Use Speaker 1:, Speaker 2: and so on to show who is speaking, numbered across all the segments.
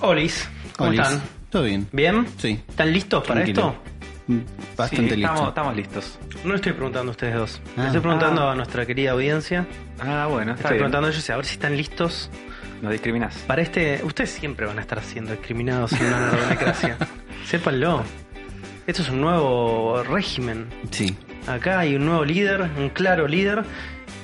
Speaker 1: Olis, ¿cómo
Speaker 2: Olis.
Speaker 1: están?
Speaker 2: Todo bien.
Speaker 1: ¿Bien?
Speaker 2: Sí.
Speaker 1: ¿Están listos para
Speaker 2: Tranquilo.
Speaker 1: esto?
Speaker 2: Mm, Bastante
Speaker 3: Sí,
Speaker 2: listo.
Speaker 3: Estamos, estamos listos.
Speaker 1: No le estoy preguntando a ustedes dos.
Speaker 2: Ah.
Speaker 1: Le estoy preguntando
Speaker 3: Ah.
Speaker 1: a nuestra querida audiencia.
Speaker 3: Ah, bueno,
Speaker 1: Están
Speaker 3: está bien.
Speaker 1: preguntando a ellos a ver si están listos
Speaker 3: No discriminás.
Speaker 1: para este. Ustedes siempre van a estar siendo discriminados en una democracia. Sépanlo. Esto es un nuevo régimen.
Speaker 2: Sí.
Speaker 1: Acá hay un nuevo líder, un claro líder.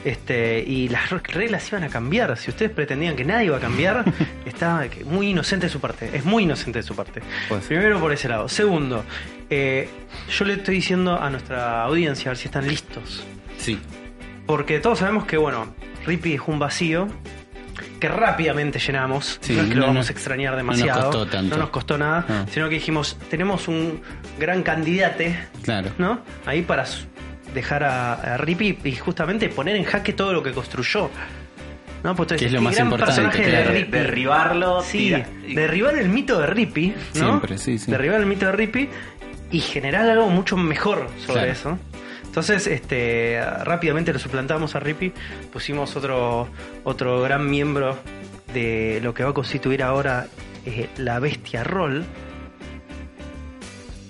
Speaker 1: Este, y las re- reglas iban a cambiar. Si ustedes pretendían que nadie iba a cambiar, estaba que- muy inocente de su parte. Es muy inocente de su parte.
Speaker 2: Pues,
Speaker 1: Primero por ese lado. Segundo, eh, yo le estoy diciendo a nuestra audiencia a ver si están listos.
Speaker 2: sí.
Speaker 1: Porque todos sabemos que, bueno, Rippy es un vacío que rápidamente llenamos.
Speaker 2: Sí,
Speaker 1: no es que
Speaker 2: no,
Speaker 1: lo
Speaker 2: no.
Speaker 1: vamos a extrañar
Speaker 2: nos
Speaker 1: demasiado.
Speaker 2: costó tanto. Ah.
Speaker 1: No nos costó nada.
Speaker 2: No.
Speaker 1: Sino que dijimos, tenemos un gran candidate,
Speaker 2: Claro.
Speaker 1: ¿no? Ahí para su- dejar a, a Rippy y justamente poner en jaque todo lo que construyó. ¿No? Pues, entonces,
Speaker 2: Que es lo
Speaker 1: qué
Speaker 2: más
Speaker 1: gran
Speaker 2: importante,
Speaker 1: personaje de
Speaker 2: claro.
Speaker 1: Rippy.
Speaker 3: Derribarlo,
Speaker 1: Sí,
Speaker 3: tira-
Speaker 1: derribar el mito de Rippy, ¿no?
Speaker 2: Siempre, sí, sí.
Speaker 1: Derribar el mito de Rippy y generar algo mucho mejor sobre
Speaker 2: Claro.
Speaker 1: eso. Entonces, este, rápidamente lo suplantamos a Rippy, pusimos otro, otro gran miembro de lo que va a constituir ahora eh, la bestia Roll.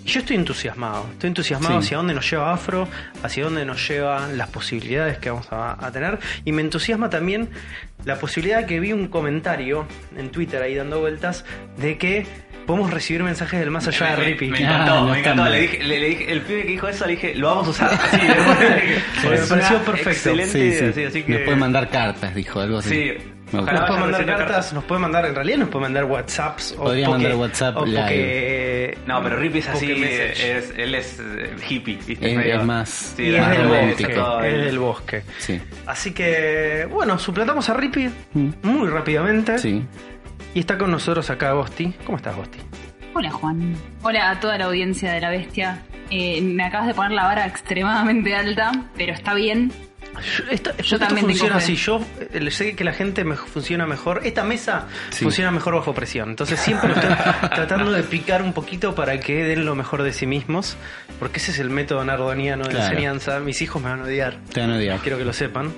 Speaker 1: Yo estoy entusiasmado, estoy entusiasmado
Speaker 2: Sí.
Speaker 1: hacia dónde nos lleva Afro, hacia dónde nos llevan las posibilidades que vamos a, a tener. Y me entusiasma también la posibilidad que vi un comentario en Twitter ahí dando vueltas de que podemos recibir mensajes del más allá de
Speaker 3: Me-
Speaker 1: Rippy.
Speaker 3: Me,
Speaker 2: Ah,
Speaker 3: encantó,
Speaker 2: no
Speaker 3: me encantó.
Speaker 2: cambia.
Speaker 3: Le dije, le- le dije- el pibe que dijo eso, le dije, lo vamos a usar. Así, de una.
Speaker 1: me
Speaker 3: Es
Speaker 1: pareció
Speaker 3: una
Speaker 1: perfecto.
Speaker 3: Excelente,
Speaker 2: Sí, sí.
Speaker 3: Así, así que...
Speaker 2: Nos puede mandar cartas, dijo, algo así.
Speaker 3: Sí.
Speaker 2: Me
Speaker 3: Ojalá
Speaker 1: Nos puede
Speaker 2: gusta.
Speaker 3: vaya
Speaker 1: mandar
Speaker 3: recibiendo
Speaker 1: cartas,
Speaker 3: cartas.
Speaker 1: nos puede mandar, en realidad nos puede mandar WhatsApps. o
Speaker 2: Podría
Speaker 1: poke-
Speaker 2: mandar WhatsApp
Speaker 1: o
Speaker 2: live.
Speaker 1: poke-
Speaker 3: No, pero Rippy es así,
Speaker 1: poke message.
Speaker 3: es, él es eh, hippie, ¿viste?
Speaker 2: Es-
Speaker 3: Medio-
Speaker 2: es más-
Speaker 3: Sí,
Speaker 1: y
Speaker 2: más
Speaker 1: es del
Speaker 2: romántico.
Speaker 1: bosque,
Speaker 3: todo,
Speaker 1: es
Speaker 3: el-
Speaker 1: del bosque.
Speaker 2: Sí.
Speaker 1: Así que, bueno, suplantamos a Rippy
Speaker 2: Mm.
Speaker 1: muy rápidamente.
Speaker 2: Sí.
Speaker 1: Y está con nosotros acá Gosti. ¿Cómo estás, Gosti?
Speaker 4: Hola Juan. Hola a toda la audiencia de La Bestia. Eh, me acabas de poner la vara extremadamente alta, pero está bien.
Speaker 1: Yo, esta- esto
Speaker 4: también tengo
Speaker 1: funciona
Speaker 4: fe.
Speaker 1: así. Yo eh, sé que la gente me funciona mejor. Esta mesa
Speaker 2: Sí.
Speaker 1: funciona mejor bajo presión. Entonces siempre estoy tratando de picar un poquito para que den lo mejor de sí mismos. Porque ese es el método nardoniano de
Speaker 2: Claro.
Speaker 1: enseñanza. Mis hijos me van a odiar.
Speaker 2: Te van a odiar.
Speaker 1: Quiero que lo sepan.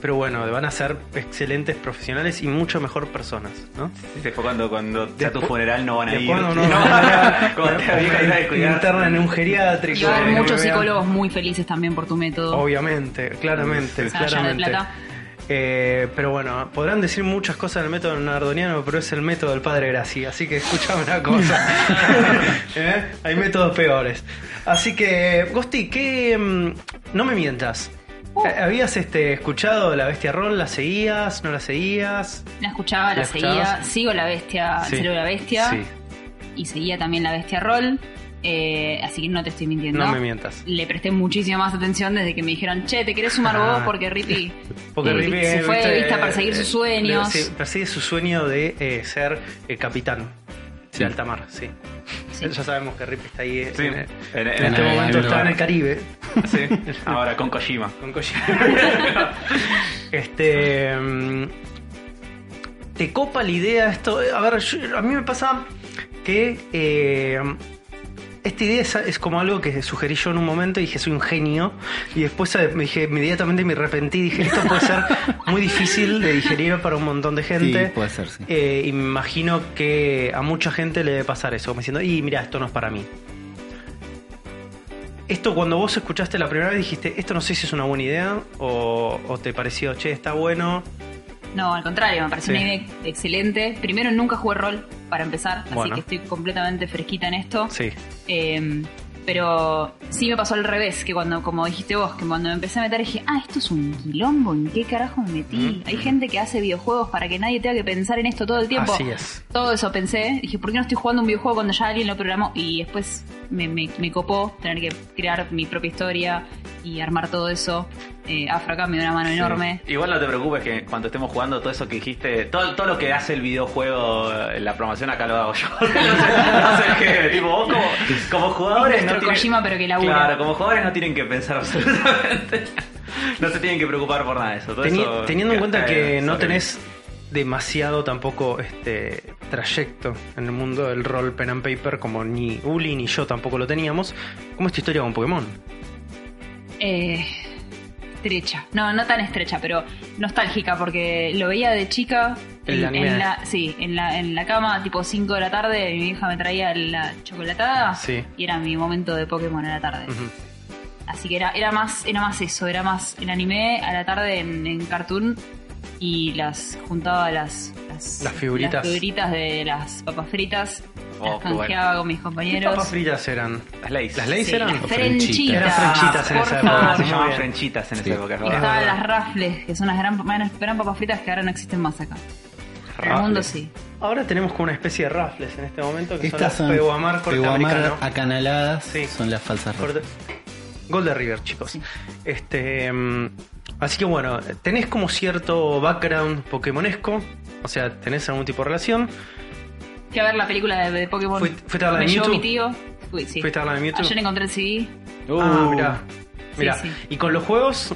Speaker 1: Pero bueno, van a ser excelentes profesionales y mucho mejor personas, ¿no?
Speaker 3: Dice, fue cuando, cuando sea tu
Speaker 1: Después-
Speaker 3: funeral no van a
Speaker 1: De
Speaker 3: ir.
Speaker 1: acuerdo, no,
Speaker 3: No, cuando te va a ir a ir a
Speaker 1: Me
Speaker 3: cuidar.
Speaker 1: internan en un
Speaker 4: Y
Speaker 1: geriátrico.
Speaker 4: va a haber
Speaker 1: que me
Speaker 4: muchos
Speaker 1: vean.
Speaker 4: psicólogos muy felices también por tu método.
Speaker 1: Obviamente, claramente,
Speaker 4: O sea, ya de
Speaker 1: claramente.
Speaker 4: plata.
Speaker 1: Eh, pero bueno, podrán decir muchas cosas del método nardoniano, pero es el método del padre Graci, así que escúchame una cosa. ¿Eh? Hay métodos peores. Así que, Gosti, que no me mientas.
Speaker 4: Uh.
Speaker 1: Eh, ¿Habías este, escuchado La Bestia Roll? ¿La seguías? ¿No la seguías?
Speaker 4: La escuchaba, la,
Speaker 1: ¿La
Speaker 4: seguía.
Speaker 1: escuchabas?
Speaker 4: Sigo La Bestia,
Speaker 1: Sí.
Speaker 4: sigo Ah, La Bestia.
Speaker 1: Sí.
Speaker 4: Y seguía también La Bestia Roll. Eh, así que no te estoy mintiendo.
Speaker 1: No, me mientas.
Speaker 4: Le presté muchísima más atención desde que me dijeron, che, ¿te querés sumar
Speaker 1: Ah.
Speaker 4: vos? Porque Rippy...
Speaker 1: Porque
Speaker 4: eh,
Speaker 1: Rippy,
Speaker 4: se
Speaker 1: eh,
Speaker 4: fue
Speaker 1: viste,
Speaker 4: de vista a perseguir
Speaker 1: eh,
Speaker 4: sus sueños.
Speaker 1: de- sí, persigue su sueño de eh, ser eh, capitán
Speaker 2: Sí.
Speaker 1: de alta mar, sí.
Speaker 4: Sí.
Speaker 1: Ya sabemos que Rippy está ahí eh,
Speaker 3: Sí,
Speaker 1: en, el- en
Speaker 3: en- en
Speaker 1: este
Speaker 2: el-
Speaker 1: momento
Speaker 2: en el
Speaker 1: está en el
Speaker 2: lugar.
Speaker 1: Caribe
Speaker 3: Sí, ahora con Kojima.
Speaker 1: con Kojima. este mm, te copa la idea esto. A ver, yo- a mí me pasa que eh, esta idea es, es como algo que sugerí yo en un momento y dije soy un genio y después eh, me dije inmediatamente me arrepentí y dije esto puede ser muy difícil de digerir para un montón de gente.
Speaker 2: Sí, puede ser, sí.
Speaker 1: Eh, y me imagino que a mucha gente le debe pasar eso, como diciendo, y mira, esto no es para mí. Esto cuando vos escuchaste la primera vez dijiste, esto no sé si es una buena idea, o, o te pareció, che, está bueno.
Speaker 4: No, al contrario, me parece
Speaker 1: Sí.
Speaker 4: una idea excelente. Primero, nunca jugué rol para empezar,
Speaker 1: Bueno.
Speaker 4: así que estoy completamente fresquita en esto.
Speaker 1: Sí,
Speaker 4: Eh, pero sí me pasó al revés, que cuando, como dijiste vos, que cuando me empecé a meter dije, ah, esto es un quilombo, ¿en qué carajo me metí?
Speaker 1: Mm.
Speaker 4: Hay gente que hace videojuegos para que nadie tenga que pensar en esto todo el tiempo.
Speaker 1: así es.
Speaker 4: Todo eso pensé, dije, ¿por qué no estoy jugando un videojuego cuando ya alguien lo programó? Y después me, me- me copó tener que crear mi propia historia y armar todo eso. Eh, Afro acá me dio una mano enorme.
Speaker 3: Sí. Igual no te preocupes que cuando estemos jugando todo eso que dijiste, todo, todo lo que hace el videojuego, eh, la promoción acá lo hago yo. no sé, no sé qué, tipo, vos como, como jugadores no
Speaker 4: Nuestro
Speaker 3: tienen,
Speaker 4: Kojima, pero que labura.
Speaker 3: Claro, como jugadores no tienen que pensar absolutamente. No se tienen que preocupar por nada de eso. todo
Speaker 1: Teni-
Speaker 3: eso-
Speaker 1: teniendo en cuenta
Speaker 3: eh,
Speaker 1: que no
Speaker 3: sobre-
Speaker 1: tenés demasiado tampoco este trayecto en el mundo del rol pen and paper, como ni Uli ni yo tampoco lo teníamos, ¿cómo es tu historia con Pokémon?
Speaker 4: Eh, estrecha. No, no tan estrecha, pero nostálgica, porque lo veía de chica.
Speaker 1: El
Speaker 4: en-
Speaker 1: anime.
Speaker 4: en la, sí, en la, en la cama, tipo 5 de la tarde, mi hija me traía la chocolatada
Speaker 1: Sí.
Speaker 4: y era mi momento de Pokémon a la tarde.
Speaker 1: Ujú.
Speaker 4: Así que era, era más, era más eso, era más el anime a la tarde en, en cartoon y las juntaba las, las,
Speaker 1: Las figuritas.
Speaker 4: las figuritas de las papas fritas,
Speaker 3: Oh,
Speaker 4: las
Speaker 3: qué bueno.
Speaker 4: canjeaba con mis
Speaker 1: ¿Qué
Speaker 4: compañeros.
Speaker 1: papas fritas eran?
Speaker 3: Las leyes.
Speaker 1: Las Lays
Speaker 4: Sí,
Speaker 1: eran-
Speaker 4: las
Speaker 1: o Eran
Speaker 2: frenchitas?
Speaker 4: frenchitas.
Speaker 1: frenchitas en
Speaker 4: por
Speaker 1: esa época,
Speaker 4: favor.
Speaker 3: se
Speaker 1: muy
Speaker 3: llamaban
Speaker 1: bien.
Speaker 3: frenchitas en
Speaker 2: Sí.
Speaker 3: esa época. es
Speaker 4: Y
Speaker 3: verdad.
Speaker 4: estaban
Speaker 1: verdad.
Speaker 4: las rafles, que son las gran, gran- gran papas fritas que ahora no existen más acá. En el
Speaker 3: Rafles.
Speaker 4: mundo sí.
Speaker 1: Ahora tenemos como una especie de rafles en este momento que
Speaker 2: Estas
Speaker 1: son
Speaker 2: son
Speaker 1: las Peguamar
Speaker 2: Peguamar
Speaker 1: norteamericano.
Speaker 2: acanaladas,
Speaker 1: Sí.
Speaker 2: son las falsas
Speaker 1: Corte- Gol de River, chicos.
Speaker 4: Sí.
Speaker 1: Este, mm, así que bueno, tenés como cierto background pokémonesco, o sea, tenés algún tipo de relación.
Speaker 4: Fui a ver la película de, de Pokémon.
Speaker 1: Fui- fuiste a la
Speaker 4: Me
Speaker 1: de
Speaker 4: llevó
Speaker 1: Mewtwo.
Speaker 4: mi tío. Fui, sí.
Speaker 1: ¿Fuiste a la de Mewtwo?
Speaker 4: Ayer encontré el CD.
Speaker 1: Ah,
Speaker 3: Uh,
Speaker 1: mirá. Mirá.
Speaker 4: Sí, sí.
Speaker 1: Y con los juegos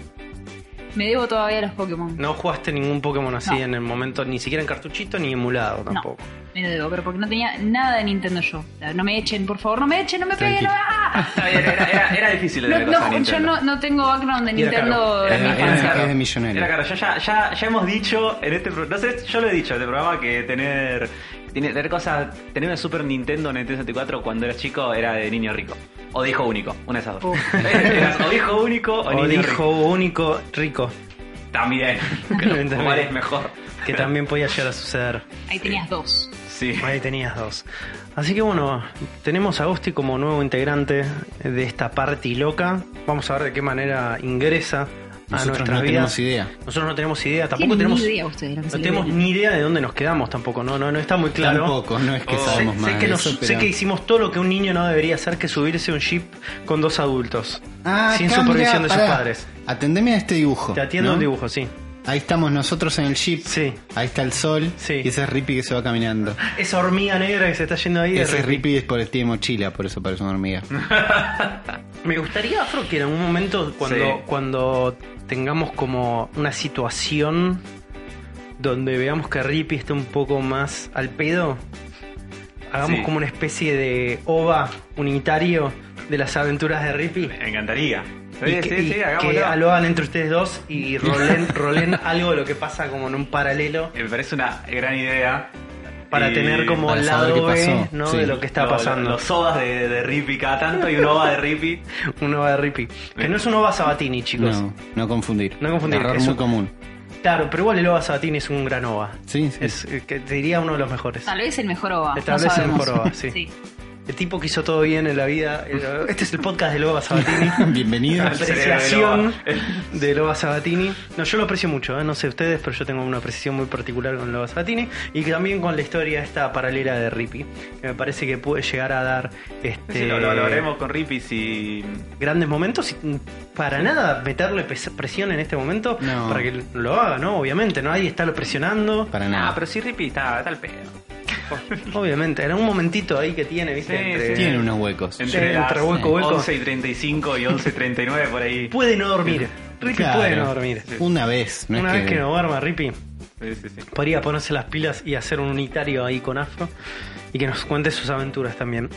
Speaker 4: Me debo todavía los Pokémon.
Speaker 1: no jugaste ningún Pokémon así
Speaker 4: No.
Speaker 1: en el momento, ni siquiera en cartuchito ni emulado tampoco.
Speaker 4: Me debo, pero porque no tenía nada de Nintendo yo. O sea, No me echen, por favor, no me echen, no me peguen.
Speaker 2: Tranquilo.
Speaker 4: ¡ah!
Speaker 3: Está bien, era, era, era difícil de
Speaker 4: No,
Speaker 3: ver
Speaker 4: no,
Speaker 3: cosas de
Speaker 4: yo
Speaker 3: Nintendo.
Speaker 4: no, no tengo background de
Speaker 1: Y era caro.
Speaker 4: Nintendo
Speaker 2: Era-
Speaker 4: en mi
Speaker 2: era-
Speaker 4: infancia.
Speaker 2: es de millonario.
Speaker 3: Era caro. Yo ya, ya, ya hemos dicho en este pro- no sé, yo lo he dicho en este programa que tener tener, tener cosas, tener una Super Nintendo en Nintendo 64 cuando eras chico era de niño rico o de hijo único, una de esas dos.
Speaker 4: Uf.
Speaker 3: Eras o hijo único o,
Speaker 1: O
Speaker 3: niño
Speaker 1: dijo
Speaker 3: rico.
Speaker 1: único rico,
Speaker 3: También.
Speaker 1: También.
Speaker 3: Igual es mejor.
Speaker 1: que también podía llegar a suceder.
Speaker 4: Ahí tenías dos.
Speaker 3: Sí.
Speaker 1: Ahí tenías dos. Así que bueno, tenemos a Gosti como nuevo integrante de esta party loca. Vamos a ver de qué manera ingresa a
Speaker 2: Nosotros
Speaker 1: nuestras
Speaker 2: no
Speaker 1: vidas.
Speaker 2: tenemos idea.
Speaker 1: Nosotros no tenemos idea, tampoco
Speaker 4: Tienen
Speaker 1: tenemos,
Speaker 4: ni idea ustedes lo que
Speaker 1: no
Speaker 4: se le
Speaker 1: tenemos
Speaker 4: viene.
Speaker 1: ni idea de dónde nos quedamos tampoco, no, no, no está muy claro.
Speaker 2: Tampoco, no es que
Speaker 3: Oh.
Speaker 2: sabemos
Speaker 1: Sé,
Speaker 2: más.
Speaker 1: sé que
Speaker 2: de
Speaker 1: nos-
Speaker 2: eso,
Speaker 1: sé
Speaker 2: pero-
Speaker 1: que hicimos todo lo que un niño no debería hacer, que subirse a un jeep con dos adultos,
Speaker 2: Ah,
Speaker 1: sin
Speaker 2: cambia,
Speaker 1: supervisión de sus
Speaker 2: pará.
Speaker 1: padres.
Speaker 2: Atendeme a este dibujo.
Speaker 1: Te atiendo
Speaker 2: ¿no?
Speaker 1: un dibujo, sí.
Speaker 2: Ahí estamos nosotros en el jeep.
Speaker 1: Sí.
Speaker 2: Ahí está el sol.
Speaker 1: Sí. Ah,
Speaker 2: Y ese es Rippy que se va caminando.
Speaker 1: Esa hormiga negra que se está yendo ahí. de
Speaker 2: Ese es
Speaker 1: repente.
Speaker 2: Rippy es por el tío mochila, por eso parece una hormiga.
Speaker 1: Me gustaría, Afro, que en algún momento, cuando,
Speaker 3: Sí.
Speaker 1: cuando tengamos como una situación donde veamos que Rippy está un poco más al pedo, hagamos
Speaker 3: Sí.
Speaker 1: como una especie de OVA unitario de las aventuras de Rippy.
Speaker 3: Me encantaría. Sí,
Speaker 1: y que,
Speaker 3: sí,
Speaker 1: y
Speaker 3: sí,
Speaker 1: que
Speaker 3: hagámoslo.
Speaker 1: lo hagan entre ustedes dos y rolen, rolen algo de lo que pasa como en un paralelo
Speaker 3: Eh, Me parece una gran idea.
Speaker 1: para
Speaker 3: Y
Speaker 1: tener como
Speaker 2: para
Speaker 1: el
Speaker 2: saber
Speaker 1: lado
Speaker 2: qué
Speaker 1: B
Speaker 2: pasó.
Speaker 1: ¿no?
Speaker 2: Sí.
Speaker 1: de lo que está
Speaker 3: lo-
Speaker 1: pasando.
Speaker 3: Los sodas de, de Rippy cada tanto y un ova de Rippy.
Speaker 1: Un OVA de Rippy. Que no es un OVA Sabatini, chicos.
Speaker 2: No, no confundir.
Speaker 1: No confundir,
Speaker 2: Error
Speaker 1: eso-
Speaker 2: muy común.
Speaker 1: Claro, pero igual el OVA Sabatini es un gran OVA.
Speaker 2: Sí, sí.
Speaker 1: Es, eh, que te diría uno de los mejores.
Speaker 4: Tal vez el mejor OVA.
Speaker 1: Tal
Speaker 4: no
Speaker 1: vez el
Speaker 4: sabemos.
Speaker 1: mejor OVA, sí. El tipo que hizo todo bien en la vida. el- Este es el podcast de Loba Sabatini.
Speaker 2: Bienvenidos.
Speaker 3: Sí.
Speaker 1: Apreciación
Speaker 3: El cerebro
Speaker 1: de Loba Sabatini. No, yo lo aprecio mucho, ¿eh? no sé ustedes, pero yo tengo una apreciación muy particular con Loba Sabatini y también con la historia esta paralela de Rippy, que me parece que puede llegar a dar este,
Speaker 3: Sí, lo, lo- lo haremos con Rippy si.
Speaker 1: grandes momentos y para nada meterle pes- presión en este momento
Speaker 2: No.
Speaker 1: para que lo haga, ¿no? Obviamente, ¿no? Ahí está lo presionando.
Speaker 2: Para
Speaker 3: Ah,
Speaker 2: nada.
Speaker 3: pero si Rippy está, está al pedo.
Speaker 1: Obviamente, era un momentito ahí que tiene, ¿viste?
Speaker 3: Sí,
Speaker 1: Entre-
Speaker 2: Tienen unos huecos.
Speaker 3: Em,
Speaker 1: Sí, entre hueco, hueco.
Speaker 3: 11 y 35 y 11 y 39 por ahí.
Speaker 1: Puede no dormir. Rippy
Speaker 2: Claro.
Speaker 1: puede no dormir.
Speaker 2: Una vez, no
Speaker 1: Una
Speaker 2: es
Speaker 1: vez que no duerma, Rippy.
Speaker 3: Sí, sí, sí.
Speaker 1: podría ponerse las pilas y hacer un unitario ahí con Afro y que nos cuente sus aventuras también.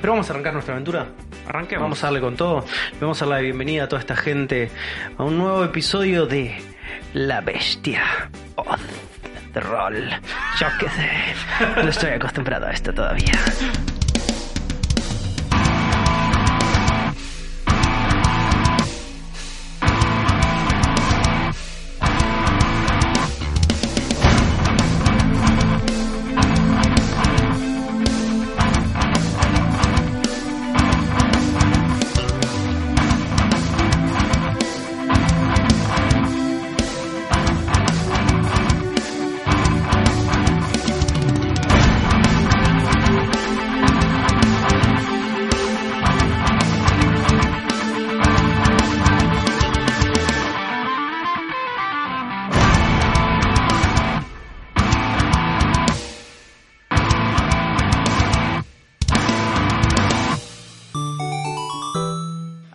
Speaker 1: Pero vamos a arrancar nuestra aventura.
Speaker 3: Arranquemos.
Speaker 1: Vamos a darle con todo. Le vamos a dar la bienvenida a toda esta gente a un nuevo episodio de La Bestia Oz de Roll. Yo qué sé. No estoy acostumbrado a esto todavía.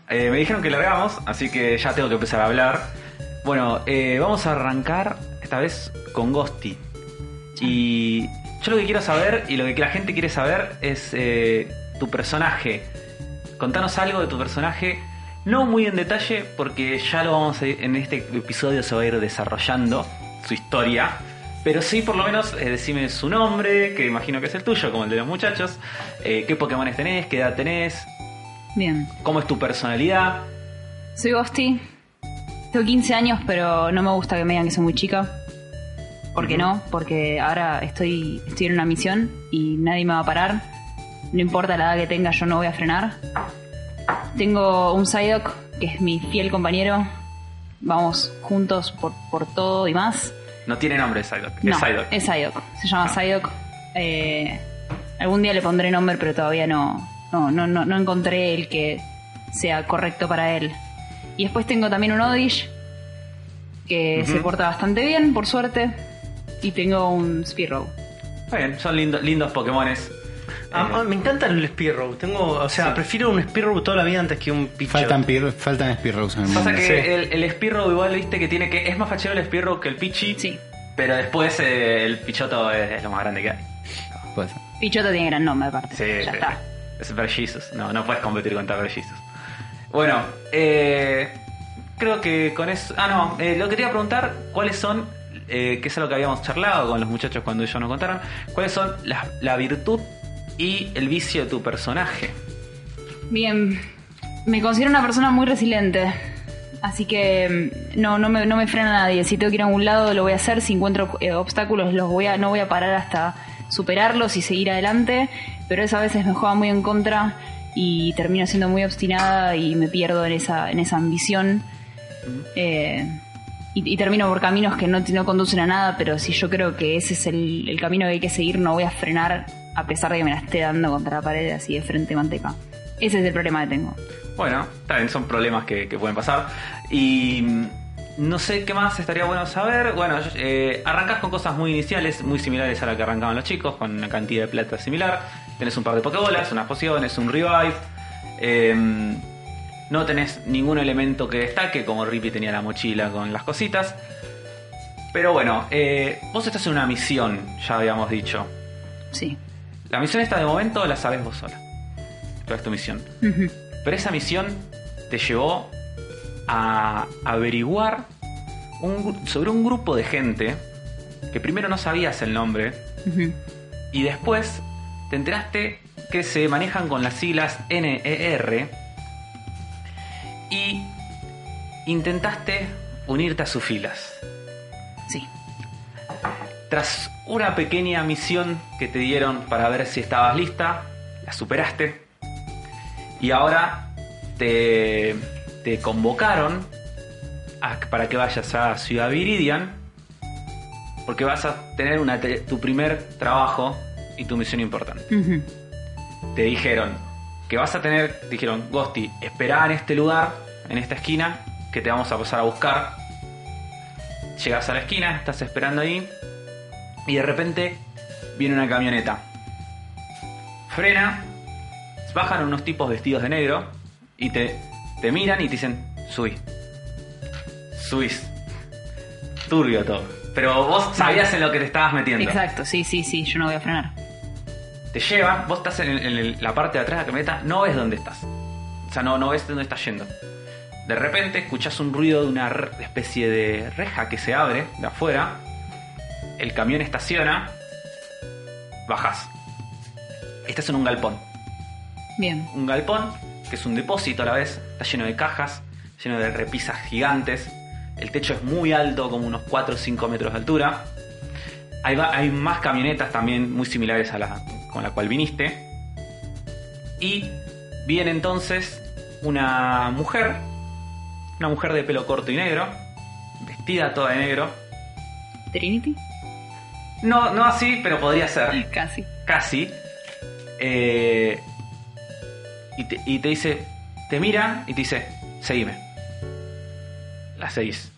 Speaker 3: Eh, me dijeron que largamos, así que ya tengo que empezar a hablar. Bueno, eh, vamos a arrancar esta vez con Ghosty. Y yo lo que quiero saber y lo que la gente quiere saber es eh, tu personaje. Contanos algo de tu personaje No muy en detalle, porque ya lo vamos a ir- en este episodio se va a ir desarrollando su historia. Pero sí, por lo menos, eh, decime su nombre, que imagino que es el tuyo, como el de los muchachos. eh, ¿Qué Pokémones tenés? ¿Qué edad tenés?
Speaker 4: Bien.
Speaker 3: ¿Cómo es tu personalidad?
Speaker 4: Soy Gosti. Tengo 15 años, pero no me gusta que me digan que soy muy chica. ¿Por qué no? Porque ahora estoy, estoy en una misión y nadie me va a parar. No importa la edad que tenga, yo no voy a frenar. Tengo un Psyduck, que es mi fiel compañero. Vamos juntos por, por todo y más.
Speaker 3: No tiene nombre Psyduck.
Speaker 4: No,
Speaker 3: es Psyduck.
Speaker 4: es Psyduck. Se llama
Speaker 3: Ah.
Speaker 4: Psyduck. Eh, algún día le pondré nombre, pero todavía no, no, no, no, no encontré el que sea correcto para él. Y después tengo también un Odish, que se porta bastante bien, por suerte. Y tengo un Spearow.
Speaker 3: Está bien, son lindo- lindos Pokémones.
Speaker 1: Ah, ah, me encanta el Spearow. Tengo, o sea, prefiero un Spearow toda la vida antes que un Pidgeot.
Speaker 2: Faltan, Spear- faltan Spearrows en el mundo.
Speaker 3: Pasa que
Speaker 1: Sí.
Speaker 3: el, el Spearow igual viste que tiene que. Es más fachero el Spearow que el Pichi.
Speaker 4: Sí.
Speaker 3: Pero después eh, el Pichoto es, es lo más grande que hay.
Speaker 2: Puede ser.
Speaker 4: Pichoto tiene gran nombre, aparte.
Speaker 3: Sí,
Speaker 4: ya
Speaker 3: sí,
Speaker 4: está.
Speaker 3: sí. Es Vergisus. No, no puedes competir contra Vergisus. Bueno, eh, creo que con eso. Ah, no, eh, lo que te iba a preguntar, ¿cuáles son, eh, que es algo que habíamos charlado con los muchachos cuando ellos nos contaron, cuáles son la, la virtud y el vicio de tu personaje?
Speaker 4: Bien, me considero una persona muy resiliente. Así que mm, no, no, me, no me frena nadie. Si tengo que ir a un lado, lo voy a hacer. Si encuentro eh, obstáculos, los voy a, no voy a parar hasta superarlos y seguir adelante. Pero eso a veces me juega muy en contra y termino siendo muy obstinada y me pierdo en esa, en esa ambición. Eh, y, y termino por caminos que no, no conducen a nada, pero si yo creo que ese es el, el camino que hay que seguir, no voy a frenar a pesar de que me la esté dando contra la pared así de frente manteca. Ese es el problema que tengo.
Speaker 3: Bueno, también son problemas que, que pueden pasar. Y mm, no sé qué más estaría bueno saber. Bueno, yo- eh, arrancas con cosas muy iniciales, muy similares a la que arrancaban los chicos, con una cantidad de plata similar. Tenés un par de pokebolas, unas pociones, un revive. Em, no tenés ningún elemento que destaque, como Rippy tenía la mochila con las cositas. Pero bueno, eh, vos estás en una misión, ya habíamos dicho.
Speaker 4: Sí.
Speaker 3: La misión esta de momento la sabes vos sola. Cuál es tu misión.
Speaker 4: Ujú.
Speaker 3: Pero esa misión te llevó a averiguar un gru- sobre un grupo de gente que primero no sabías el nombre
Speaker 4: Ujú.
Speaker 3: y después te enteraste que se manejan con las siglas NER y intentaste unirte a sus filas.
Speaker 4: Sí.
Speaker 3: Tras una pequeña misión que te dieron para ver si estabas lista, la superaste. Y ahora te, te convocaron a- para que vayas a Ciudad Viridian, porque vas a tener una te- tu primer trabajo y tu misión importante
Speaker 4: Ujú.
Speaker 3: te dijeron que vas a tener, te dijeron, Gosti, esperá en este lugar, en esta esquina, que te vamos a pasar a buscar. Llegas a la esquina, estás esperando ahí, y de repente viene una camioneta. Frena, bajan unos tipos vestidos de negro, y te, te miran y te dicen, subí. Subís. Turbio todo. Pero vos sabías en lo que te estabas metiendo
Speaker 4: Exacto, sí, sí, sí, yo no voy a frenar.
Speaker 3: te llevan, vos estás en, el- en el- la parte de atrás de la camioneta, no ves dónde estás. O sea, no, no ves dónde estás yendo. De repente escuchás un ruido de una re- especie de reja que se abre de afuera. El camión estaciona. Bajás. Estás en un galpón.
Speaker 4: Bien.
Speaker 3: Un galpón que es un depósito a la vez. Está lleno de cajas, lleno de repisas gigantes. El techo es muy alto, como unos 4 o 5 metros de altura. Hay, va- hay más camionetas también muy similares a la con la cual viniste. Y viene entonces una mujer, una mujer de pelo corto y negro, vestida toda de negro.
Speaker 4: ¿Trinity?
Speaker 3: No, no así, pero podría ser,
Speaker 4: Casi.
Speaker 3: casi. Eh, y, te, y te dice, te mira y te dice, seguime. La seguís.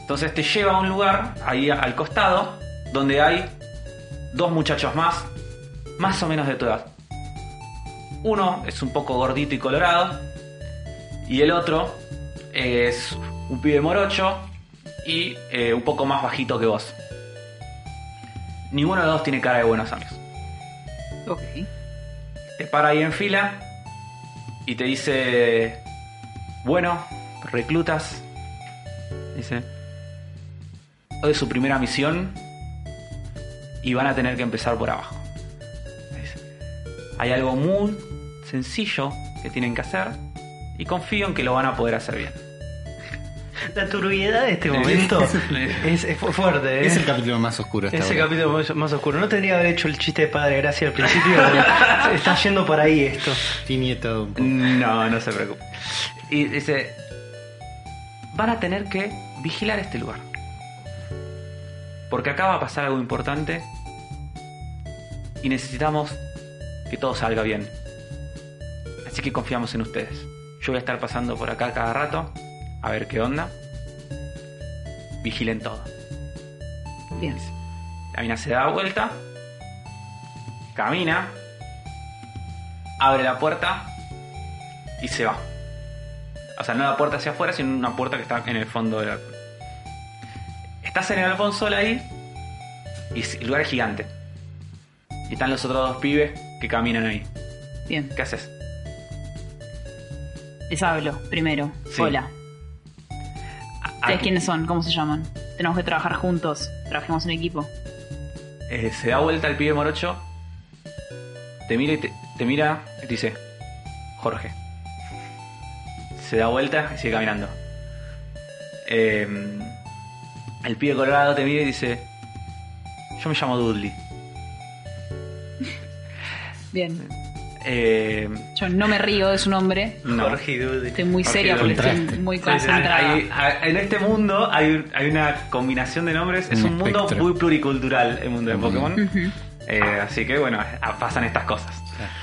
Speaker 3: Entonces te lleva a un lugar, ahí al costado, donde hay dos muchachos más, más o menos de tu edad. Uno es un poco gordito y colorado, y el otro es un pibe morocho y eh, un poco más bajito que vos. Ninguno de los dos tiene cara de buenos amigos.
Speaker 4: Ok.
Speaker 3: Te para ahí en fila y te dice, Bueno, reclutas. Dice. Hoy es su primera misión. Y van a tener que empezar por abajo. Dice, Hay algo muy sencillo que tienen que hacer. Y confío en que lo van a poder hacer bien.
Speaker 1: La turbiedad de este momento es, es fu- fuerte, ¿eh?
Speaker 2: Es el capítulo más oscuro hasta
Speaker 1: Es el
Speaker 2: ahora.
Speaker 1: capítulo más, más oscuro. No tendría que haber hecho el chiste de padre gracias al principio. pero está yendo por ahí esto.
Speaker 2: Tiene todo un poco.
Speaker 3: No, no se preocupe. Y dice, van a tener que vigilar este lugar. Porque acá va a pasar algo importante y necesitamos que todo salga bien. Así que confiamos en ustedes. Yo voy a estar pasando por acá cada rato a ver qué onda. Vigilen todo.
Speaker 4: Bien.
Speaker 3: La mina se da vuelta, camina, abre la puerta y se va. O sea, no la puerta hacia afuera, sino una puerta que está en el fondo de la. Estás en el Alfonso ahí y es- el lugar es gigante. Y están los otros dos pibes que caminan ahí.
Speaker 4: Bien.
Speaker 3: ¿Qué haces?
Speaker 4: Les hablo primero.
Speaker 3: Sí.
Speaker 4: Hola.
Speaker 3: Ah,
Speaker 4: ¿Ustedes quiénes son? ¿Cómo se llaman? Tenemos que trabajar juntos. Trabajemos en equipo.
Speaker 3: eh, se da vuelta el pibe morocho, te mira y te, te mira y te dice, Jorge. Se da vuelta y sigue caminando. Eh, el pibe colorado te mira y dice, yo me llamo Dudley.
Speaker 4: Bien.
Speaker 3: Eh,
Speaker 4: Yo no me río de su nombre.
Speaker 3: no.
Speaker 1: Jorge y Dude.
Speaker 4: Estoy muy
Speaker 3: Jorge,
Speaker 4: seria, porque
Speaker 2: contraste.
Speaker 4: estoy muy
Speaker 3: Sí, sí, sí.
Speaker 4: concentrada.
Speaker 3: Hay- hay- en este mundo hay, un- hay una combinación de nombres. Es
Speaker 2: Un
Speaker 3: un mundo
Speaker 2: espectro.
Speaker 3: muy pluricultural el mundo de
Speaker 2: Mm.
Speaker 3: Pokémon.
Speaker 4: Ujú.
Speaker 3: Eh, así que bueno, a- pasan estas cosas.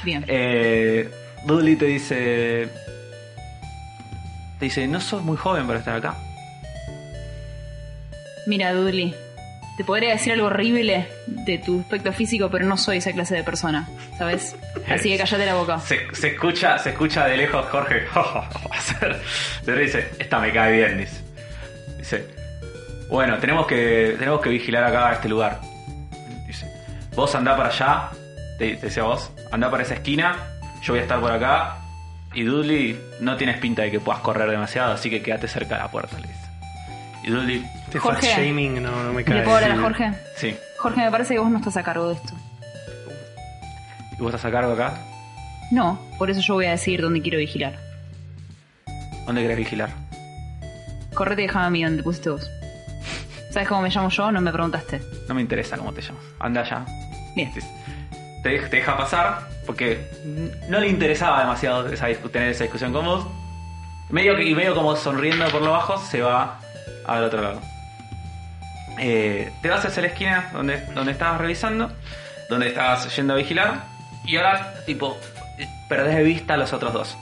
Speaker 4: Bien.
Speaker 3: Eh, Dudley te dice. Te dice, no sos muy joven para estar acá.
Speaker 4: Mira, Dudley, te podría decir algo horrible de tu aspecto físico, pero no soy esa clase de persona, ¿sabes? Así que cállate la boca.
Speaker 3: Se, se escucha, se escucha de lejos Jorge. Pero dice, esta me cae bien, dice. Dice. Bueno, tenemos que. Tenemos que vigilar acá este lugar. Dice. Vos andá para allá. Te, te decía vos, andá para esa esquina. Yo voy a estar por acá. Y Dudley, no tienes pinta de que puedas correr demasiado, así que quédate cerca de la puerta, le dice. Y Dudley,
Speaker 1: Este
Speaker 4: Jorge.
Speaker 1: fat shaming no, no me cae.
Speaker 4: ¿Le puedo hablar a
Speaker 1: Sí.
Speaker 4: Jorge?
Speaker 3: sí.
Speaker 4: Jorge, me parece que vos no estás a cargo de esto.
Speaker 3: ¿Y vos estás a cargo acá?
Speaker 4: No, por eso yo voy a decidir dónde quiero vigilar.
Speaker 3: ¿Dónde querés vigilar?
Speaker 4: Correte y déjame a mí donde pusiste vos. ¿Sabes cómo me llamo yo? No me preguntaste.
Speaker 3: No me interesa cómo te llamas. Anda allá.
Speaker 4: Bien.
Speaker 3: Te, dej- te deja pasar porque no le interesaba demasiado esa discu- tener esa discusión con vos. Medio que- y medio como sonriendo por lo bajo, se va al otro lado. Eh, te vas hacia la esquina donde, donde estabas revisando, donde estabas yendo a vigilar. Y ahora, tipo, perdés de vista a los otros dos.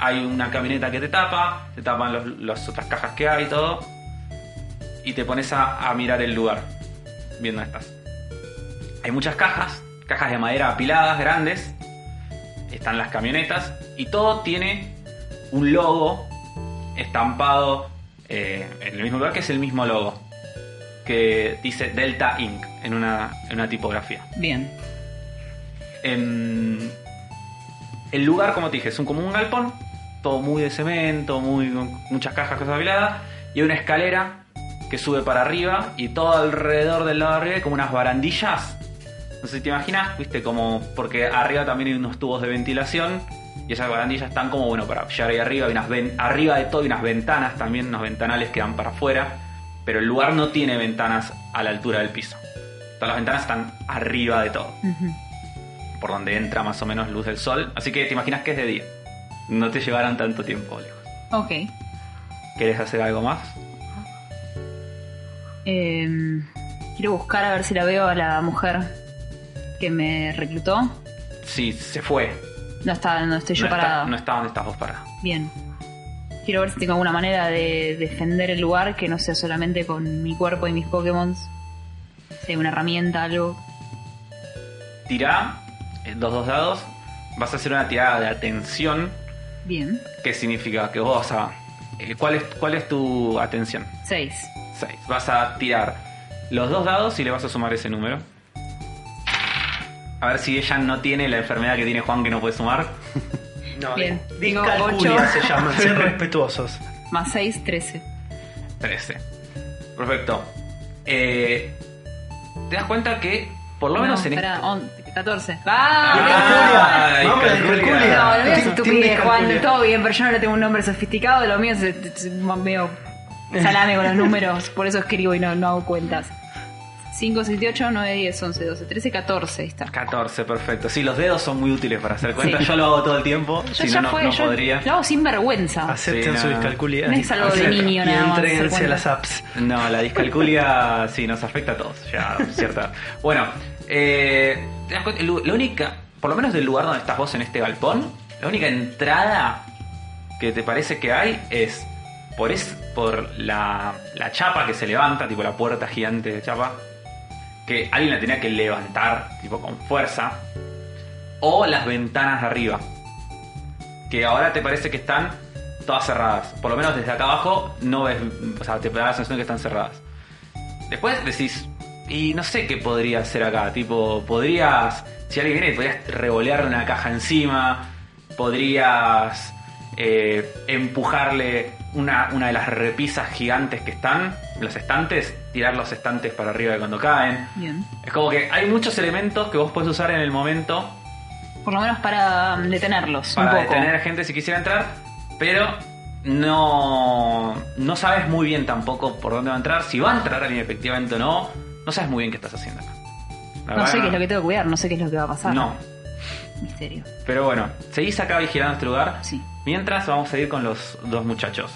Speaker 3: Hay una camioneta que te tapa, te tapan los- las otras cajas que hay y todo. Y te pones a, a mirar el lugar, viendo estas. Hay muchas cajas, cajas de madera apiladas, grandes. Están las camionetas y todo tiene un logo estampado eh, en el mismo lugar que es el mismo logo. Que dice Delta Inc. en una, en una tipografía.
Speaker 4: Bien.
Speaker 3: Em, el lugar, como te dije, es un, como un galpón, todo muy de cemento, muy, con muchas cajas, cosas apiladas, y hay una escalera que sube para arriba y todo alrededor del lado de arriba hay como unas barandillas. No sé si te imaginas, viste, como porque arriba también hay unos tubos de ventilación y esas barandillas están como, bueno, para llegar ahí arriba, hay unas ven- arriba de todo hay unas ventanas también, unos ventanales que dan para afuera, pero el lugar no tiene ventanas a la altura del piso. Todas las ventanas están arriba de todo
Speaker 4: Ujú.
Speaker 3: por donde entra más o menos luz del sol. Así que te imaginas que es de día. No te llevarán tanto tiempo lejos.
Speaker 4: Ok.
Speaker 3: ¿Querés hacer algo más?
Speaker 4: Em, quiero buscar a ver si la veo a la mujer que me reclutó.
Speaker 3: Sí, se fue.
Speaker 4: No está, no estoy yo
Speaker 3: no,
Speaker 4: parada.
Speaker 3: está, no está donde estás vos parada.
Speaker 4: Bien. Quiero ver si tengo alguna manera de defender el lugar que no sea solamente con mi cuerpo y mis Pokémon. Sea una herramienta, algo.
Speaker 3: Tirá eh, los dos dados. Vas a hacer una tirada de atención.
Speaker 4: Bien.
Speaker 3: ¿Qué significa? Que vos vas a... eh, ¿cuál, es, ¿Cuál es tu atención?
Speaker 4: Seis.
Speaker 3: 6. Vas a tirar los dos dados y le vas a sumar ese número. A ver si ella no tiene la enfermedad que tiene Juan que no puede sumar.
Speaker 1: No,
Speaker 4: Bien.
Speaker 1: di-
Speaker 4: Tengo
Speaker 1: discalculia
Speaker 4: ocho.
Speaker 1: se llaman, ser respetuosos.
Speaker 4: Más 6, 13.
Speaker 3: 13. Perfecto. Eh, te das cuenta que, por lo
Speaker 4: No,
Speaker 3: menos en
Speaker 4: pará,
Speaker 3: esto.
Speaker 4: on- 14. ¡Va!
Speaker 3: Ah,
Speaker 1: Discalculia. Vamos a la
Speaker 3: discalculia.
Speaker 1: discalculia.
Speaker 4: No, lo mío es
Speaker 1: Tiene-
Speaker 4: estupidez,
Speaker 1: tiene
Speaker 4: Juan.
Speaker 1: discalculia.
Speaker 4: Todo bien, pero yo no le tengo un nombre sofisticado. Lo mío es, es- es medio salame con los números. Por eso escribo y no, no hago cuentas. 5, 7, 8, 9, 10, 11, 12, 13, 14. Ahí está.
Speaker 3: 14, este perfecto. Sí, los dedos son muy útiles para hacer cuentas.
Speaker 4: Sí.
Speaker 3: Yo lo hago todo el tiempo.
Speaker 4: Yo
Speaker 3: Si
Speaker 4: ya
Speaker 3: no, no,
Speaker 4: fue,
Speaker 3: no
Speaker 4: yo
Speaker 3: podría.
Speaker 4: lo hago sin vergüenza.
Speaker 1: Acepten
Speaker 3: Sí,
Speaker 1: su
Speaker 3: no.
Speaker 1: discalculia.
Speaker 4: No es algo de
Speaker 1: Acepten.
Speaker 4: niño, nada
Speaker 1: Y
Speaker 4: más,
Speaker 1: entréguense
Speaker 4: hacer
Speaker 1: a las apps.
Speaker 3: No, la discalculia sí nos afecta a todos, ya, cierta. Bueno, eh, te das cuenta, el lu- la única, por lo menos del lugar donde estás vos en este galpón, la única entrada que te parece que hay es por, es, por la, la chapa que se levanta, tipo la puerta gigante de chapa, que alguien la tenía que levantar, tipo con fuerza, o las ventanas de arriba, que ahora te parece que están todas cerradas. Por lo menos desde acá abajo no ves, o sea, te da la sensación que están cerradas. Después decís, y no sé qué podría hacer acá, tipo, podrías, si alguien viene, podrías revolear una caja encima, podrías eh, empujarle una, una de las repisas gigantes que están, los estantes, tirar los estantes para arriba de cuando caen.
Speaker 4: Bien.
Speaker 3: Es como que hay muchos elementos que vos podés usar en el momento
Speaker 4: Por lo menos para um, detenerlos
Speaker 3: para
Speaker 4: un poco.
Speaker 3: detener a gente si quisiera entrar, pero no, no sabes muy bien tampoco por dónde va a entrar, si va a entrar alguien efectivamente o no, no sabes muy bien qué estás haciendo acá. La
Speaker 4: No
Speaker 3: verdad,
Speaker 4: sé qué es lo que tengo que cuidar, no sé qué es lo que va a pasar.
Speaker 3: No,
Speaker 4: Misterio.
Speaker 3: pero bueno, seguís acá vigilando este lugar.
Speaker 4: Sí.
Speaker 3: Mientras vamos a ir con los dos muchachos.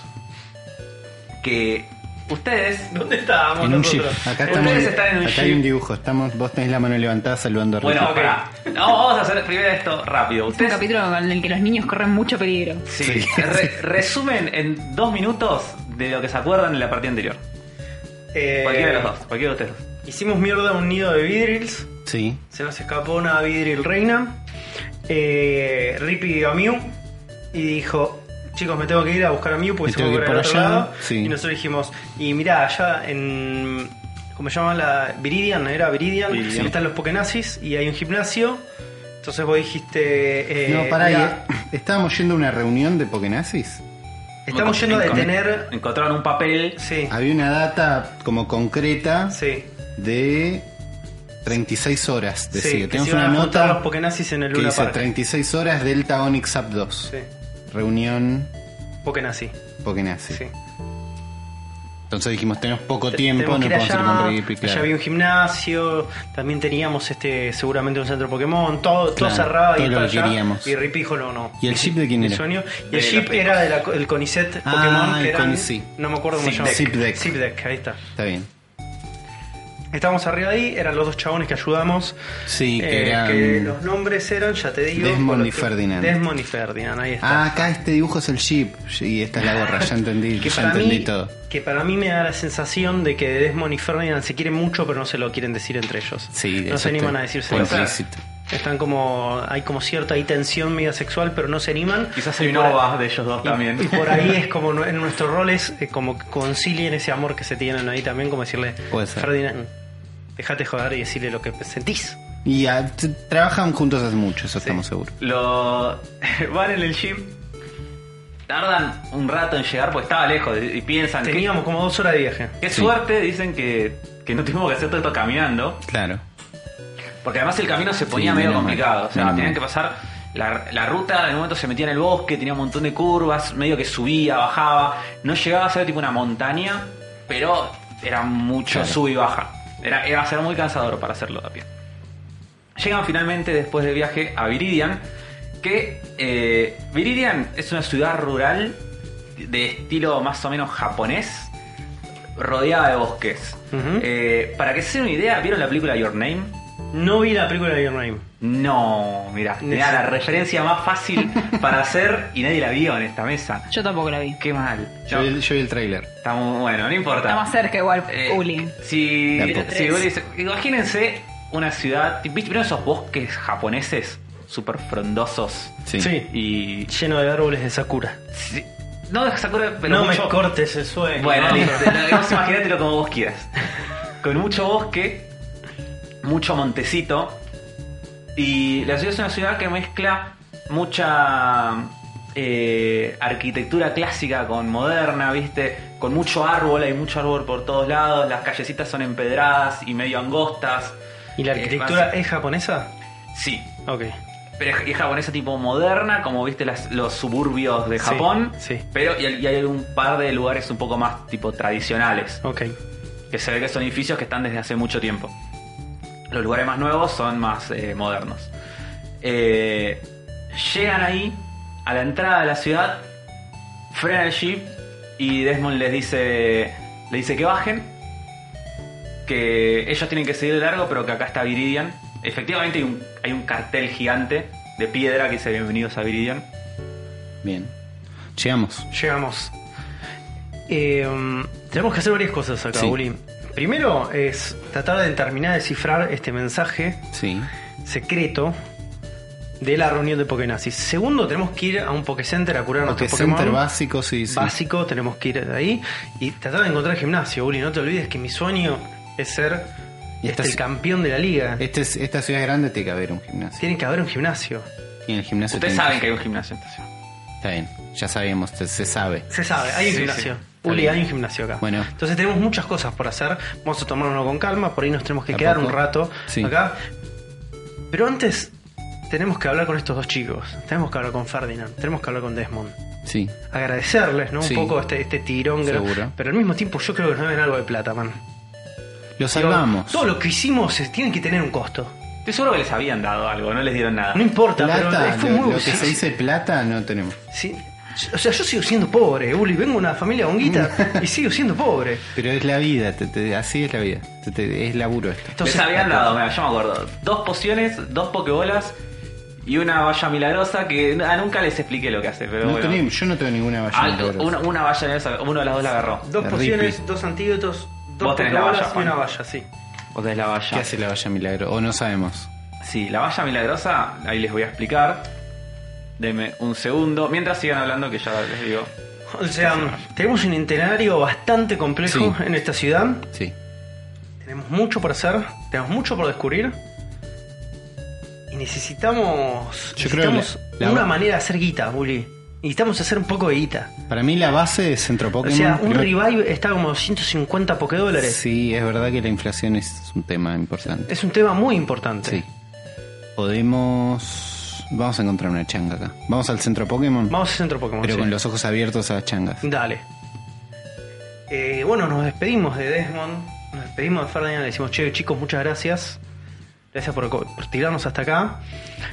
Speaker 3: Que ustedes...
Speaker 1: ¿Dónde estábamos
Speaker 2: En un jeep.
Speaker 1: nosotros?
Speaker 2: Acá,
Speaker 3: Ustedes
Speaker 2: estamos,
Speaker 3: están en un
Speaker 2: acá hay un
Speaker 3: jeep.
Speaker 2: dibujo. Estamos, vos tenés la mano levantada saludando a
Speaker 3: Bueno,
Speaker 2: Ricky.
Speaker 1: Ok.
Speaker 3: pará. No, vamos a hacer primero esto rápido.
Speaker 4: Es un
Speaker 3: Ustedes
Speaker 4: capítulo en el que los niños corren mucho peligro.
Speaker 3: Sí. eh,
Speaker 2: Sí.
Speaker 3: Re- resumen en dos minutos de lo que se acuerdan en la partida anterior.
Speaker 1: Eh,
Speaker 3: Cualquiera de los dos, cualquiera de ustedes.
Speaker 1: Hicimos mierda un nido de vidrils.
Speaker 2: Sí.
Speaker 1: Se nos escapó una vidril reina. Eh, Rippy vio a Mew y dijo: Chicos, me tengo que ir a buscar a Mew porque
Speaker 2: Me
Speaker 1: se
Speaker 2: tengo
Speaker 1: fue
Speaker 2: que
Speaker 1: para el
Speaker 2: ir
Speaker 1: otro
Speaker 2: por allá,
Speaker 1: lado.
Speaker 2: sí.
Speaker 1: Y nosotros dijimos: Y mirá, allá en. ¿Cómo se llama la? Viridian, era Viridian.
Speaker 2: Viridian.
Speaker 1: Están los Pokenazis y hay un gimnasio. Entonces vos dijiste. eh,
Speaker 2: no, pará. y-
Speaker 1: mirá,
Speaker 2: Estábamos yendo a una reunión de Pokenazis. eh,
Speaker 1: Estamos yendo a
Speaker 3: Encon-
Speaker 1: detener.
Speaker 3: Encontraron un papel.
Speaker 1: Sí,
Speaker 2: Había una data como concreta
Speaker 1: sí.
Speaker 2: de 36 horas.
Speaker 1: Sí,
Speaker 2: Decía,
Speaker 1: que
Speaker 2: tenemos
Speaker 1: se iban
Speaker 2: una
Speaker 1: a juntar
Speaker 2: nota
Speaker 1: los Pokenazis en el
Speaker 2: que
Speaker 1: Luna
Speaker 2: dice
Speaker 1: Park.
Speaker 2: 36 horas Delta Onyx App 2.
Speaker 1: Sí,
Speaker 2: Reunión
Speaker 1: Pokenazi.
Speaker 2: Pokenazi.
Speaker 1: Sí.
Speaker 2: Entonces dijimos, tenemos poco
Speaker 1: Te-
Speaker 2: tiempo,
Speaker 1: tenemos
Speaker 2: no
Speaker 1: que ir
Speaker 2: podemos ir
Speaker 1: allá,
Speaker 2: con Rippy, claro.
Speaker 1: allá había un gimnasio, también teníamos este seguramente un centro Pokémon, todo, todo
Speaker 2: Claro,
Speaker 1: cerrado
Speaker 2: todo
Speaker 1: y
Speaker 2: lo
Speaker 1: para
Speaker 2: que
Speaker 1: allá,
Speaker 2: queríamos.
Speaker 1: Y Rippy dijo no, no.
Speaker 2: ¿Y el chip de quién
Speaker 1: Mi
Speaker 2: era?
Speaker 1: sueño. Y
Speaker 3: De
Speaker 1: el chip
Speaker 3: los
Speaker 1: era del Conicet
Speaker 2: Ah,
Speaker 1: Pokémon,
Speaker 2: el
Speaker 1: que eran,
Speaker 2: Conicet.
Speaker 1: no me acuerdo cómo se
Speaker 2: Zip
Speaker 1: llama.
Speaker 2: Deck. Zip Deck.
Speaker 1: Zip Deck, ahí está.
Speaker 2: Está bien.
Speaker 1: Estábamos arriba de ahí, eran los dos chabones que ayudamos.
Speaker 2: Sí, que mm,
Speaker 1: eh,
Speaker 2: eran-
Speaker 1: que los nombres eran, ya te digo.
Speaker 2: Desmond
Speaker 1: por lo
Speaker 2: y
Speaker 1: que-
Speaker 2: Ferdinand.
Speaker 1: Desmond y Ferdinand, ahí está.
Speaker 2: Ah, acá este dibujo es el chip y esta es la gorra, ya entendí,
Speaker 1: que
Speaker 2: ya
Speaker 1: para,
Speaker 2: entendí
Speaker 1: mí,
Speaker 2: todo.
Speaker 1: que para mí me da la sensación de que Desmond y Ferdinand se quieren mucho, pero no se lo quieren decir entre ellos.
Speaker 2: Sí,
Speaker 1: no
Speaker 2: eso
Speaker 1: se animan
Speaker 2: está
Speaker 1: a decirse
Speaker 2: implícito.
Speaker 1: Están como. Hay como cierta ahí tensión media sexual, pero no se animan.
Speaker 3: Quizás hay
Speaker 1: Y
Speaker 3: una
Speaker 1: por-
Speaker 3: ova de ellos dos
Speaker 1: y-
Speaker 3: también.
Speaker 1: Y por ahí es como nu- en nuestro rol es eh, como que concilien ese amor que se tienen ahí también, como decirle,
Speaker 2: Puede ser.
Speaker 1: Ferdinand, dejate joder y decirle lo que sentís.
Speaker 2: Y ah, t- trabajan juntos hace mucho, eso estamos seguros.
Speaker 3: Lo van en el jeep. Tardan un rato en llegar porque estaba lejos y y piensan que
Speaker 1: Teníamos como dos horas de viaje.
Speaker 3: qué
Speaker 2: Sí.
Speaker 3: suerte dicen que, que no tuvimos que hacer todo esto caminando.
Speaker 2: Claro.
Speaker 3: Porque además el camino se ponía
Speaker 2: Sí,
Speaker 3: medio
Speaker 2: menos mal,
Speaker 3: complicado. O sea,
Speaker 2: menos
Speaker 3: tenían
Speaker 2: mal.
Speaker 3: que pasar la, la ruta, en un momento se metía en el bosque, tenía un montón de curvas, medio que subía, bajaba. No llegaba a ser tipo una montaña, pero era mucho
Speaker 2: Claro.
Speaker 3: sub y baja. Era, iba a ser muy cansador para hacerlo a pie. Llegan finalmente después del viaje a Viridian, que eh, Viridian es una ciudad rural de estilo más o menos japonés, rodeada de bosques.
Speaker 1: Ujú.
Speaker 3: Eh, para que se den una idea, ¿vieron la película Your Name?
Speaker 1: No vi la película de Your Name.
Speaker 3: No, mira, tenía la referencia más fácil para hacer y nadie la vio en esta mesa.
Speaker 4: Yo tampoco la vi.
Speaker 3: Qué mal.
Speaker 2: Yo, vi, el- yo vi el trailer.
Speaker 3: Está muy bueno, no importa.
Speaker 4: Está más cerca igual,
Speaker 3: Eh,
Speaker 4: Uli.
Speaker 3: Si,
Speaker 2: De a poco.
Speaker 3: si Uli se- imagínense una ciudad, ¿viste vieron esos bosques japoneses súper frondosos?
Speaker 2: Sí.
Speaker 1: Sí.
Speaker 3: Y
Speaker 1: Lleno de árboles de Sakura.
Speaker 3: sí, no de Sakura, pero
Speaker 1: no me
Speaker 3: mucho-
Speaker 1: cortes el sueño.
Speaker 3: Bueno,
Speaker 1: No.
Speaker 3: listo. No, Vos imaginátelo como vos quieras. Con mucho bosque, mucho montecito. Y la ciudad es una ciudad que mezcla mucha eh, arquitectura clásica con moderna, ¿viste? Con mucho árbol, hay mucho árbol por todos lados, las callecitas son empedradas y medio angostas.
Speaker 1: ¿Y la
Speaker 3: Eh,
Speaker 1: arquitectura
Speaker 3: más-
Speaker 1: es japonesa?
Speaker 3: Sí,
Speaker 1: Ok.
Speaker 3: pero es, es japonesa tipo moderna, como viste las- los suburbios de
Speaker 1: Sí,
Speaker 3: Japón.
Speaker 1: sí.
Speaker 3: Pero y, y hay un par de lugares un poco más tipo tradicionales,
Speaker 1: Ok.
Speaker 3: que se ve que son edificios que están desde hace mucho tiempo. Los lugares más nuevos son más eh, modernos. Eh, llegan ahí, a la entrada de la ciudad, frenan el jeep y Desmond les dice, le dice que bajen, que ellos tienen que seguir de largo, pero que acá está Viridian. Efectivamente hay un, hay un cartel gigante de piedra que dice bienvenidos a Viridian.
Speaker 2: Bien. Llegamos.
Speaker 1: Llegamos. Eh, tenemos que hacer varias cosas acá,
Speaker 2: Sí.
Speaker 1: Uli. Primero es tratar de terminar de descifrar este mensaje
Speaker 2: Sí.
Speaker 1: secreto de la reunión de Pokénazis. Segundo, tenemos que ir a un Pokécenter a curar
Speaker 2: Porque
Speaker 1: nuestros
Speaker 2: center
Speaker 1: Pokémon.
Speaker 2: básico, sí, sí.
Speaker 1: Básico, tenemos que ir ahí. Y tratar de encontrar gimnasio, Uli. No te olvides que mi sueño es ser
Speaker 2: Y
Speaker 1: este,
Speaker 2: estás-
Speaker 1: el campeón de la liga.
Speaker 2: Este es- esta ciudad grande tiene que haber un gimnasio.
Speaker 1: Tiene que haber un gimnasio.
Speaker 2: Y en el gimnasio.
Speaker 3: Ustedes
Speaker 2: tiene
Speaker 3: saben que hay un gimnasio en esta ciudad.
Speaker 2: Está bien. Ya sabemos, te- se sabe.
Speaker 1: Se sabe, hay un
Speaker 3: Sí,
Speaker 1: gimnasio.
Speaker 2: sí.
Speaker 1: Uli,
Speaker 2: Está
Speaker 1: hay
Speaker 2: bien.
Speaker 1: un gimnasio acá.
Speaker 2: Bueno.
Speaker 1: Entonces tenemos muchas cosas por hacer. Vamos a tomárnoslo con calma. Por ahí nos tenemos que
Speaker 2: ¿A
Speaker 1: quedar
Speaker 2: poco?
Speaker 1: un rato
Speaker 2: Sí.
Speaker 1: acá. Pero antes tenemos que hablar con estos dos chicos. Tenemos que hablar con Ferdinand. Tenemos que hablar con Desmond.
Speaker 2: Sí.
Speaker 1: Agradecerles, ¿no?
Speaker 2: Sí.
Speaker 1: Un poco este, este tirón. que-
Speaker 2: Seguro.
Speaker 1: Pero al mismo tiempo yo creo que nos deben algo de plata, man.
Speaker 2: Lo
Speaker 1: Digo,
Speaker 2: salvamos.
Speaker 1: Todo lo que hicimos eh, tiene que tener un costo.
Speaker 3: Estoy seguro que les habían dado algo, no les dieron nada.
Speaker 1: No importa, pero eh,
Speaker 2: Plata,
Speaker 1: fue
Speaker 2: lo,
Speaker 1: muy
Speaker 2: lo que se dice plata no tenemos.
Speaker 1: Sí. O sea, yo sigo siendo pobre, Uli. Vengo de una familia honguita y sigo siendo pobre.
Speaker 2: Pero es la vida, te- te- así es la vida. Te- te- es laburo esto.
Speaker 1: Entonces,
Speaker 3: Les habían dado, mira, yo me acuerdo, dos pociones, dos pokebolas y una valla milagrosa que n- ah, nunca les expliqué lo que hace, pero
Speaker 2: No
Speaker 3: bueno.
Speaker 2: tenemos- yo no tengo ninguna valla.
Speaker 3: Ah,
Speaker 2: milagrosa.
Speaker 3: una, una valla milagrosa, uno de las dos la agarró.
Speaker 1: Dos
Speaker 2: La
Speaker 1: pociones,
Speaker 2: Ripley.
Speaker 1: dos antídotos, dos
Speaker 3: Vos tenés la valla,
Speaker 1: pokebolas y
Speaker 3: Juan.
Speaker 1: una valla, sí.
Speaker 3: Vos tenés la
Speaker 2: ¿Qué
Speaker 3: valla.
Speaker 2: hace la valla milagro? O no sabemos.
Speaker 3: Sí, la valla milagrosa, ahí les voy a explicar. Deme un segundo. Mientras sigan hablando, que ya les digo.
Speaker 1: O sea, tenemos un itinerario bastante complejo
Speaker 2: Sí.
Speaker 1: en esta ciudad.
Speaker 2: Sí.
Speaker 1: Tenemos mucho por hacer, tenemos mucho por descubrir. Y necesitamos,
Speaker 2: Yo creo que
Speaker 1: necesitamos
Speaker 2: la- la-
Speaker 1: una manera de hacer guita, Uli. Necesitamos hacer un poco de guita.
Speaker 2: Para mí la base es Centro
Speaker 1: O
Speaker 2: Pokémon.
Speaker 1: sea, un
Speaker 2: Primero-
Speaker 1: revive está como 250 pokedólares.
Speaker 2: Sí, es verdad que la inflación es un tema importante.
Speaker 1: Es un tema muy importante.
Speaker 2: Sí. Podemos... Vamos a encontrar una changa acá. Vamos al Centro Pokémon,
Speaker 1: Vamos al centro Pokémon.
Speaker 2: pero
Speaker 1: sí.
Speaker 2: con los ojos abiertos a las changas.
Speaker 1: Dale. Eh, bueno, nos despedimos de Desmond, nos despedimos de Ferdinand, le decimos, che, chicos, muchas gracias. Gracias por, co- por tirarnos hasta acá.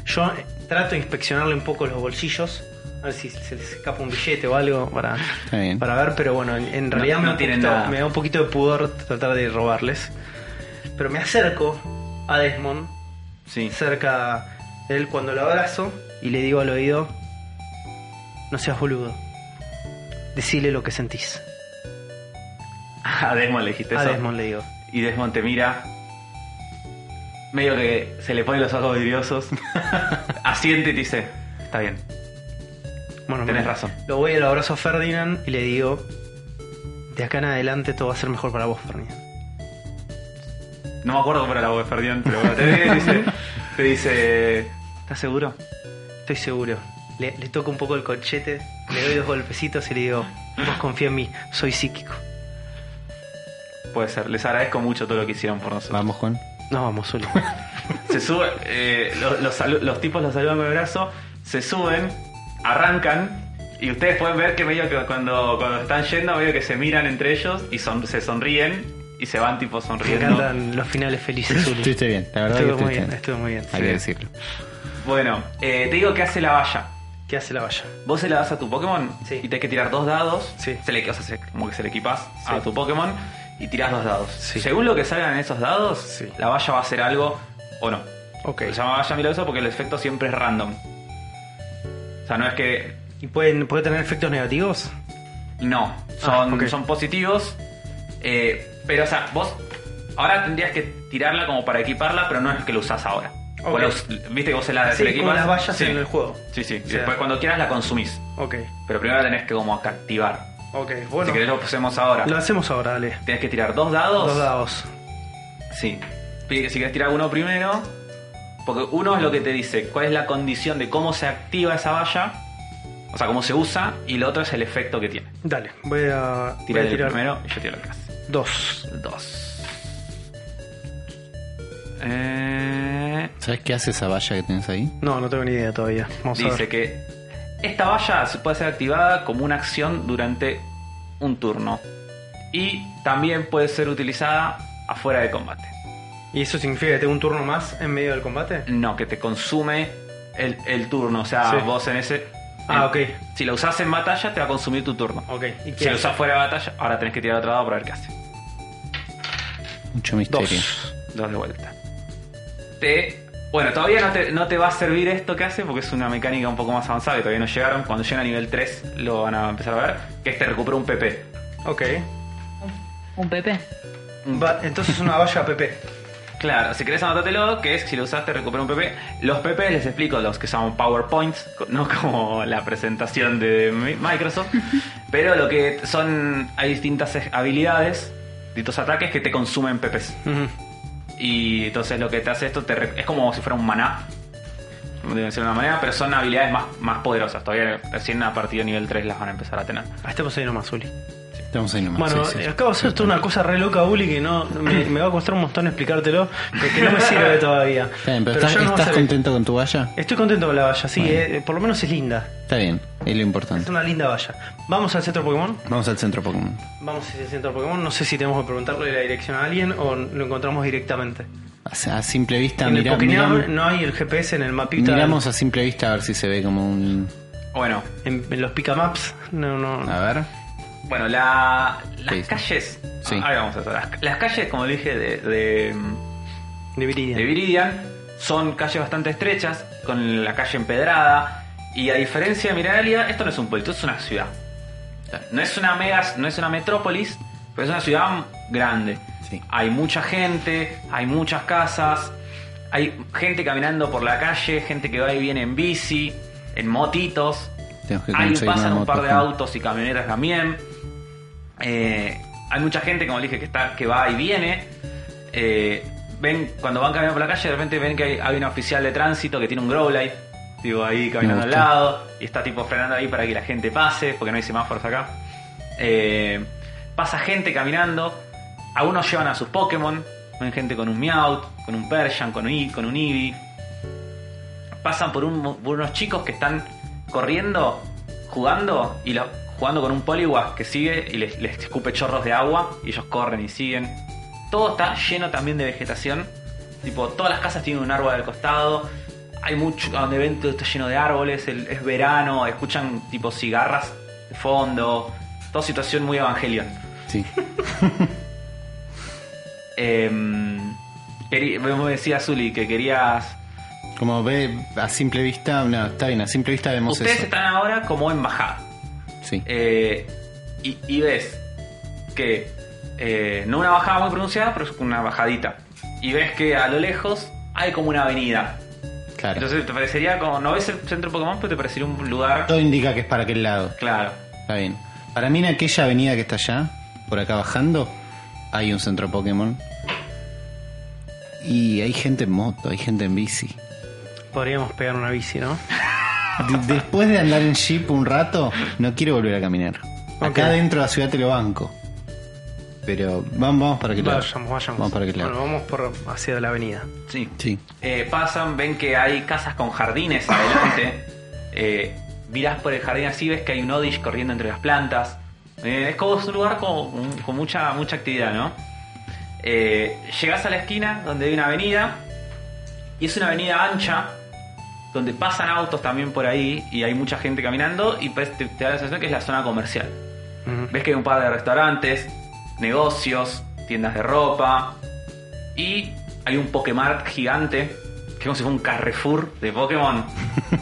Speaker 1: Yo eh, trato de inspeccionarle un poco los bolsillos, a ver si se les escapa un billete o algo para,
Speaker 2: Está bien.
Speaker 1: para ver, pero bueno, en, en realidad
Speaker 3: no
Speaker 1: me, da un
Speaker 3: tienen
Speaker 1: poquito-
Speaker 3: nada.
Speaker 1: me da un poquito de pudor tratar de robarles. Pero me acerco a Desmond,
Speaker 3: Sí.
Speaker 1: cerca de él cuando lo abrazo, y le digo al oído, no seas boludo, decile lo que sentís.
Speaker 3: A Desmond le dijiste
Speaker 1: A
Speaker 3: eso.
Speaker 1: Desmond le digo.
Speaker 3: Y Desmond te mira. Medio que se le ponen los ojos vidriosos. Asiente y te dice: Está bien.
Speaker 1: Bueno,
Speaker 3: Tenés
Speaker 1: me-
Speaker 3: razón.
Speaker 1: Lo voy y lo abrazo a Ferdinand y le digo, de acá en adelante todo va a ser mejor para vos, Ferdinand.
Speaker 3: No me acuerdo cómo era la voz de Ferdinand, pero bueno, te ve y te dice, te dice, ¿estás seguro?
Speaker 1: Estoy seguro. Le, le toco un poco el corchete, le doy dos golpecitos y le digo, vos confía en mí, soy psíquico.
Speaker 3: Puede ser, les agradezco mucho todo lo que hicieron por nosotros.
Speaker 2: Vamos, Juan.
Speaker 1: Nos vamos, solo.
Speaker 3: Se sube, eh, lo- los, salu- los tipos los saludan con el brazo, se suben, arrancan y ustedes pueden ver que medio que cuando, cuando están yendo, medio que se miran entre ellos y son- se sonríen y se van tipo
Speaker 1: Me
Speaker 3: sonriendo.
Speaker 1: encantan los finales felices, Uli.
Speaker 2: Estuviste bien, la verdad
Speaker 1: Estuvo
Speaker 2: que
Speaker 1: muy
Speaker 2: estuviste
Speaker 1: bien, estuvo muy bien.
Speaker 2: Hay
Speaker 1: Sí.
Speaker 2: que decirlo.
Speaker 3: Bueno, eh, te digo que hace la valla.
Speaker 1: ¿Qué hace la valla?
Speaker 3: Vos se la das a tu Pokémon
Speaker 1: Sí.
Speaker 3: y tenés que tirar dos dados.
Speaker 1: Sí.
Speaker 3: Se le, o sea, se- como que se le equipas
Speaker 1: Sí.
Speaker 3: a tu Pokémon y tirás dos dados.
Speaker 1: Sí.
Speaker 3: Según lo que salgan esos dados,
Speaker 1: Sí.
Speaker 3: la valla va a hacer algo o no.
Speaker 1: Ok.
Speaker 3: Se llama valla milagrosa porque el efecto siempre es random. O sea, no es que.
Speaker 1: ¿Y pueden, puede tener efectos negativos?
Speaker 3: No.
Speaker 1: Ah,
Speaker 3: Son,
Speaker 1: ok.
Speaker 3: son positivos. eh, pero, o sea, vos ahora tendrías que tirarla como para equiparla, pero no es que lo usás ahora.
Speaker 1: Ok.
Speaker 3: Vos la us- Viste que vos se la, Ah, se la
Speaker 1: Sí, como
Speaker 3: equipas.
Speaker 1: las vallas
Speaker 3: sí.
Speaker 1: en el juego.
Speaker 3: Sí, sí. Y
Speaker 1: O sea,
Speaker 3: después cuando quieras la consumís.
Speaker 1: Ok,
Speaker 3: Pero primero la tenés que como que activar.
Speaker 1: ok, bueno.
Speaker 3: si querés lo hacemos ahora.
Speaker 1: Lo hacemos ahora, dale.
Speaker 3: Tienes que tirar dos dados.
Speaker 1: Dos dados.
Speaker 3: Sí. Pi- Si querés tirar uno primero. Porque uno es lo que te dice cuál es la condición de cómo se activa esa valla, o sea, cómo se usa, y lo otro es el efecto que tiene.
Speaker 1: Dale, voy a, voy
Speaker 3: Tira
Speaker 1: a
Speaker 3: el
Speaker 1: tirar
Speaker 3: primero y yo tiro el que hace.
Speaker 1: dos.
Speaker 3: Dos. Eh,
Speaker 2: ¿Sabes qué hace esa valla que tenés ahí?
Speaker 1: No, no tengo ni idea todavía. Vamos a
Speaker 3: dice
Speaker 1: ver.
Speaker 3: que esta valla se puede ser activada como una acción durante un turno. Y también puede ser utilizada afuera de combate.
Speaker 1: ¿Y eso significa que tengo un turno más en medio del combate?
Speaker 3: No, que te consume el, el turno. O sea,
Speaker 1: Sí.
Speaker 3: vos en ese.
Speaker 1: Ah,
Speaker 3: en-
Speaker 1: ok.
Speaker 3: Si la usás en batalla, te va a consumir tu turno.
Speaker 1: Ok. ¿Y
Speaker 3: Si
Speaker 1: qué
Speaker 3: la
Speaker 1: hace?
Speaker 3: usás fuera de batalla, ahora tenés que tirar otro lado para ver qué hace.
Speaker 2: Mucho misterio.
Speaker 1: Dos.
Speaker 3: Dos de vuelta. Te. Bueno, todavía no te, no te va a servir esto que hace porque es una mecánica un poco más avanzada que todavía no llegaron. Cuando lleguen a nivel 3 lo van a empezar a ver. Que es te recupera un PP.
Speaker 1: Ok.
Speaker 4: Un Pepe.
Speaker 3: Un-
Speaker 1: Va- entonces una valla PP.
Speaker 3: Claro, si querés anotátelo, que es si lo usaste recupera un PP. Los PP les explico, los que son PowerPoints, co- no como la presentación de mi- Microsoft, pero lo que son, hay distintas eh, habilidades, distintos ataques que te consumen PPs.
Speaker 1: Ujú.
Speaker 3: Y entonces lo que te hace esto te re- es como si fuera un maná, de una manera, pero son habilidades más, más poderosas. Todavía recién a partir de nivel 3 las van a empezar a tener.
Speaker 1: Ah, Estamos ahí nomás, Uli.
Speaker 2: Estamos ahí nomás.
Speaker 1: Bueno, eh,
Speaker 2: sí, sí.
Speaker 1: acabo de hacer toda una cosa re loca, Uli, que no me, me va a costar un montón explicártelo, porque no me sirve todavía.
Speaker 2: Está bien, pero,
Speaker 1: ya
Speaker 2: ¿estás,
Speaker 1: no va a
Speaker 2: estás
Speaker 1: ser-
Speaker 2: contento con tu valla?
Speaker 1: Estoy contento con la valla, sí,
Speaker 2: Bueno.
Speaker 1: eh, por lo menos es linda.
Speaker 2: Está bien, es lo
Speaker 1: Es
Speaker 2: importante.
Speaker 1: una linda valla. Vamos al centro Pokémon.
Speaker 2: Vamos al centro Pokémon.
Speaker 1: Vamos al centro Pokémon. No sé si tenemos que preguntarle la dirección a alguien o lo encontramos directamente.
Speaker 2: A, a simple vista,
Speaker 1: en el
Speaker 2: mira-
Speaker 1: Pokémon
Speaker 2: miram-
Speaker 1: no hay el GPS en el mapita.
Speaker 2: miramos a simple vista a ver si se ve como un...
Speaker 3: Bueno,
Speaker 1: En, en los Picamaps. No, no.
Speaker 2: A ver.
Speaker 3: Bueno, la- las
Speaker 2: Sí.
Speaker 3: calles.
Speaker 2: Sí.
Speaker 3: Ahí vamos a eso. Las, las calles, como dije, de, de,
Speaker 1: De Viridian.
Speaker 3: de Viridian son calles bastante estrechas, con la calle empedrada. Y a diferencia de Miralia, esto no es un pueblito, es una ciudad. No es una mega, no es una metrópolis, pero es una ciudad grande.
Speaker 2: Sí.
Speaker 3: Hay mucha gente, hay muchas casas, hay gente caminando por la calle, gente que va y viene en bici, en motitos.
Speaker 2: Tenemos que
Speaker 3: Ahí
Speaker 2: conseguir
Speaker 3: pasan
Speaker 2: una
Speaker 3: un par
Speaker 2: moto,
Speaker 3: de
Speaker 2: ¿no?
Speaker 3: autos y camionetas también. Eh, hay mucha gente, como dije, que está, que va y viene. Eh, ven, cuando van caminando por la calle, de repente ven que hay, hay un oficial de tránsito que tiene un growlite, digo, ahí caminando al
Speaker 2: gusta.
Speaker 3: lado, y está tipo frenando ahí para que la gente pase, porque no hay semáforos acá. Eh, pasa gente caminando, algunos llevan a sus Pokémon, ven gente con un Meowth, con un Persian, con un, I- con un Eevee, pasan por, un- por unos chicos que están corriendo, jugando, y lo- jugando con un Poliwag que sigue y les, les escupe chorros de agua, y ellos corren y siguen. Todo está lleno también de vegetación, tipo, todas las casas tienen un árbol al costado, hay mucho, a donde ven todo está lleno de árboles, el- es verano, escuchan tipo cigarras de fondo, toda situación muy evangelion.
Speaker 2: Sí.
Speaker 3: Em, querí- vos me decías, Zuli, que querías
Speaker 2: Como ve a simple vista, no, está bien, a simple vista vemos
Speaker 3: Ustedes
Speaker 2: eso.
Speaker 3: están ahora como en bajada.
Speaker 2: Sí.
Speaker 3: Eh, y, y ves que eh, no una bajada muy pronunciada, pero es una bajadita. Y ves que a lo lejos hay como una avenida.
Speaker 2: claro.
Speaker 3: Eh, Entonces te parecería como. No ves el centro Pokémon, pero te parecería un lugar.
Speaker 2: Todo indica que es para aquel lado.
Speaker 3: Claro.
Speaker 2: Está bien. Para mí en aquella avenida que está allá, por acá bajando, hay un centro Pokémon. Y hay gente en moto, hay gente en bici.
Speaker 1: Podríamos pegar una bici, ¿no?
Speaker 2: Ah, De- después de andar en jeep un rato, no quiero volver a caminar. Acá
Speaker 1: Ok.
Speaker 2: dentro de la ciudad te lo banco. Pero vamos, vamos para aquel lado.
Speaker 1: Vayamos, vayamos.
Speaker 2: Vamos para aquel lado.
Speaker 1: Bueno, vamos por hacia la avenida.
Speaker 3: Sí.
Speaker 2: Sí.
Speaker 3: Eh, pasan, ven que hay casas con jardines adelante. Eh, mirás por el jardín así, ves que hay un Odish corriendo entre las plantas. Eh, es como es un lugar con, con mucha, mucha actividad, ¿no? Eh, llegás a la esquina donde hay una avenida. Y es una avenida ancha. Donde pasan autos también por ahí. Y hay mucha gente caminando. Y pues te, te da la sensación que es la zona comercial.
Speaker 1: Ujú.
Speaker 3: Ves que hay un par de restaurantes, negocios, tiendas de ropa. Y hay un Pokémon gigante, que es como si fuera un Carrefour de Pokémon.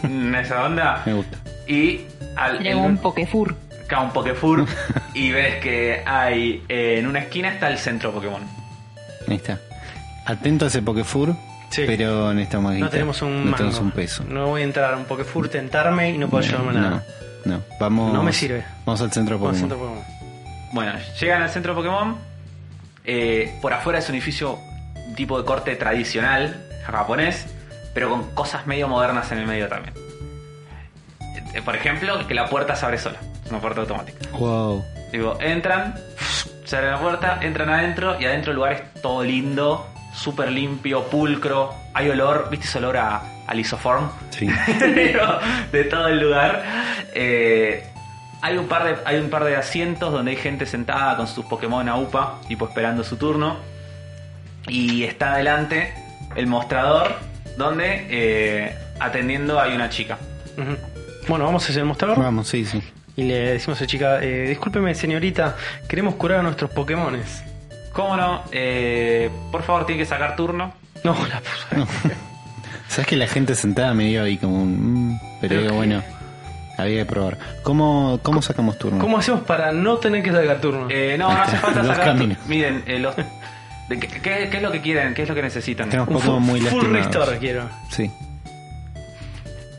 Speaker 3: en esa onda.
Speaker 2: Me gusta.
Speaker 3: Y al,
Speaker 4: Llegó
Speaker 3: el-
Speaker 4: un Pokefur.
Speaker 3: acá un Pokéfur. y ves que hay eh, en una esquina está el centro Pokémon.
Speaker 2: Ahí está. Atento a ese Pokefur,
Speaker 1: Sí.
Speaker 2: pero necesitamos
Speaker 1: No
Speaker 2: guita.
Speaker 1: tenemos un
Speaker 2: No
Speaker 1: mango.
Speaker 2: tenemos un peso.
Speaker 1: No voy a entrar a un Pokéfur, tentarme y no puedo llevarme nada.
Speaker 2: No, no. Vamos.
Speaker 1: No me sirve.
Speaker 2: Vamos al centro
Speaker 1: Vamos al
Speaker 2: Pokémon.
Speaker 1: centro Pokémon.
Speaker 3: Bueno, llegan al centro Pokémon. eh, por afuera es un edificio tipo de corte tradicional japonés. pero con cosas medio modernas en el medio también. Eh, Por ejemplo, que la puerta se abre sola, es una puerta automática.
Speaker 2: Wow.
Speaker 3: Digo, entran, se abre la puerta, entran adentro y adentro el lugar es todo lindo, súper limpio, pulcro, hay olor, ¿viste ese olor a, a lisoform?
Speaker 2: Sí.
Speaker 3: Digo, de todo el lugar. Eh, hay, un par de, hay un par de asientos donde hay gente sentada con sus Pokémon a UPA, tipo esperando su turno. Y está adelante el mostrador donde eh, atendiendo hay una chica.
Speaker 1: Ujú. Bueno, vamos hacia el mostrador
Speaker 2: Vamos, sí, sí.
Speaker 1: y le decimos a la chica, eh, discúlpeme señorita, queremos curar a nuestros Pokémones.
Speaker 3: ¿Cómo no? Eh, por favor, tiene que sacar turno.
Speaker 1: No, la puta.
Speaker 2: Sabes que la gente sentada me dio ahí como un. mm, pero digo, bueno, había que probar. ¿Cómo, cómo sacamos turno?
Speaker 1: ¿Cómo hacemos para no tener que sacar turno?
Speaker 3: Eh, no, no hace falta
Speaker 2: Los
Speaker 3: sacar.
Speaker 2: caminos.
Speaker 3: Miren, eh, los- de- ¿qué, qué- qué es lo que quieren? ¿Qué es lo que necesitan?
Speaker 2: Tenemos
Speaker 1: un
Speaker 2: Pokémon
Speaker 1: full,
Speaker 2: muy
Speaker 1: full
Speaker 2: lastimados.
Speaker 1: restore quiero.
Speaker 2: Sí.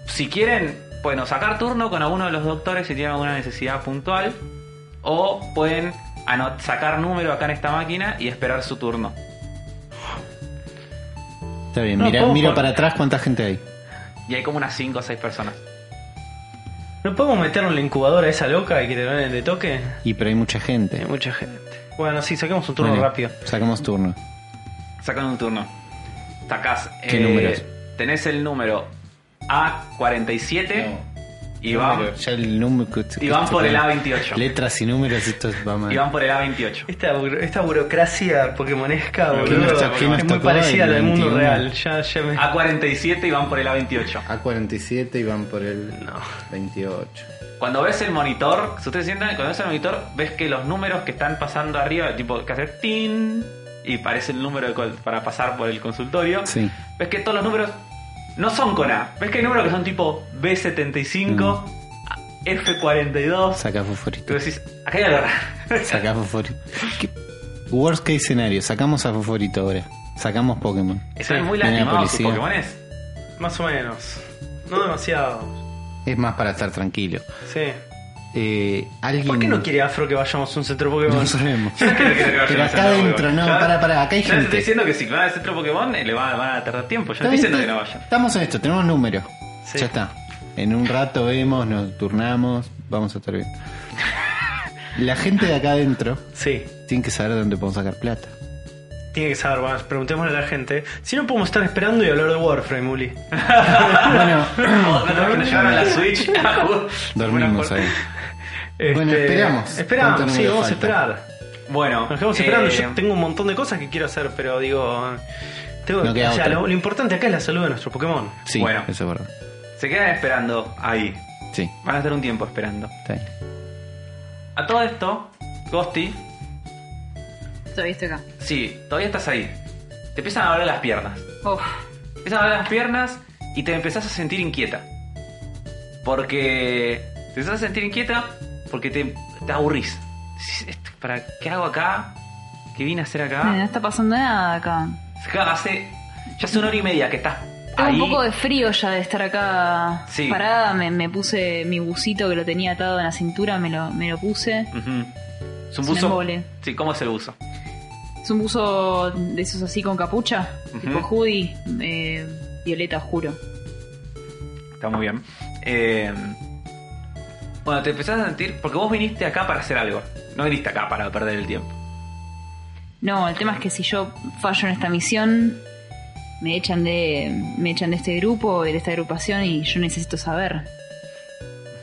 Speaker 3: Si quieren, bueno, sacar turno con alguno de los doctores si tienen alguna necesidad puntual. O pueden ano- sacar número acá en esta máquina y esperar su turno.
Speaker 2: Está bien,
Speaker 1: No,
Speaker 2: mira,
Speaker 1: podemos
Speaker 2: miro
Speaker 1: jugar.
Speaker 2: para atrás cuánta gente hay.
Speaker 3: Y hay como unas 5 o 6 personas.
Speaker 1: ¿No podemos meterlo en la incubadora esa loca y que te lo den de toque?
Speaker 2: Y pero hay mucha gente.
Speaker 1: Hay mucha gente. Bueno, sí, saquemos un turno
Speaker 2: Vale,
Speaker 1: rápido.
Speaker 2: Sacamos turno.
Speaker 3: Sacan un turno. Sacás. eh,
Speaker 2: ¿Qué números?
Speaker 3: Tenés el número A47 y, van,
Speaker 2: Ya el número que-
Speaker 3: y van por el A28.
Speaker 2: Letras y números, esto es- va mal.
Speaker 3: Y van por el A28.
Speaker 1: Esta, bu- esta burocracia pokemonesca,
Speaker 2: Pero
Speaker 1: boludo,
Speaker 2: ¿quién nos- quién nos
Speaker 1: es muy
Speaker 2: tocó
Speaker 1: parecida a
Speaker 2: el
Speaker 1: la del mundo
Speaker 2: 21?
Speaker 1: real. Ya, ya
Speaker 3: Ah.
Speaker 1: me...
Speaker 3: A47 y van por el A28.
Speaker 2: A47 y van por el
Speaker 1: No.
Speaker 2: 28.
Speaker 3: Cuando ves el monitor, si ustedes sientan, cuando ves el monitor, ves que los números que están pasando arriba, tipo que hacer tin y parece el número de col- para pasar por el consultorio.
Speaker 2: Sí.
Speaker 3: Ves que todos los números no son con A. Ves que hay números que son tipo B75,
Speaker 2: Mm.
Speaker 3: F42.
Speaker 2: Saca
Speaker 3: Y
Speaker 2: fosforito.
Speaker 3: Tú decís, acá hay algo raro.
Speaker 2: Saca fosforito. ¿Qué? Worst case escenario, sacamos a fosforito ahora. Sacamos Pokémon.
Speaker 3: Están muy
Speaker 2: Viene la
Speaker 3: lastimados sus
Speaker 2: policía.
Speaker 3: Pokémones.
Speaker 1: Más o menos. No demasiado.
Speaker 2: Es más para estar tranquilo.
Speaker 1: Sí.
Speaker 2: Eh, ¿alguien...
Speaker 1: ¿Por qué no quiere Afro que vayamos a un centro Pokémon?
Speaker 2: No sabemos.
Speaker 3: Creo que no
Speaker 2: Pero
Speaker 3: vayan
Speaker 2: acá
Speaker 3: a hacer algo,
Speaker 2: adentro, no,
Speaker 3: Pokémon.
Speaker 2: pará, pará, acá hay
Speaker 3: Yo les estoy
Speaker 2: gente.
Speaker 3: diciendo que si van al centro Pokémon, eh, le van, van a tardar tiempo. Yo no estoy
Speaker 2: Está bien,
Speaker 3: diciendo que
Speaker 2: está-
Speaker 3: no vayan.
Speaker 2: Estamos en esto, tenemos números.
Speaker 1: Sí.
Speaker 2: Ya está. En un rato vemos, nos turnamos, vamos a estar bien. La gente de acá adentro
Speaker 1: Sí.
Speaker 2: tiene que saber dónde podemos sacar plata.
Speaker 1: Tiene que saber más. Preguntémosle a la gente. Si no, podemos estar esperando y hablar de Warframe, Uli.
Speaker 2: Bueno,
Speaker 3: No, no, no, que nos llevaron la Switch. a jugar.
Speaker 2: dormimos ahí. Bueno,
Speaker 1: Este,
Speaker 2: esperamos. ¿Cuánto
Speaker 1: Esperamos, sí,
Speaker 2: número
Speaker 1: vamos
Speaker 2: falta?
Speaker 1: a esperar.
Speaker 3: Bueno,
Speaker 1: Nos quedamos
Speaker 3: eh,
Speaker 1: esperando. Yo tengo un montón de cosas que quiero hacer, pero digo. tengo-
Speaker 2: No queda
Speaker 1: o sea,
Speaker 2: otra.
Speaker 1: lo, lo importante acá es la salud de nuestro Pokémon.
Speaker 2: Sí,
Speaker 3: Bueno.
Speaker 2: eso es verdad.
Speaker 3: se quedan esperando ahí.
Speaker 2: Sí,
Speaker 3: Van a estar un tiempo esperando.
Speaker 2: está bien.
Speaker 3: A todo esto, Gosti,
Speaker 4: Todavía estoy acá.
Speaker 3: sí, todavía estás ahí. Te empiezan a doler las piernas.
Speaker 4: Uf.
Speaker 3: Empiezan a doler las piernas y te empezás a sentir inquieta. Porque te empezás a sentir inquieta porque te, te aburrís. Decís, "Esto, ¿Para qué hago acá? ¿Qué vine a hacer
Speaker 4: Mira, No
Speaker 3: acá?
Speaker 4: está pasando nada acá.
Speaker 3: Ya Hace, ya hace una hora y media que estás
Speaker 4: Tengo
Speaker 3: ahí.
Speaker 4: un poco de frío ya de estar acá
Speaker 3: Sí.
Speaker 4: parada. Me, me puse mi bucito que lo tenía atado en la cintura, me lo, me lo puse.
Speaker 3: Ujú. Es un
Speaker 4: Es un
Speaker 3: buzo.
Speaker 4: embole.
Speaker 3: Sí, ¿cómo es el buzo?
Speaker 4: Es un buzo de esos así con capucha,
Speaker 3: Ujú.
Speaker 4: tipo hoodie, eh, violeta oscuro.
Speaker 3: Está muy bien. Eh, bueno, te empezás a sentir. Porque vos viniste acá para hacer algo. No viniste acá para perder el tiempo.
Speaker 4: No, el tema es que si yo fallo en esta misión, me echan de, me echan de este grupo, de esta agrupación y yo necesito saber.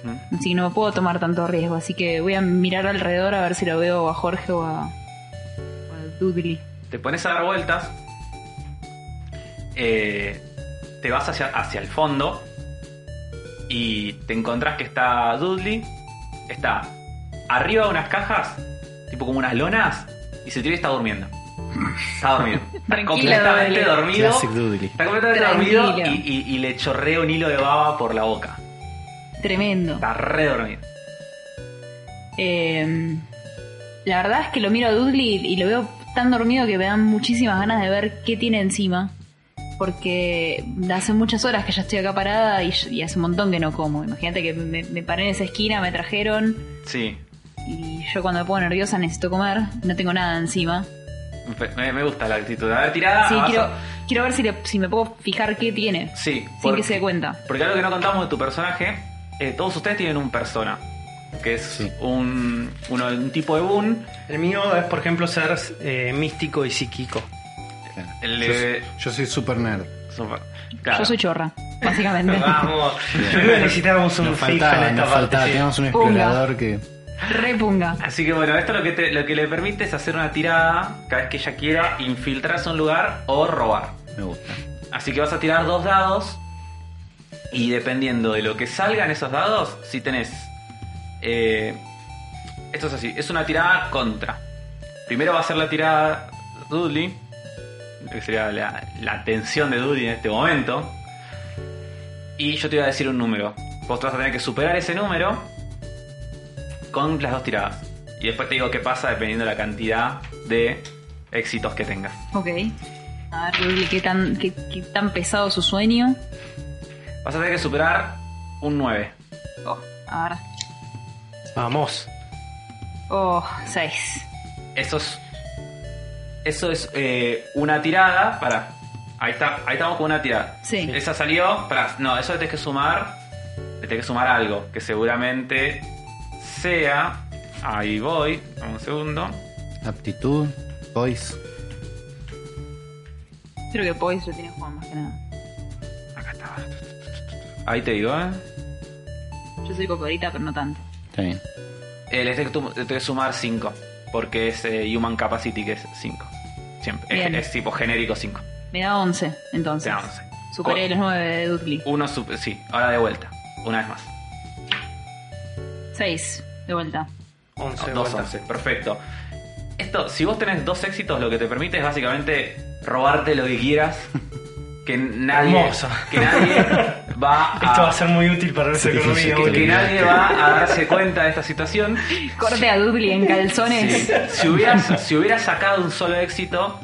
Speaker 3: Ujú.
Speaker 4: Así que no puedo tomar tanto riesgo. Así que voy a mirar alrededor a ver si lo veo a Jorge o a, o a Dudley.
Speaker 3: Te pones a dar vueltas. eh, te vas hacia, hacia el fondo. Y te encontrás que está Dudley. Está arriba de unas cajas. Tipo como unas lonas. Y se tira y está durmiendo. Está dormido. Está
Speaker 4: Tranquilo,
Speaker 3: completamente
Speaker 4: Dudley.
Speaker 3: dormido.
Speaker 2: Classic Doodly.
Speaker 3: Está completamente dormido
Speaker 4: Tranquilo.
Speaker 3: y- y- y le chorrea un hilo de baba por la boca.
Speaker 4: Tremendo.
Speaker 3: Está re dormido.
Speaker 4: Eh, la verdad es que lo miro a Dudley y lo veo tan dormido que me dan muchísimas ganas de ver qué tiene encima. Porque hace muchas horas que ya estoy acá parada y, y hace un montón que no como. Imagínate que me, me paré en esa esquina, me trajeron
Speaker 3: Sí.
Speaker 4: y yo cuando me pongo nerviosa necesito comer, no tengo nada encima.
Speaker 3: Me, me gusta la actitud. A ver, tirada.
Speaker 4: Sí,
Speaker 3: Ah, vas
Speaker 4: quiero-
Speaker 3: a-
Speaker 4: Quiero ver si, le- si me puedo fijar qué tiene.
Speaker 3: Sí,
Speaker 4: Sin
Speaker 3: porque-
Speaker 4: que se dé cuenta.
Speaker 3: Porque algo que no contamos de tu personaje, eh, todos ustedes tienen un persona, que es
Speaker 2: Sí.
Speaker 3: un, uno- un tipo de boon.
Speaker 1: El mío es, por ejemplo, ser eh, místico y psíquico.
Speaker 2: Claro.
Speaker 3: El
Speaker 2: Yo soy-
Speaker 3: de-
Speaker 2: Yo soy super nerd.
Speaker 3: Super- claro.
Speaker 4: Yo soy chorra, básicamente.
Speaker 1: Vamos, yo creo que necesitábamos un
Speaker 2: Nos
Speaker 1: fija en
Speaker 2: faltaba,
Speaker 1: esta
Speaker 2: nos
Speaker 1: parte,
Speaker 2: faltaba.
Speaker 1: sí.
Speaker 2: Teníamos un
Speaker 4: Pumba.
Speaker 2: explorador que.
Speaker 4: Repunga.
Speaker 3: Así que bueno, esto lo que, te- lo que le permite es hacer una tirada cada vez que ella quiera infiltrarse a un lugar o robar.
Speaker 2: Me gusta.
Speaker 3: Así que vas a tirar dos dados y dependiendo de lo que salgan esos dados, si tenés... eh, esto es así, es una tirada contra. Primero va a ser la tirada Dudley, que sería la, la tensión de Dudley en este momento. Y yo te voy a decir un número. Vos te vas a tener que superar ese número con las dos tiradas. Y después te digo qué pasa dependiendo de la cantidad de éxitos que tengas.
Speaker 4: Ok. A ver, Dudley, qué tan, qué, qué tan pesado su sueño.
Speaker 3: Vas a tener que superar un 9. Oh.
Speaker 4: A ver.
Speaker 1: Vamos.
Speaker 4: Oh, seis.
Speaker 3: Eso es. Eso es eh, una tirada. Para. Ahí está. Ahí estamos con una tirada.
Speaker 4: Sí.
Speaker 3: Esa salió. Para. No, eso le tenés que sumar. Le tenés que sumar algo. Que seguramente sea. Ahí voy. Dame Un segundo.
Speaker 2: Aptitud, voice.
Speaker 4: Creo que Poise lo tiene Juan más que nada.
Speaker 3: Acá estaba. Ahí te digo, ¿eh?
Speaker 4: Yo soy cocorita, pero no tanto.
Speaker 2: Está bien.
Speaker 3: Eh, le tenés que tu- le tenés que sumar 5. Porque es eh, Human Capacity, que es 5. Siempre.
Speaker 4: Bien.
Speaker 3: Es, es tipo genérico 5.
Speaker 4: Me da 11, entonces.
Speaker 3: Te da 11.
Speaker 4: Superé los 9 de Dudley.
Speaker 3: Uno, sup- sí. Ahora de vuelta. Una vez más.
Speaker 4: 6, de vuelta.
Speaker 1: 11,
Speaker 3: Dos
Speaker 1: bueno.
Speaker 3: once, perfecto. Esto, si vos tenés dos éxitos, lo que te permite es básicamente robarte lo que quieras. Que nadie.
Speaker 1: Hermoso.
Speaker 3: Que nadie va a.
Speaker 1: Esto va a ser muy útil para nuestra
Speaker 2: Sí, sí, sí,
Speaker 1: economía.
Speaker 2: que-
Speaker 1: boludo.
Speaker 3: que nadie va a darse cuenta de esta situación.
Speaker 4: Corte a Dudley en calzones.
Speaker 3: Si, si hubieras, si hubieras sacado un solo éxito,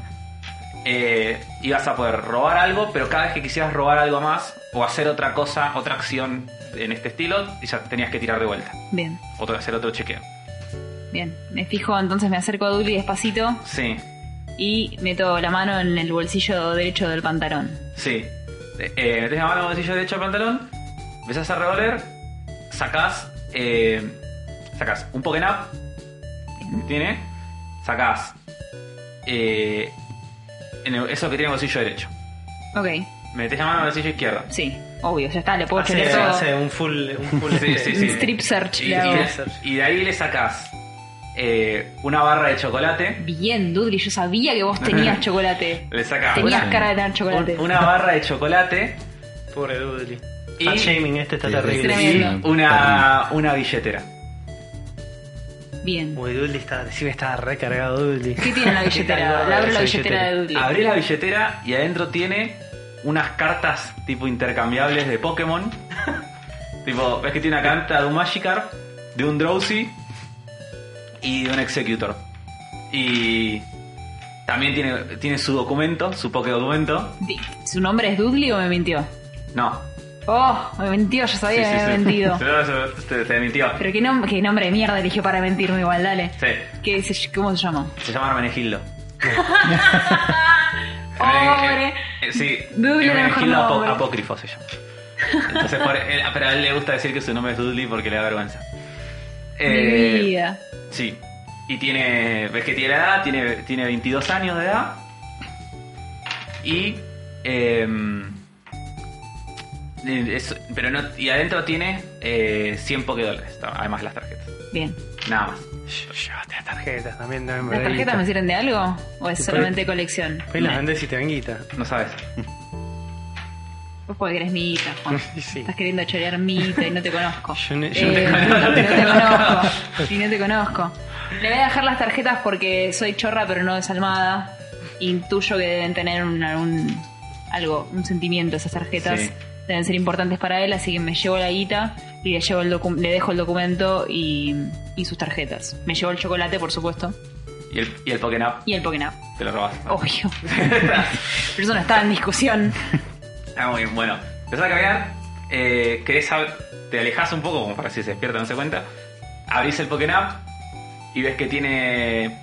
Speaker 3: eh, ibas a poder robar algo, pero cada vez que quisieras robar algo más o hacer otra cosa, otra acción en este estilo, ya tenías que tirar de vuelta.
Speaker 4: Bien,
Speaker 3: O hacer otro chequeo.
Speaker 4: bien. Me fijo, entonces me acerco a Dudley despacito
Speaker 3: Sí.
Speaker 4: y meto la mano en el bolsillo derecho del pantalón.
Speaker 3: Sí. Eh, eh, metés la mano en el bolsillo derecho del pantalón, empezás a revolver, sacás. Eh, sacás un Pokémon que tiene, sacás. eh, en el- eso que tiene el bolsillo derecho.
Speaker 4: Ok,
Speaker 3: Metés la mano en el bolsillo izquierdo.
Speaker 4: sí, obvio, ya está, le puedo
Speaker 1: Hace,
Speaker 4: chequear todo.
Speaker 1: hace un full. Un full este,
Speaker 3: Sí, sí, sí.
Speaker 4: Un strip search.
Speaker 3: Y,
Speaker 4: le hago.
Speaker 3: y- y de ahí le sacás eh, una barra de chocolate.
Speaker 4: Bien, Dudley, yo sabía que vos tenías chocolate.
Speaker 3: Le sacás
Speaker 4: Tenías
Speaker 3: una,
Speaker 4: cara de tener chocolate.
Speaker 3: Ah, un- una barra de chocolate
Speaker 1: Pobre Dudley.
Speaker 3: Y-
Speaker 1: Fat shaming este está
Speaker 2: Sí,
Speaker 1: terrible.
Speaker 4: sí.
Speaker 1: Sí.
Speaker 4: Tremendo.
Speaker 3: una, una billetera.
Speaker 4: Bien.
Speaker 1: Uy, Dudley está, decime, está recargado Dudley.
Speaker 4: ¿Qué tiene en la
Speaker 1: Está
Speaker 4: billetera?
Speaker 1: gorda
Speaker 4: Le abro
Speaker 1: esa
Speaker 4: la billetera de Dudley.
Speaker 3: Abrí la billetera y adentro tiene unas cartas tipo intercambiables de Pokémon. tipo, ves que tiene una carta de un Magikarp, de un Drowsy y de un Executor. Y también tiene, tiene su documento, su Pokédocumento.
Speaker 4: Di- ¿Su nombre es Dudley o me mintió?
Speaker 3: No.
Speaker 4: Oh, me mintió, yo sabía que me había mentido.
Speaker 3: Se- se- se- se mintió.
Speaker 4: Pero qué, nom- qué nombre de mierda eligió para mentirme igual, dale.
Speaker 3: Sí,
Speaker 4: ¿Qué se- ¿Cómo se llama?
Speaker 3: se llama Hermenegildo.
Speaker 4: Pobre.
Speaker 3: Eh, eh, sí,
Speaker 4: Dudley era mejor
Speaker 3: Hermenegildo apó-
Speaker 4: nombre.
Speaker 3: apócrifo se llama. Entonces, por- él- pero a él le gusta decir que su nombre es Dudley porque le da vergüenza. Eh,
Speaker 4: Mi vida.
Speaker 3: Sí. Y tiene. ¿Ves que tiene la edad? Tiene, tiene 22 años de edad. Y. em, es- pero no, y adentro tiene eh, 100 dólares además las tarjetas.
Speaker 4: Bien.
Speaker 3: Nada más.
Speaker 1: Llévate las tarjetas también, también
Speaker 4: ¿Las tarjetas me sirven de algo? ¿O es
Speaker 1: Sí,
Speaker 4: solamente colección?
Speaker 1: Hoy las vendés y te dan guita.
Speaker 3: No sabes.
Speaker 4: Vos porque eres mi hija, Juan.
Speaker 1: Sí.
Speaker 4: Estás queriendo chorear mi hija y no te conozco.
Speaker 1: Yo no- yo no te
Speaker 4: Eh, no te conozco. Y no te conozco. Le voy a dejar las tarjetas porque soy chorra pero no desalmada. Intuyo que deben tener un, algún- algo, un sentimiento esas tarjetas.
Speaker 3: Sí.
Speaker 4: Deben ser importantes para él, así que me llevo la guita y le, llevo el docu- le dejo el documento y, y sus tarjetas. Me llevo el chocolate, por supuesto,
Speaker 3: Y el, y el Pokénap
Speaker 4: y el Pokénap.
Speaker 3: te lo robas.
Speaker 4: Obvio. Pero eso no estaba en discusión.
Speaker 3: Ah, muy bien, bueno. Empezás a caminar. Eh, querés sab- Te alejas un poco, como para si se despierta, no se cuenta. Abrís el Pokénap y ves que tiene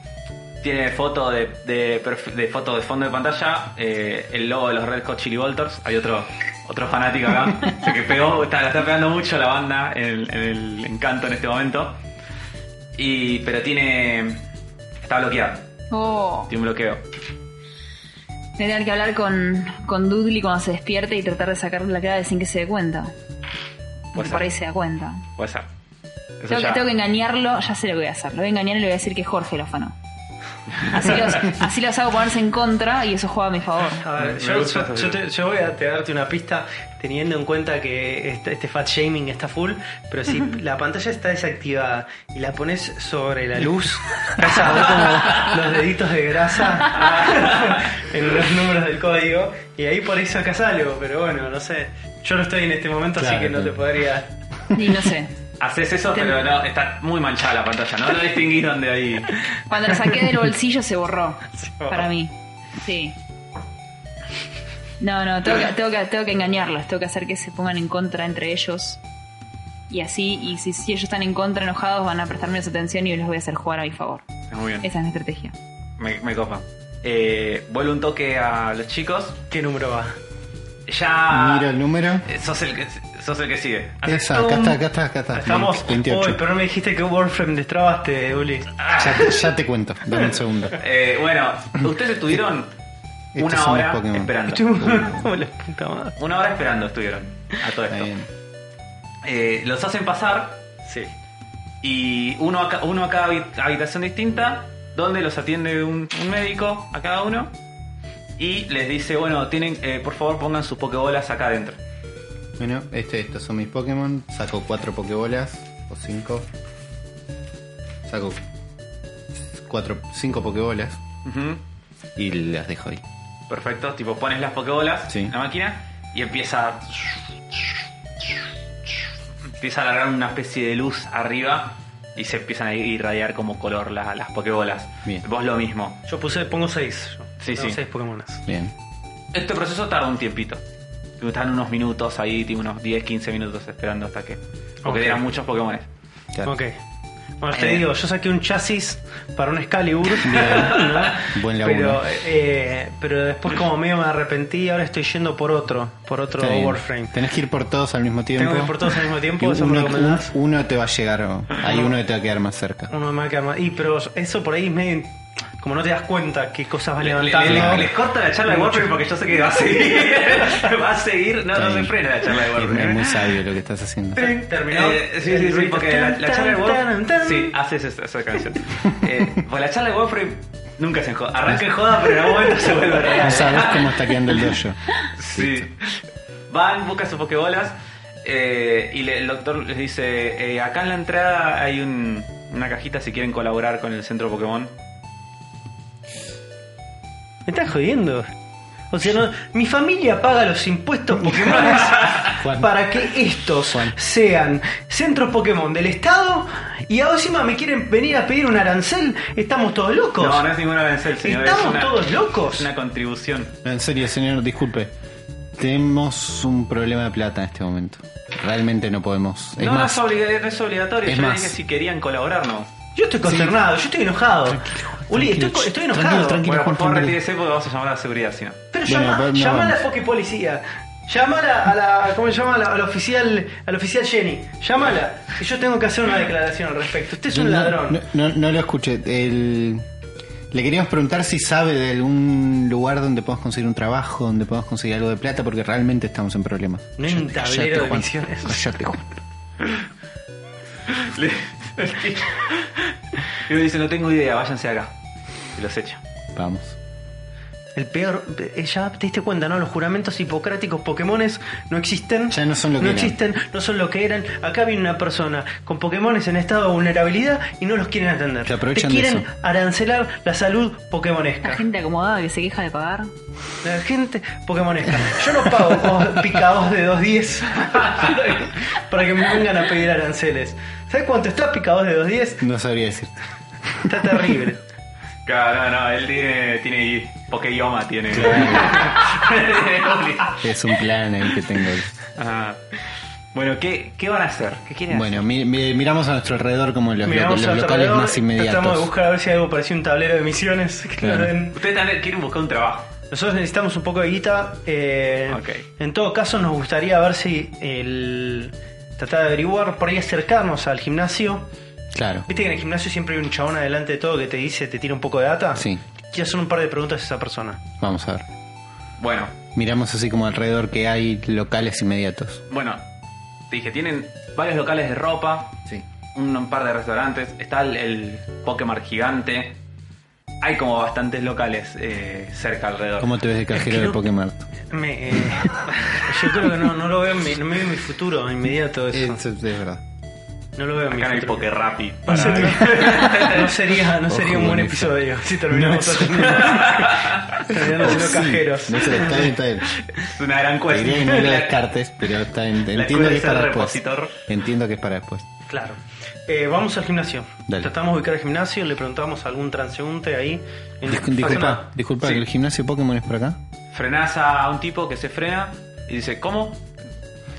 Speaker 3: Tiene foto de, de, perfil- de foto de fondo de pantalla, eh, el logo de los Red Hot Chili Volters. Hay otro, otro fanático acá se que pegó, está, la está pegando mucho la banda en el, en el encanto en este momento. Y, pero tiene. Está bloqueado,
Speaker 4: Oh.
Speaker 3: tiene un bloqueo.
Speaker 4: Voy a tener que hablar con, con Dudley cuando se despierte y tratar de sacarle la clave sin que se dé cuenta.
Speaker 3: Puede
Speaker 4: Porque
Speaker 3: ser.
Speaker 4: por ahí se da cuenta.
Speaker 3: Puede ser. Eso
Speaker 4: Tengo que,
Speaker 3: ya.
Speaker 4: tengo que engañarlo, ya sé lo que voy a hacer. Lo voy a engañar y le voy a decir que Jorge lo afanó. Así los, así los hago ponerse en contra y eso juega a mi favor.
Speaker 1: A ver,
Speaker 3: Me
Speaker 1: yo,
Speaker 3: gusta
Speaker 1: yo-
Speaker 3: esa
Speaker 1: yo te- yo voy a te- darte una pista teniendo en cuenta que este, este fat shaming está full, pero si la pantalla está desactivada y la pones sobre la luz, vas a ver como los deditos de grasa en los números del código y ahí por ahí sacas algo, pero bueno, no sé. Yo no estoy en este momento, así
Speaker 2: Claro,
Speaker 1: que no te
Speaker 2: claro.
Speaker 1: podría...
Speaker 4: Y no sé.
Speaker 3: Haces eso,
Speaker 4: Ten-
Speaker 3: pero no, está muy manchada la pantalla, no, no distinguís dónde hay.
Speaker 4: Cuando lo saqué del bolsillo se borró.
Speaker 1: borró.
Speaker 4: Para mí. Sí. No, no, tengo que, tengo, que, tengo que engañarlos, tengo que hacer que se pongan en contra entre ellos. Y así, y si, si ellos están en contra, enojados, van a prestarme su atención y yo los voy a hacer jugar a mi favor.
Speaker 3: Muy bien,
Speaker 4: Esa es mi estrategia.
Speaker 3: me, me copa. Eh, vuelvo un toque a los chicos.
Speaker 1: ¿Qué número va?
Speaker 3: Ya.
Speaker 2: Miro Ah. el número.
Speaker 3: Eh, Sos el que, sos el que sigue.
Speaker 2: Esa, acá está, acá está, acá está.
Speaker 1: Estamos...
Speaker 2: 28.
Speaker 1: Uy, pero no me dijiste que Warframe destrabaste, Uli.
Speaker 2: Ya, te, ya te cuento, dame un segundo.
Speaker 3: Ah. Eh, bueno, ustedes estuvieron
Speaker 2: Estos
Speaker 3: una
Speaker 2: son los
Speaker 3: hora
Speaker 2: Pokémon.
Speaker 3: esperando.
Speaker 1: Como la puta madre.
Speaker 3: Una hora esperando estuvieron a todo
Speaker 2: Está
Speaker 3: esto.
Speaker 2: bien.
Speaker 3: Eh, los hacen pasar
Speaker 1: Sí.
Speaker 3: y uno a, ca- uno a cada habi- habitación distinta, donde los atiende un, un médico a cada uno y les dice, bueno, tienen, eh, por favor pongan sus pokebolas acá adentro.
Speaker 2: Bueno, este, estos son mis Pokémon. Saco cuatro Pokébolas. O cinco. Saco cuatro, cinco Pokébolas.
Speaker 3: Ujú.
Speaker 2: Y las dejo ahí.
Speaker 3: Perfecto, tipo pones las pokebolas
Speaker 2: Sí.
Speaker 3: en la máquina y empieza empieza a alargar una especie de luz arriba y se empiezan a irradiar como color las, las pokebolas.
Speaker 2: Bien.
Speaker 3: Vos lo mismo.
Speaker 1: Yo puse, pongo 6.
Speaker 3: Sí, sí.
Speaker 1: 6 Pokémonas.
Speaker 2: Bien.
Speaker 3: Este proceso tarda un tiempito. Tipo, Están unos minutos ahí, tipo unos 10, 15 minutos esperando hasta que... Porque
Speaker 1: Ok.
Speaker 3: eran muchos Pokémon.
Speaker 2: Claro.
Speaker 1: Ok. Bueno, te
Speaker 3: Eh.
Speaker 1: digo, yo saqué un chasis para un Excalibur. ¿no?
Speaker 2: Buen laburo.
Speaker 1: pero, eh, pero después como medio me arrepentí, ahora estoy yendo por otro, por otro
Speaker 2: Está bien.
Speaker 1: Warframe.
Speaker 2: Tenés que ir por todos al mismo tiempo.
Speaker 1: Tengo que ir por todos al mismo
Speaker 2: Y
Speaker 1: tiempo, eso me
Speaker 2: uno,
Speaker 1: recomendás.
Speaker 2: un- uno te va a llegar, o- hay uno que te va a quedar más cerca.
Speaker 1: Uno me queda más. Y pero eso por ahí es medio... Como no te das cuenta qué cosas vas
Speaker 3: Le- le-
Speaker 1: levantando.
Speaker 3: le- les corto la charla de
Speaker 1: Mucho.
Speaker 3: Warframe porque yo sé que va a seguir. va a seguir. No, no
Speaker 2: Está
Speaker 3: se
Speaker 2: bien.
Speaker 3: frena la charla de Warframe.
Speaker 2: Es, es muy sabio lo que estás haciendo.
Speaker 1: Trin, Terminó.
Speaker 3: Eh, sí, sí, sí, porque la, la charla de
Speaker 1: Tan, tan,
Speaker 3: Warframe.
Speaker 1: tan.
Speaker 3: Sí, haces esa, esa canción. Eh, pues la charla de Warframe nunca se enjoda. Arranca en joda, pero en algún momento se vuelve real.
Speaker 2: No sabes cómo está quedando el dojo.
Speaker 3: Sí. Van, buscan sus pokebolas. eh, y le- el doctor les dice: eh, Acá en la entrada hay un- una cajita si quieren colaborar con el centro Pokémon.
Speaker 1: Me estás jodiendo. O sea, no- mi familia paga los impuestos Pokémon
Speaker 2: Juan.
Speaker 1: para que estos sean centros Pokémon del Estado y ahora encima me quieren venir a pedir un arancel. Estamos todos locos.
Speaker 3: No, no es ninguna arancel, señor. es
Speaker 1: Estamos
Speaker 3: una-
Speaker 1: todos
Speaker 3: Es
Speaker 1: locos.
Speaker 3: una contribución.
Speaker 2: No, en serio, señor, disculpe. Tenemos un problema de plata en este momento. Realmente no podemos. Es
Speaker 3: no,
Speaker 2: más,
Speaker 3: no, es obliga- no es obligatorio.
Speaker 2: Es
Speaker 3: Yo le
Speaker 2: más.
Speaker 3: dije si querían colaborar, no.
Speaker 1: Yo estoy consternado, yo estoy enojado. Uli,
Speaker 2: tranquilo,
Speaker 1: estoy, co-
Speaker 2: ch-
Speaker 1: estoy
Speaker 2: tranquilo,
Speaker 1: enojado.
Speaker 2: tranquilo.
Speaker 3: Bueno,
Speaker 2: Juan
Speaker 3: por favor,
Speaker 2: Fernández.
Speaker 3: retírese porque vamos a llamar a la seguridad, si no.
Speaker 1: Pero
Speaker 2: Bueno,
Speaker 1: llama,
Speaker 2: pero no
Speaker 1: llama a la
Speaker 2: vamos.
Speaker 1: fucking policía. Llamala a la. ¿Cómo se llama? A la- al oficial. Al oficial Jenny. Llámala. Que yo tengo que hacer una declaración al respecto. Usted es un
Speaker 2: no,
Speaker 1: ladrón.
Speaker 2: No, no- no lo escuché. El- Le queríamos preguntar si sabe de algún lugar donde podamos conseguir un trabajo, donde podamos conseguir algo de plata, porque realmente estamos en problemas.
Speaker 1: No hay un
Speaker 2: Cállate,
Speaker 1: tablero de
Speaker 2: Juan.
Speaker 1: misiones.
Speaker 2: Cállate, Juan.
Speaker 3: Le- y me dice, no tengo idea, váyanse acá. Y los echa.
Speaker 2: Vamos.
Speaker 1: El peor, eh, ya te diste cuenta, ¿no? Los juramentos hipocráticos Pokémones no existen.
Speaker 2: Ya no son lo que
Speaker 1: no
Speaker 2: eran.
Speaker 1: existen, no son lo que eran. Acá viene una persona con Pokémones en estado de vulnerabilidad y no los quieren atender.
Speaker 2: Se aprovechan
Speaker 1: te quieren
Speaker 2: de eso.
Speaker 1: arancelar la salud
Speaker 4: La
Speaker 1: Pokémonesca.
Speaker 4: gente acomodada que se queja de pagar.
Speaker 1: La gente Pokémonesca. Yo no pago o- picados de 2.10 para que me vengan a pedir aranceles. ¿Sabes cuánto está picados de 2.10?
Speaker 2: No sabría decirte.
Speaker 1: Está terrible.
Speaker 3: Claro, no, no, él tiene, tiene Pokeyoma, tiene.
Speaker 2: Es un plan ahí que tengo.
Speaker 3: Ajá. Bueno, ¿qué, qué van a hacer? ¿Qué quieren
Speaker 2: Bueno, mi- mi- miramos a nuestro alrededor como los, lo-
Speaker 1: Miramos
Speaker 2: los
Speaker 1: al
Speaker 2: locales
Speaker 1: tablero,
Speaker 2: más
Speaker 1: Tratamos de
Speaker 2: inmediatos.
Speaker 1: buscar a ver si hay algo parecido a un tablero de misiones. que
Speaker 2: Claro.
Speaker 1: nos den.
Speaker 3: hacer? Ustedes también quieren buscar un trabajo.
Speaker 1: Nosotros necesitamos un poco de guita. eh,
Speaker 3: Ok.
Speaker 1: En todo caso, nos gustaría ver si el. Tratar de averiguar, por ahí acercarnos al gimnasio.
Speaker 2: Claro.
Speaker 1: Viste que en el gimnasio siempre hay un chabón adelante de todo que te dice, te tira un poco de data.
Speaker 2: Sí.
Speaker 1: Quiero hacer un par de preguntas a esa persona.
Speaker 2: Vamos a ver.
Speaker 3: Bueno,
Speaker 2: Miramos así como alrededor que hay locales inmediatos.
Speaker 3: bueno, te dije, tienen varios locales de ropa,
Speaker 2: Sí.
Speaker 3: un, un par de restaurantes, está el, el Pokémon gigante. Hay como bastantes locales eh, cerca alrededor.
Speaker 2: ¿Cómo te ves de cajero
Speaker 1: que
Speaker 2: de
Speaker 1: no-
Speaker 2: Pokémon?
Speaker 1: Me, eh, yo creo que no, no lo veo en mi, no me veo en mi futuro inmediato eso.
Speaker 2: es verdad.
Speaker 1: No lo veo en mi
Speaker 3: Acá no hay
Speaker 1: futuro.
Speaker 3: Pokerrapi.
Speaker 1: No
Speaker 3: Para...
Speaker 1: sería, no sería, no
Speaker 2: Ojo
Speaker 1: sería un
Speaker 2: con
Speaker 1: buen
Speaker 2: eso.
Speaker 1: episodio si terminamos haciendo- terminando siendo cajeros.
Speaker 2: No sé, está bien, está bien.
Speaker 3: es una gran
Speaker 2: Te
Speaker 3: cuestión.
Speaker 2: diría que no lo descartes, pero está en-
Speaker 3: La
Speaker 2: entiendo que es
Speaker 3: escuela
Speaker 2: para
Speaker 3: de
Speaker 2: después.
Speaker 3: repositor.
Speaker 2: Entiendo que es para después.
Speaker 1: Claro. Eh, vamos al gimnasio.
Speaker 2: Dale.
Speaker 1: Tratamos de ubicar el gimnasio, le preguntamos a algún transeúnte ahí.
Speaker 2: Dis-
Speaker 1: Hacemos-
Speaker 2: disculpa, disculpa,
Speaker 3: Sí.
Speaker 2: ¿el gimnasio Pokémon es por acá?
Speaker 3: Frenás a un tipo que se frena y dice, ¿cómo?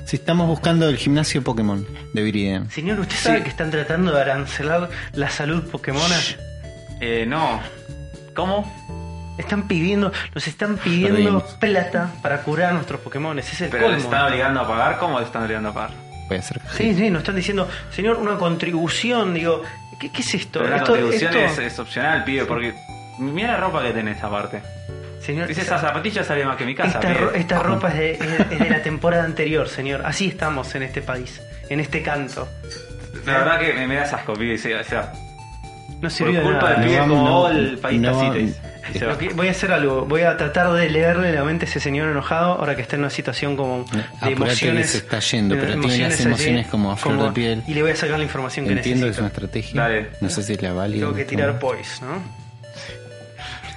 Speaker 2: Si estamos buscando el gimnasio Pokémon de Viridian.
Speaker 1: Señor, ¿usted sabe
Speaker 3: Sí.
Speaker 1: que están tratando de arancelar la salud Pokémona?
Speaker 2: Shh.
Speaker 3: Eh, no. ¿Cómo?
Speaker 1: Están pidiendo, nos están pidiendo
Speaker 2: Perdimos.
Speaker 1: plata para curar nuestros Pokémon. Ese es el
Speaker 3: ¿Pero les
Speaker 1: colmo.
Speaker 3: están obligando a pagar? ¿Cómo les están obligando a pagar?
Speaker 2: Voy a hacer cajero.
Speaker 1: Sí, sí, nos están diciendo, señor, una contribución. Digo, ¿qué, qué es esto?
Speaker 3: Pero la
Speaker 1: Esto-
Speaker 3: contribución es,
Speaker 1: esto-
Speaker 3: es opcional, pibe, porque mira la ropa que tenés aparte.
Speaker 1: Señor,
Speaker 3: Dice, esa zapatilla sale más que mi
Speaker 1: Esta,
Speaker 3: casa, pibe".
Speaker 1: ro- esta ropa es de, es- es de la temporada anterior, señor. Así estamos en este país, en este canto.
Speaker 3: La verdad que me, me das asco, pibe. sí, o sea,
Speaker 1: No sirvió de
Speaker 3: culpa
Speaker 1: nada.
Speaker 3: del pibe
Speaker 2: vamos,
Speaker 3: como vos, el país
Speaker 2: no
Speaker 3: está así,
Speaker 2: va-
Speaker 3: te dice.
Speaker 2: Sí.
Speaker 3: Se va.
Speaker 1: Lo que- voy a hacer algo, voy a tratar de leerle la mente a ese señor enojado ahora que está en una situación como de
Speaker 2: Apurate
Speaker 1: emociones.
Speaker 2: que se está yendo,
Speaker 1: de
Speaker 2: pero tiene las
Speaker 1: así,
Speaker 2: emociones como a flor de piel.
Speaker 1: Y le voy a sacar la información que
Speaker 2: Entiendo que
Speaker 1: necesito.
Speaker 2: es una estrategia.
Speaker 3: Dale.
Speaker 2: No sé si es la válida.
Speaker 1: Tengo que tirar poise, ¿no?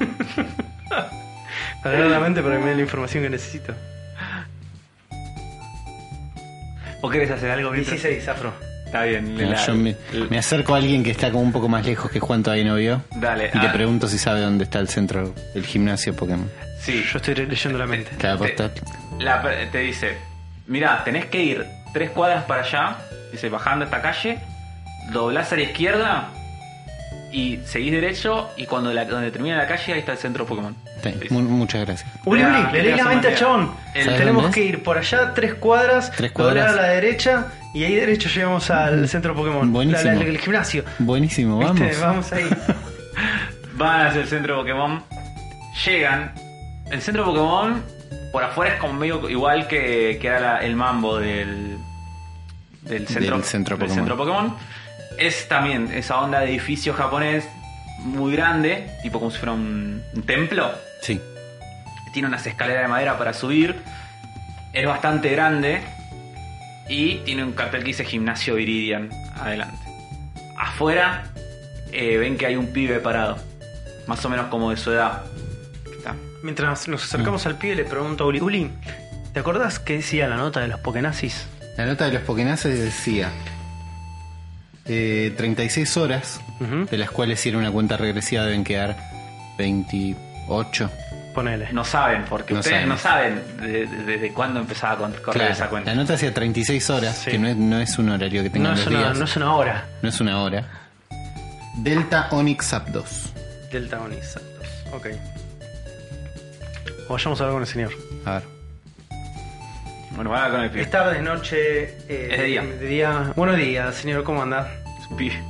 Speaker 1: Para leer la mente para que me dé la información que necesito.
Speaker 3: ¿Vos querés hacer algo? mientras?
Speaker 1: 16, afro.
Speaker 3: Está bien.
Speaker 2: No,
Speaker 3: la-
Speaker 2: yo me,
Speaker 3: la-
Speaker 2: me acerco a alguien que está como un poco más lejos que Juan todavía no vio.
Speaker 3: Dale.
Speaker 2: Y te
Speaker 3: ah,
Speaker 2: pregunto si sabe dónde está el centro, el gimnasio Pokémon.
Speaker 3: Sí,
Speaker 1: Yo estoy leyendo la mente.
Speaker 2: Cada
Speaker 3: Te-
Speaker 2: postal.
Speaker 3: la per- te dice, mirá, tenés que ir tres cuadras para allá, dice, bajando esta calle, doblás a la izquierda y seguís derecho y cuando la- donde termina la calle ahí está el centro Pokémon.
Speaker 2: Está bien.
Speaker 3: Te dice.
Speaker 2: Mu- muchas gracias.
Speaker 1: Uli,
Speaker 3: Ah,
Speaker 1: Uli, le leí
Speaker 3: tenés
Speaker 1: la
Speaker 3: un
Speaker 1: mente al
Speaker 3: día.
Speaker 1: chabón.
Speaker 3: El-
Speaker 2: ¿Sabes
Speaker 1: Tenemos
Speaker 2: dónde
Speaker 1: que
Speaker 2: es?
Speaker 1: ir por allá, tres cuadras,
Speaker 2: Tres
Speaker 1: doblar
Speaker 2: cuadras.
Speaker 1: a la derecha y ahí derecho llegamos al centro Pokémon.
Speaker 2: Buenísimo.
Speaker 1: La- la- el gimnasio.
Speaker 2: Buenísimo, vamos.
Speaker 1: ¿Viste? Vamos ahí.
Speaker 3: Van hacia el centro Pokémon, llegan. El centro Pokémon por afuera es como medio igual que, que era la- el mambo del, del, centro,
Speaker 2: Del centro
Speaker 3: del
Speaker 2: Pokémon.
Speaker 3: centro Pokémon. Es también esa onda de edificio japonés muy grande, tipo como si fuera un- un templo.
Speaker 2: Sí.
Speaker 3: tiene unas escaleras de madera para subir, es bastante grande y tiene un cartel que dice Gimnasio Viridian adelante. Afuera eh, ven que hay un pibe parado, más o menos como de su edad. Está.
Speaker 1: Mientras nos acercamos al pibe, le pregunto a Uli, Uli, ¿te acordás qué decía la nota de los Pokenazis?
Speaker 2: La nota de los Pokénaces decía eh, 36 horas,
Speaker 1: Ujú.
Speaker 2: de las cuales si era una cuenta regresiva deben quedar 28.
Speaker 1: Ponele.
Speaker 3: No saben, porque
Speaker 2: No
Speaker 3: ustedes
Speaker 2: saben.
Speaker 3: no saben de- de- desde cuándo empezaba a con- correr esa
Speaker 2: Claro, la
Speaker 3: cuenta.
Speaker 2: nota hacía 36 horas,
Speaker 1: Sí.
Speaker 2: que no es, no es un horario que tengan
Speaker 1: No es,
Speaker 2: los
Speaker 1: una,
Speaker 2: días,
Speaker 1: no es una hora
Speaker 2: no es una hora. Delta Onyx Zapdos.
Speaker 1: del tagonista. Ok. Vayamos a hablar con el señor.
Speaker 2: A ver.
Speaker 3: Bueno, van a hablar con el pibe.
Speaker 1: Es tarde, es noche. eh,
Speaker 3: Es de día.
Speaker 1: Buenos días, señor, ¿cómo anda?
Speaker 3: Es un pibe.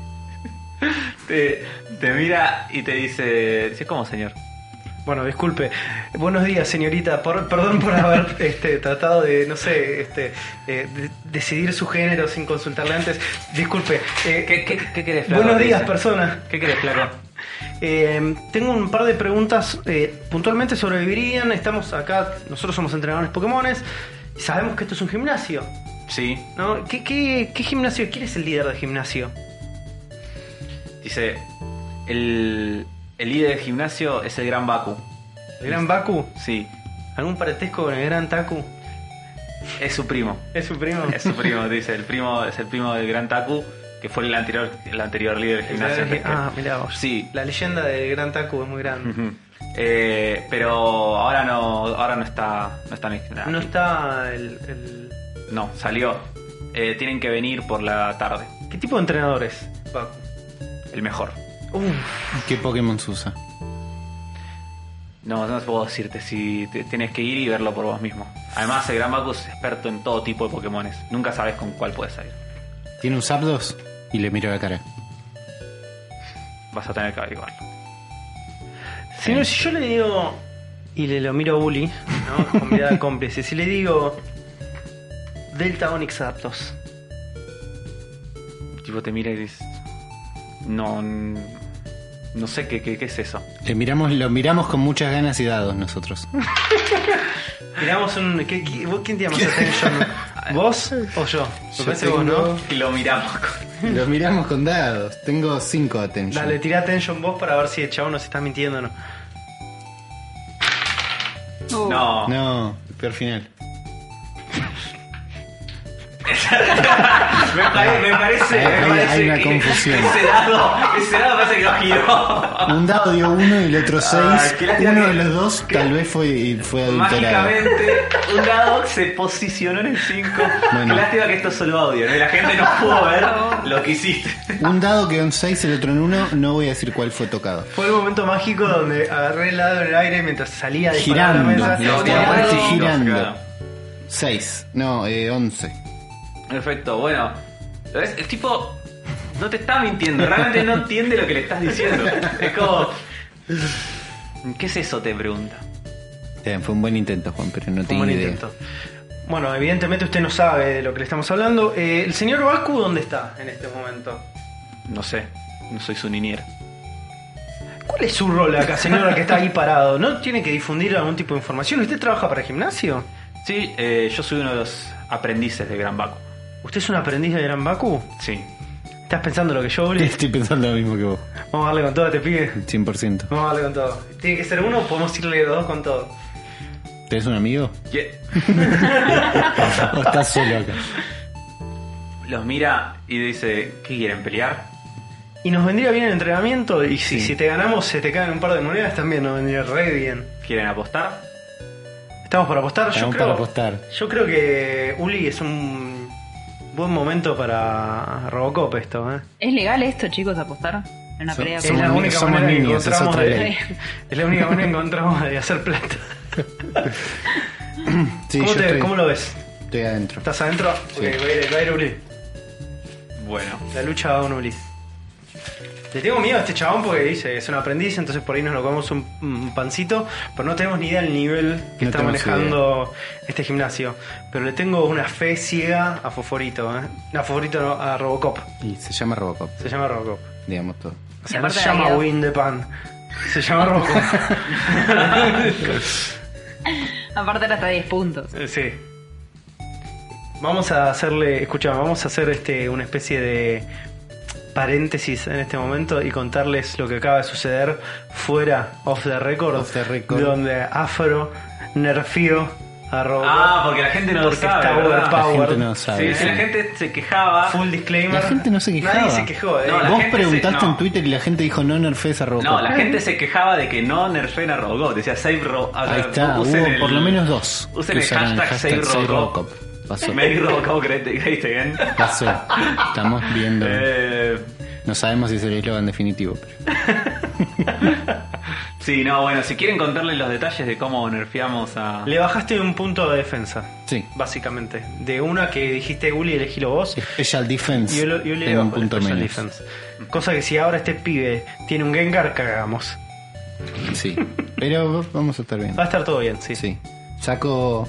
Speaker 3: Te, te mira y te dice, dice, ¿cómo señor?
Speaker 1: Bueno, disculpe. Buenos días, señorita. Por- perdón por haber este, tratado de, no sé, este, eh, de- decidir su género sin consultarle antes. Disculpe. eh,
Speaker 3: ¿Qué, qué, qué querés, flaco?
Speaker 1: buenos
Speaker 3: Te
Speaker 1: días,
Speaker 3: dice.
Speaker 1: persona.
Speaker 3: ¿Qué querés, flaco?
Speaker 1: Eh, tengo un par de preguntas eh, puntualmente sobrevivirían. Estamos acá, nosotros somos entrenadores Pokémones. y Sabemos que esto es un gimnasio,
Speaker 3: Sí,
Speaker 1: ¿no? ¿Qué, qué, qué gimnasio? ¿Quién es el líder de gimnasio?
Speaker 3: Dice, el, el líder del gimnasio es el gran Baku.
Speaker 1: ¿El gran Baku?
Speaker 3: Sí,
Speaker 1: ¿Algún parentesco con el gran Taku?
Speaker 3: es su primo.
Speaker 1: ¿Es su primo?
Speaker 3: Es su primo, dice, el primo es el primo del gran Taku, que fue el anterior, el anterior líder del
Speaker 1: El
Speaker 3: gimnasio.
Speaker 1: gran- Ah, mirá vos.
Speaker 3: Sí.
Speaker 1: La leyenda del gran Taku es muy grande.
Speaker 3: Ujú. Eh, pero ahora no ahora no está no está en el-
Speaker 1: No está el. el-
Speaker 3: no salió eh, tienen que venir por la tarde.
Speaker 1: ¿Qué tipo de entrenadores? Baku?
Speaker 3: El mejor.
Speaker 1: Uf,
Speaker 2: ¿Qué Pokémon se usa?
Speaker 3: No, no puedo decirte si te- tenés que ir y verlo por vos mismo. Además, el Gran Bacus es experto en todo tipo de Pokémones. Nunca sabes con cuál puedes salir.
Speaker 2: ¿Tiene un Zapdos? Y le miro la cara.
Speaker 3: Vas a tener que averiguarlo.
Speaker 1: Si, no, si yo le digo. Y le lo miro a Bully, ¿no? Con mirada cómplice. Si le digo. Delta Onyx Zapdos.
Speaker 3: El tipo te mira y dice... No... n- No sé qué, qué, qué es eso.
Speaker 2: Le miramos, lo miramos con muchas ganas y dados nosotros.
Speaker 1: Miramos un. ¿qué, qué- vos quién te llamas atención? ¿Vos o yo? Me
Speaker 2: Yo
Speaker 1: parece vos, ¿no?
Speaker 2: tengo-
Speaker 3: Y lo miramos con...
Speaker 2: Lo miramos con dados. Tengo cinco atención.
Speaker 1: Dale, tirá atención vos para ver si el chavo nos está mintiendo o no.
Speaker 4: Oh.
Speaker 3: No.
Speaker 2: No, peor final.
Speaker 3: Me, pare- me parece...
Speaker 2: Hay-
Speaker 3: me
Speaker 2: hay-
Speaker 3: parece
Speaker 2: hay una
Speaker 3: que-
Speaker 2: confusión.
Speaker 3: Ese dado... Ese dado parece que lo giró.
Speaker 1: Ah.
Speaker 2: Un dado dio uno y el otro seis.
Speaker 3: qué lástima
Speaker 2: uno
Speaker 3: que-
Speaker 2: de los dos tal vez fue, y fue adulterado.
Speaker 3: Mágicamente, un dado se posicionó en el 5.
Speaker 2: Bueno.
Speaker 3: Lástima que esto es solo audio, ¿no? Y la gente no pudo ver lo que hiciste.
Speaker 2: Un dado quedó en seis, el otro en uno. No voy a decir cuál fue tocado.
Speaker 1: Fue el momento mágico donde agarré el lado en el aire mientras salía de la
Speaker 2: Girando,
Speaker 1: mesa.
Speaker 2: y hasta
Speaker 1: Tirado.
Speaker 2: aparte
Speaker 3: Claro.
Speaker 2: girando. Seis. No, eh, once.
Speaker 3: Perfecto, bueno. ¿Lo ves? El tipo no te está mintiendo, realmente no entiende lo que le estás diciendo. Es como. ¿Qué es eso? Te pregunta.
Speaker 2: Bien, fue un buen intento, Juan, pero no
Speaker 1: Como
Speaker 2: tengo
Speaker 1: un
Speaker 2: idea.
Speaker 1: intento. Bueno, evidentemente usted no sabe de lo que le estamos hablando. Eh, ¿El señor Baku dónde está en este momento?
Speaker 3: No sé, no soy su niñera.
Speaker 1: ¿Cuál es su rol acá, señora, que está ahí parado? ¿No tiene que difundir algún tipo de información? ¿Usted trabaja para el gimnasio?
Speaker 3: Sí, eh, yo soy uno de los aprendices de Gran Baco.
Speaker 1: ¿Usted es un aprendiz de Gran Baku?
Speaker 3: Sí.
Speaker 1: ¿Estás pensando lo que yo, Uli?
Speaker 2: Estoy pensando lo mismo que vos.
Speaker 1: Vamos a darle con todo, te pibe.
Speaker 2: 100%.
Speaker 1: Vamos a darle con todo. Tiene que ser uno, o podemos irle de dos con todo.
Speaker 2: ¿Tenés un amigo?
Speaker 3: ¿Qué?
Speaker 2: ¿O estás solo acá?
Speaker 3: Los mira y dice: ¿Qué quieren pelear?
Speaker 1: Y nos vendría bien el entrenamiento y si,
Speaker 2: Sí.
Speaker 1: si te ganamos se te caen un par de monedas también nos vendría re bien.
Speaker 3: ¿Quieren apostar?
Speaker 1: ¿Estamos para apostar? yo
Speaker 2: Estamos
Speaker 1: creo,
Speaker 2: para apostar.
Speaker 1: Yo creo que Uli es un buen momento para Robocop esto, ¿eh?
Speaker 4: ¿Es legal esto, chicos, apostar en una
Speaker 2: So-
Speaker 4: pelea?
Speaker 1: es
Speaker 2: Somos
Speaker 1: la
Speaker 2: ni-
Speaker 1: única
Speaker 2: somos
Speaker 1: manera que
Speaker 2: niños, es
Speaker 1: encontramos
Speaker 2: otra
Speaker 1: de,
Speaker 2: ley.
Speaker 1: es la única manera que encontramos de hacer plata.
Speaker 2: Sí,
Speaker 1: ¿Cómo,
Speaker 2: yo
Speaker 1: te-
Speaker 2: estoy,
Speaker 1: cómo lo ves?
Speaker 2: estoy adentro.
Speaker 1: ¿Estás adentro?
Speaker 2: Sí.
Speaker 1: Ok, va a ir, va a ir Uli.
Speaker 3: Bueno.
Speaker 1: La lucha va con Uli. Le tengo miedo a este chabón porque dice, es un aprendiz, entonces por ahí nos lo comemos un, un pancito, pero no tenemos ni idea del nivel que
Speaker 2: No
Speaker 1: está
Speaker 2: tenemos
Speaker 1: manejando este gimnasio. Pero le tengo una fe ciega a Foforito, ¿eh? No, a Foforito no, a Robocop.
Speaker 2: Y se llama Robocop,
Speaker 1: Se llama Robocop.
Speaker 2: digamos todo.
Speaker 1: O sea,
Speaker 4: Y
Speaker 1: no
Speaker 4: aparte
Speaker 1: se
Speaker 4: de la
Speaker 1: llama
Speaker 4: vida.
Speaker 1: Win de Pan. Se llama Robocop.
Speaker 4: Aparte era hasta 10 puntos.
Speaker 1: Eh, sí. Vamos a hacerle, escucha, vamos a hacer este una especie de paréntesis en este momento y contarles lo que acaba de suceder fuera off the record,
Speaker 2: Off the record.
Speaker 1: donde Afro nerfió a Robocop.
Speaker 3: Ah, porque la gente no lo
Speaker 1: Porque
Speaker 3: sabe,
Speaker 1: está
Speaker 3: ¿verdad?
Speaker 1: overpowered.
Speaker 2: La gente no sabe.
Speaker 3: Sí, si la gente se quejaba.
Speaker 1: Full disclaimer.
Speaker 2: La gente no se quejaba.
Speaker 1: Nadie se quejó. eh.
Speaker 3: No, la
Speaker 2: Vos
Speaker 3: gente
Speaker 2: preguntaste
Speaker 3: se- no.
Speaker 2: en Twitter y la gente dijo no nerfes a Robocop.
Speaker 3: No, la gente se quejaba de que no nerfeen a Robocop. Decía save Robocop.
Speaker 2: Ahí está, hubo por lo menos dos.
Speaker 3: Usen el
Speaker 2: usaron
Speaker 3: hashtag, save
Speaker 2: save
Speaker 3: Robocop.
Speaker 2: Pasó.
Speaker 3: Make Robocop great, great again.
Speaker 2: Pasó. Estamos viendo.
Speaker 3: Eh,
Speaker 2: No sabemos si es el eslogan definitivo, pero.
Speaker 3: sí, no, bueno, si quieren contarles los detalles de cómo nerfeamos a...
Speaker 1: Le bajaste un punto de defensa,
Speaker 2: Sí.
Speaker 1: básicamente. De una que dijiste Uli, elegilo vos.
Speaker 2: Special Defense.
Speaker 1: Y yo, lo- yo le
Speaker 2: Tengo un
Speaker 1: bajo el
Speaker 2: punto
Speaker 1: special
Speaker 2: menos.
Speaker 1: defense. Cosa que si ahora este pibe tiene un Gengar, cagamos.
Speaker 2: Sí. Pero vamos a estar bien.
Speaker 1: Va a estar todo bien, Ah, sí.
Speaker 2: Sí. Saco.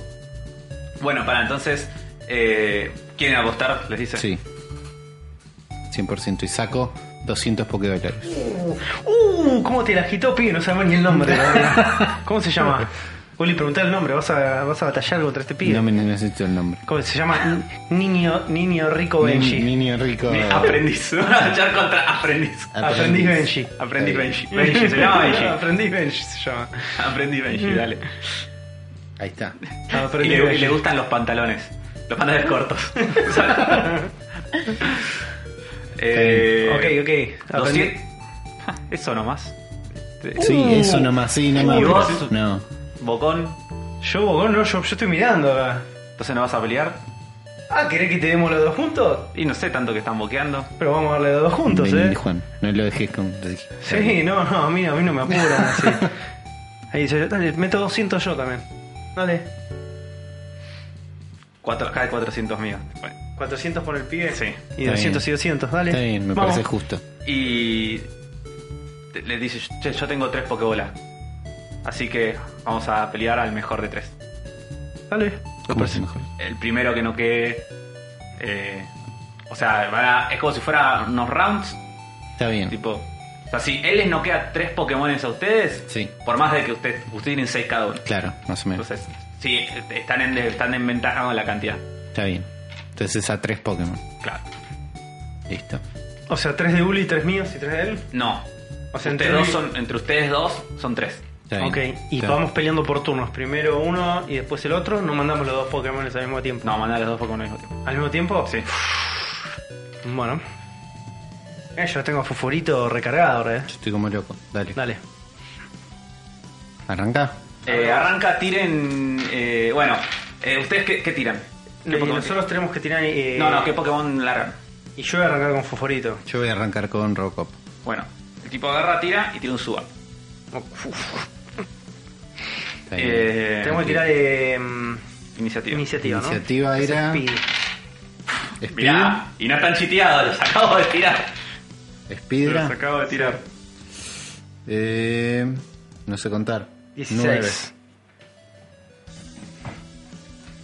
Speaker 3: Bueno, para entonces... eh, ¿Quieren apostar? Les dice.
Speaker 2: Sí. 100%. Y saco 200 Pokédólares.
Speaker 1: Uh, ¿cómo te la agitó, pibe? No sabemos ni el nombre. la verdad. ¿Cómo se llama? Uli, preguntá el nombre, vas a, vas a batallar contra este pibe.
Speaker 2: No me necesito el nombre.
Speaker 1: ¿Cómo se llama? Ni- Niño, niño rico Benji.
Speaker 2: Ni- Niño rico.
Speaker 3: Mi Aprendiz. Van a luchar contra aprendiz.
Speaker 1: Aprendiz Benji.
Speaker 3: Aprendiz Benji. Benji, se llama Benji.
Speaker 1: Aprendiz Benji se llama.
Speaker 3: Aprendiz Benji, dale.
Speaker 2: Ahí está.
Speaker 3: Y
Speaker 1: Aprendiz
Speaker 3: le, y
Speaker 1: Benji.
Speaker 3: le gustan los pantalones. Los pantalones cortos. eh,
Speaker 1: Ok, ok. Aprendiz-
Speaker 3: 200. Ja, Eso nomás. Este,
Speaker 2: Sí, eso nomás. Sí, no
Speaker 3: Uh,
Speaker 2: me
Speaker 3: vos-
Speaker 2: No.
Speaker 3: Bocón.
Speaker 1: Yo, Bogón, no, yo, yo estoy mirando acá.
Speaker 3: Entonces no vas a pelear.
Speaker 1: Ah, ¿querés que te demos los dos juntos?
Speaker 3: Y no sé tanto que están boqueando.
Speaker 1: Pero vamos a darle los dos juntos,
Speaker 2: Vení,
Speaker 1: ¿eh?
Speaker 2: Juan, no lo dejes con. lo dejes.
Speaker 1: Sí, no, no, a mí, a mí no me apuran así. Ahí dice, yo, dale, meto 200 yo también. Dale,
Speaker 3: 4K de 400 míos. Bueno.
Speaker 1: 400 por el pibe.
Speaker 3: Sí.
Speaker 1: Y
Speaker 2: Está
Speaker 1: 200 y
Speaker 2: bien.
Speaker 1: 200, dale.
Speaker 2: Está bien, me
Speaker 1: Vamos.
Speaker 2: parece justo.
Speaker 3: Y te- le dice, "Che, yo tengo tres Pokébolas. Así que vamos a pelear al mejor de tres.
Speaker 1: Dale.
Speaker 2: ¿Cómo es mejor?
Speaker 3: El primero que no quede... eh, o sea, van a- es como si fuera unos rounds.
Speaker 2: Está bien.
Speaker 3: Tipo... O sea, si él les no queda tres Pokémones a ustedes,
Speaker 2: Sí.
Speaker 3: por más de que usted, ustedes tienen seis cada uno.
Speaker 2: Claro, más o menos.
Speaker 3: Entonces, sí, están en, están en ventaja con la cantidad.
Speaker 2: Está bien. Entonces es a tres Pokémon.
Speaker 3: Claro.
Speaker 2: Listo.
Speaker 1: O sea, 3 de Uli, 3 míos y 3 de él.
Speaker 3: No.
Speaker 1: O sea,
Speaker 3: Ustedes
Speaker 1: entre-
Speaker 3: dos son, entre ustedes dos son tres.
Speaker 2: Está bien.
Speaker 1: Ok, y
Speaker 2: Está-
Speaker 1: vamos peleando por turnos. Primero uno y después el otro. No mandamos los dos Pokémon al mismo tiempo.
Speaker 3: No, mandar los dos Pokémon al mismo tiempo.
Speaker 1: ¿Al mismo tiempo?
Speaker 3: Sí.
Speaker 1: Bueno. Eh, yo tengo fosforito recargado ahora, eh.
Speaker 2: Yo estoy como loco. Dale.
Speaker 1: Dale.
Speaker 2: Arranca.
Speaker 3: Eh, arranca, tiren. eh, bueno, eh, ¿ustedes qué, qué tiran? ¿Qué
Speaker 1: Eh,
Speaker 3: Pokémon
Speaker 1: nosotros tenemos que tirar. eh,
Speaker 3: tiran? No, no, ¿qué Pokémon largan?
Speaker 1: Y yo voy a arrancar con fosforito.
Speaker 2: Yo voy a arrancar con Robocop.
Speaker 3: Bueno, el tipo agarra, tira y tira un suba.
Speaker 2: Está bien.
Speaker 3: Eh,
Speaker 1: tenemos que tirar eh, mm,
Speaker 3: Iniciativa.
Speaker 1: iniciativa, ¿no?
Speaker 2: Iniciativa era-
Speaker 1: Es speed.
Speaker 2: Speed.
Speaker 3: Mirá, y no están chiteados, los acabo de tirar. Los
Speaker 2: Speedra.
Speaker 3: acabo de tirar.
Speaker 2: Eh, no sé contar.
Speaker 1: 16.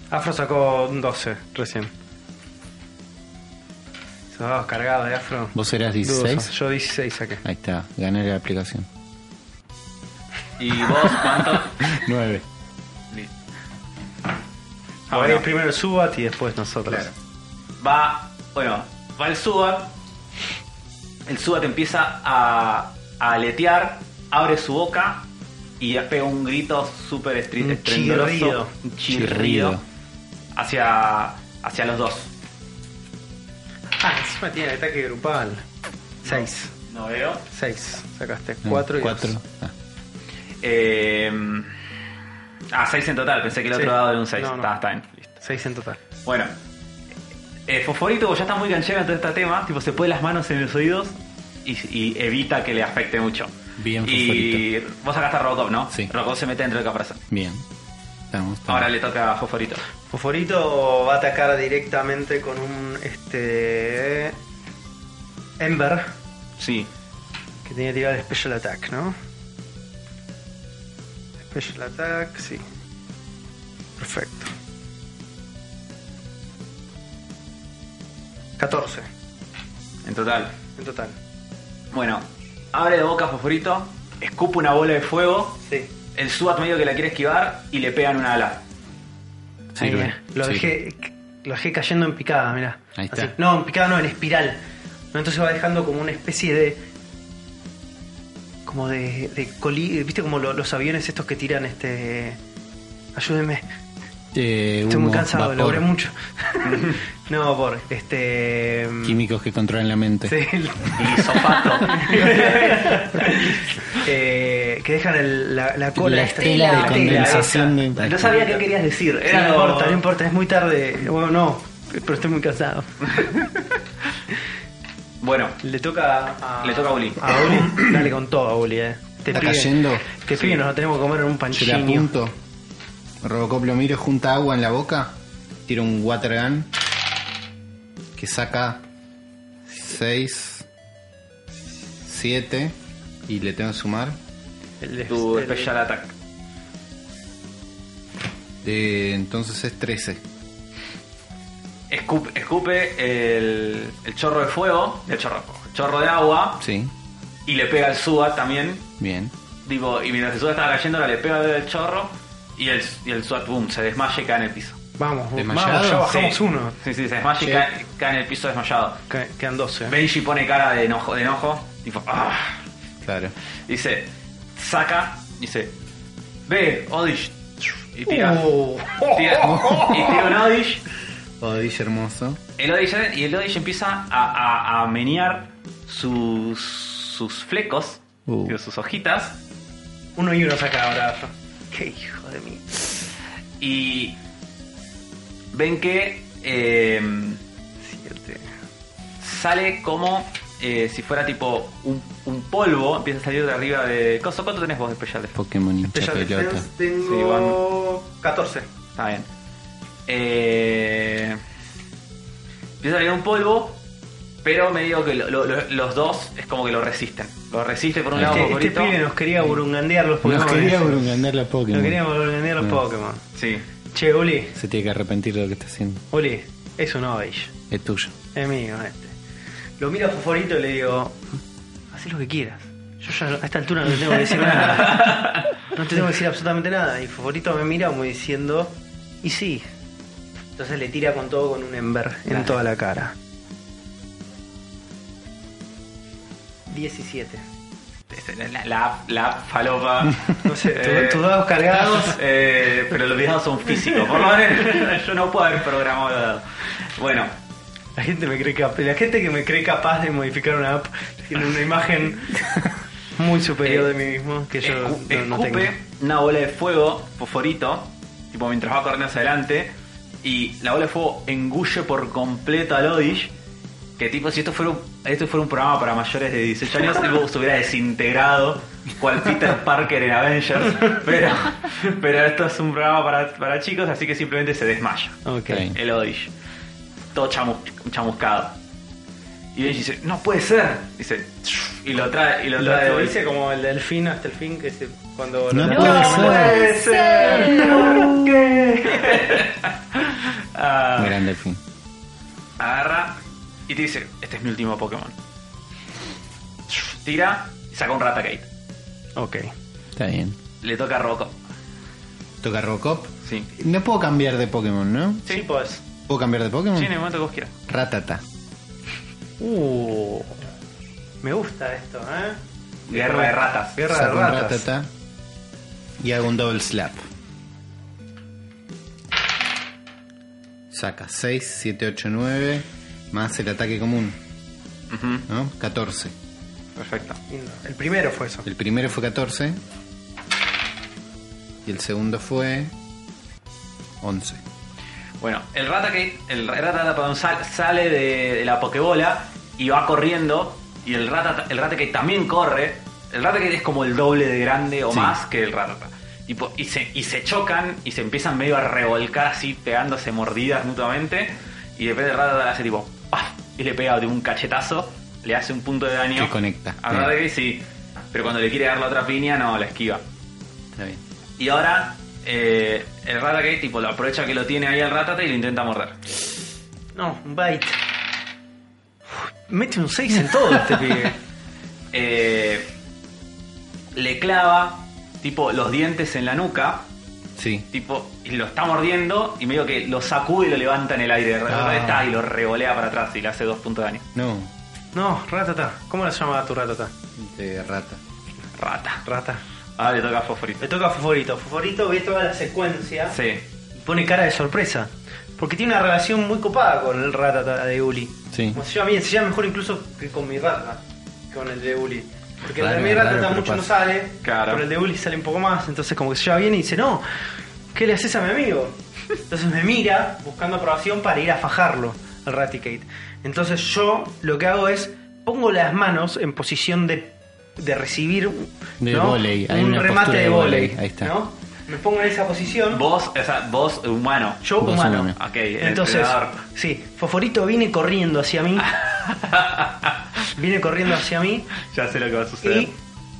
Speaker 1: Afro sacó un 12 recién. Esos dados cargados de Afro.
Speaker 2: Nueve. ¿Vos eras
Speaker 1: Dudosos.
Speaker 2: 16?
Speaker 1: Yo 16 saqué.
Speaker 2: Ahí está. Gané la aplicación.
Speaker 3: ¿Y vos cuánto?
Speaker 2: 9.
Speaker 3: Listo.
Speaker 1: Ah,
Speaker 3: Ahora
Speaker 1: primero el Subat y después nosotros.
Speaker 3: va, bueno, va el Subat. El Subat empieza a, a aletear, abre su boca y pega un grito súper estri-
Speaker 1: Un
Speaker 3: estrendoroso,
Speaker 1: chirrido.
Speaker 3: un chirrido hacia, hacia los dos.
Speaker 1: Ah, encima tiene ataque grupal. 6.
Speaker 3: No veo.
Speaker 1: 6. Sacaste
Speaker 2: Mm,
Speaker 1: 4 y
Speaker 2: 4.
Speaker 1: dos.
Speaker 2: Ah,
Speaker 3: Eh, ah, 6 en total, pensé que el
Speaker 1: Sí.
Speaker 3: otro dado era un 6.
Speaker 1: No, no.
Speaker 3: Está, está bien, listo.
Speaker 1: 6 en total.
Speaker 3: Bueno. Eh, Fosforito, como ya está muy canchero en todo este tema, tipo se pone las manos en los oídos y, y evita que le afecte mucho.
Speaker 2: Bien,
Speaker 3: Y vos sacaste a Robocop, ¿no?
Speaker 2: Sí.
Speaker 3: Robocop se mete dentro del caparazón.
Speaker 2: Bien. Estamos. estamos.
Speaker 3: Ahora le toca a Fosforito.
Speaker 1: Fosforito va a atacar directamente con un. Este. Ember.
Speaker 3: Sí.
Speaker 1: Que tenía que tirar Special Attack, ¿no? Special Attack, sí. Perfecto. 14
Speaker 3: En total.
Speaker 1: en total.
Speaker 3: Bueno, abre de boca a Fosforito, escupa una bola de fuego,
Speaker 1: Sí.
Speaker 3: el Subat medio que la quiere esquivar y le pegan una ala.
Speaker 1: Ahí,
Speaker 2: Sirve.
Speaker 1: mira, lo,
Speaker 2: Sirve.
Speaker 1: dejé, lo dejé cayendo en picada, mirá.
Speaker 2: Ahí está.
Speaker 1: Así. No, en picada no, en espiral. No, Entonces va dejando como una especie de. Como de. de coli- ¿Viste como lo- los aviones estos que tiran este. Ayúdenme.
Speaker 2: Eh,
Speaker 1: Estoy muy
Speaker 2: humo,
Speaker 1: cansado,
Speaker 2: vapor,
Speaker 1: logré mucho. no, por este.
Speaker 2: Químicos que controlan la mente.
Speaker 1: Sí, el-
Speaker 3: Lisopato.
Speaker 1: eh, que dejan el- la, la cola.
Speaker 2: La
Speaker 1: esta-
Speaker 2: estela
Speaker 4: de
Speaker 1: la
Speaker 2: condensación
Speaker 1: esa.
Speaker 2: de-
Speaker 1: No sabía qué querías decir.
Speaker 3: Era
Speaker 1: no
Speaker 3: lo-
Speaker 1: importa, no importa, es muy tarde. Bueno, no, pero estoy muy cansado.
Speaker 3: bueno,
Speaker 1: Le toca a.
Speaker 3: Le toca a Uli.
Speaker 1: A Uli. Dale con todo, Uli, eh. Te
Speaker 2: Está cayendo.
Speaker 1: Te pibe, nos lo tenemos que comer en un
Speaker 2: Yo le
Speaker 1: panchillo.
Speaker 2: apunto. Robocop lo miro, junta agua en la boca. Tiro un water gun. Que saca 6, 7. Y le tengo que sumar.
Speaker 1: El-
Speaker 3: tu
Speaker 1: el-
Speaker 3: special attack.
Speaker 2: Eh, entonces es 13.
Speaker 3: Escupe, escupe el, el chorro de fuego, el chorro, de fuego, el chorro de agua
Speaker 2: Sí,
Speaker 3: y le pega al Subat también.
Speaker 2: bien.
Speaker 3: Digo, y mientras el Subat estaba cayendo, le pega el chorro y el, y el Subat, boom, se desmaya y cae en el piso.
Speaker 1: Vamos,
Speaker 2: Desmayado.
Speaker 1: vamos, ya bajamos
Speaker 3: Sí.
Speaker 1: uno.
Speaker 3: Sí, sí, se desmaya
Speaker 2: Sí.
Speaker 3: y cae, cae en el piso desmayado.
Speaker 1: Que- Quedan 12.
Speaker 3: Benji pone cara de enojo, de enojo tipo, ah,
Speaker 2: Claro.
Speaker 3: dice, saca, dice, ve, Odish, y tira,
Speaker 1: Uh.
Speaker 3: tira, y tira un Odish,
Speaker 2: Odish Oh, hermoso.
Speaker 3: el Odish, y el Odish empieza a, a- a menear sus, sus flecos,
Speaker 2: Uh.
Speaker 3: digo, sus hojitas,
Speaker 1: Uno y uno saca ahora. Qué hijo de mí.
Speaker 3: y ven que Eh, sale como eh, si fuera tipo un, un polvo, empieza a salir de arriba de. Coso, ¿Cuánto tenés vos de Special Defense?
Speaker 2: Pokémon hincha
Speaker 1: Special
Speaker 2: pelota.
Speaker 1: Defense tengo 14.
Speaker 3: Está bien. Eh, empieza a salir un polvo, pero medio que lo- lo- lo- los dos es como que lo resisten. Lo resiste por un lado
Speaker 1: Este, este
Speaker 3: Cocorito.
Speaker 1: pibe nos quería burungandear los Pokémon.
Speaker 2: Nos quería
Speaker 1: Nos
Speaker 2: ganar la Pokémon.
Speaker 1: quería burungandear los
Speaker 2: Sí.
Speaker 1: Pokémon.
Speaker 3: Sí.
Speaker 1: Che, Uli,
Speaker 2: Se tiene que arrepentir de lo que está haciendo.
Speaker 1: Uli, es un Ovage.
Speaker 2: Es tuyo.
Speaker 1: Es mío este. Lo miro a Foforito y le digo, haz lo que quieras. Yo ya a esta altura no te tengo que decir nada. No te tengo que decir absolutamente nada. Y Foforito me mira como diciendo, y sí. Entonces le tira con todo con un ember en toda la cara. 17.
Speaker 3: La, la, la falopa.
Speaker 1: No sé, tu-
Speaker 3: Eh,
Speaker 1: tus dados cargados.
Speaker 3: eh, pero los dados son físicos. Por lo menos yo no puedo haber programado los dados. Bueno,
Speaker 1: La gente me cree cap- la gente que me cree capaz de modificar una app tiene una imagen muy superior de mí mismo que yo
Speaker 3: escu-
Speaker 1: no- no
Speaker 3: escupe
Speaker 1: tengo.
Speaker 3: una bola de fuego, fosforito, tipo mientras va corriendo hacia adelante. Y la bola de fuego engulle por completo a Lodish. Que tipo, si esto fuera un, esto fuera un programa para mayores de 18 años, el Bobo se hubiera desintegrado, cual Peter Parker en Avengers. Pero, pero esto es un programa para, para chicos, así que simplemente se desmaya.
Speaker 1: Ok.
Speaker 2: Bien.
Speaker 3: el Odish. Todo chamu- chamuscado. Y Benji dice, no puede ser. Dice, y lo trae, y lo
Speaker 1: Lo
Speaker 3: trae de
Speaker 1: que
Speaker 3: vuelta.
Speaker 1: dice como el delfín hasta el fin que se, cuando
Speaker 2: No
Speaker 1: lo-
Speaker 2: puede
Speaker 1: lo-
Speaker 2: ser.
Speaker 4: ser.
Speaker 3: ¿Por qué? Ah,
Speaker 2: Grande fin.
Speaker 3: agarra y te dice, este es mi último Pokémon. Tira y saca un Rattacate.
Speaker 1: Ok.
Speaker 2: Está bien.
Speaker 3: Le toca a Rocco.
Speaker 2: Toca Robocop.
Speaker 3: Sí.
Speaker 2: No puedo cambiar de Pokémon, ¿no?
Speaker 1: Sí, pues.
Speaker 2: ¿Puedo cambiar de Pokémon?
Speaker 3: Sí, en el momento que vos quieras.
Speaker 2: Ratata.
Speaker 1: Uh, me gusta esto, ¿eh?
Speaker 3: Guerra de ratas.
Speaker 1: Guerra
Speaker 2: Saco un
Speaker 1: de ratas.
Speaker 2: Ratata. Y hago un double slap. Saca 6, 7, 8, 9. Más el ataque común,
Speaker 3: Ujú,
Speaker 2: ¿no? 14.
Speaker 3: Perfecto.
Speaker 1: Lindo. El primero fue eso.
Speaker 2: El primero fue 14. Y el segundo fue 11.
Speaker 3: Bueno, el Rattacate, el Rattata, perdón, sal- sale de, de la Pokébola y va corriendo. Y el Rattata, el Rattacate también corre. El Rattacate es como el doble de grande o
Speaker 2: Sí.
Speaker 3: más que el Rattata. Tipo, y, se, y se chocan y se empiezan medio a revolcar así, pegándose mordidas mutuamente. Y de repente el Rattata le hace tipo, ¡paf! Y le pega de un cachetazo, le hace un punto de daño.
Speaker 2: Que conecta.
Speaker 3: Al
Speaker 2: Bien.
Speaker 3: Rattacate sí. Pero cuando le quiere dar la otra piña, no, la esquiva.
Speaker 2: Está bien.
Speaker 3: Y ahora eh, el Rattacate tipo lo aprovecha que lo tiene ahí al Ratata y lo intenta morder.
Speaker 1: No, un bite. Uf, Mete un 6 en todo este pibe.
Speaker 3: Eh, le clava tipo los dientes en la nuca,
Speaker 2: Sí.
Speaker 3: tipo y lo está mordiendo y medio que lo sacude y lo levanta en el aire de
Speaker 2: Ah.
Speaker 3: Ratata y lo revolea para atrás y le hace dos puntos de daño.
Speaker 2: No.
Speaker 1: No, ratata. ¿Cómo la llamaba tu ratata?
Speaker 2: De rata.
Speaker 3: Rata.
Speaker 1: Rata.
Speaker 3: Ahora le toca a Fosforito.
Speaker 1: Le toca a Foforito. Foforito ve toda la secuencia.
Speaker 3: Sí.
Speaker 1: Y pone cara de sorpresa. Porque tiene una relación muy copada con el ratata de Uli.
Speaker 2: Sí.
Speaker 1: Como se llama bien, se llama mejor incluso que con mi rata, con el de Uli. Porque
Speaker 2: Raro,
Speaker 1: el de mi ratata
Speaker 2: raro, pero
Speaker 1: mucho no
Speaker 2: pasa.
Speaker 1: sale,
Speaker 3: Claro.
Speaker 1: pero el de Uli sale un poco más. Entonces como que se lleva bien y dice, no, ¿qué le haces a mi amigo? Entonces me mira buscando aprobación para ir a fajarlo al Raticate. Entonces yo lo que hago es pongo las manos en posición de, de recibir
Speaker 2: De
Speaker 1: ¿no?
Speaker 2: vóley, hay
Speaker 1: un
Speaker 2: una
Speaker 1: remate
Speaker 2: postura
Speaker 1: de
Speaker 2: de vóley,
Speaker 1: volei.
Speaker 2: ahí está.
Speaker 1: ¿no? Me pongo en esa posición.
Speaker 3: Vos, o sea, vos humano.
Speaker 1: Yo
Speaker 2: Vos
Speaker 1: humano.
Speaker 2: humano.
Speaker 3: Ok, el
Speaker 1: Entonces,
Speaker 3: entrenador.
Speaker 1: sí, Foforito viene corriendo hacia mí. viene corriendo hacia mí
Speaker 3: Ya sé lo que va a suceder.
Speaker 1: y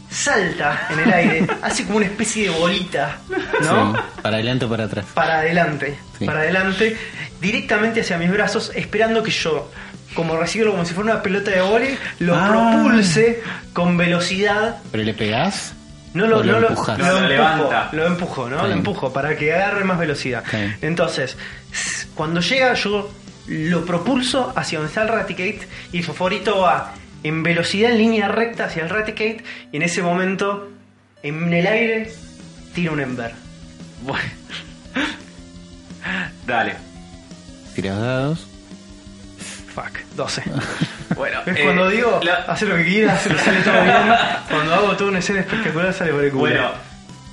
Speaker 1: salta en el aire. Hace como una especie de bolita, ¿no?
Speaker 2: Sí. Para adelante o para atrás.
Speaker 1: Para adelante,
Speaker 2: Sí.
Speaker 1: para adelante, directamente hacia mis brazos, esperando que yo, como recibirlo como si fuera una pelota de vóley, lo
Speaker 2: Ah.
Speaker 1: propulse con velocidad
Speaker 2: ¿Pero le pegás?
Speaker 1: no lo,
Speaker 2: ¿O lo
Speaker 1: no lo-
Speaker 2: empujas?
Speaker 1: lo
Speaker 3: No, lo
Speaker 1: empujo,
Speaker 3: levanta.
Speaker 1: Lo empujo, ¿no?
Speaker 2: Está
Speaker 1: Lo
Speaker 2: bien.
Speaker 1: empujo para que agarre más velocidad.
Speaker 2: Está bien.
Speaker 1: Entonces, s- cuando llega, yo lo propulso hacia donde está el Raticate y Foforito va en velocidad en línea recta hacia el Raticate y en ese momento, en el aire, tira un Ember.
Speaker 3: Bueno. Dale.
Speaker 2: Tiras dados.
Speaker 1: Fuck, 12.
Speaker 3: Bueno.
Speaker 1: Es
Speaker 3: eh,
Speaker 1: cuando digo,
Speaker 3: la-
Speaker 1: hace lo que quieras, lo sale todo bien. Cuando hago toda una escena espectacular, sale por el culo.
Speaker 3: Bueno,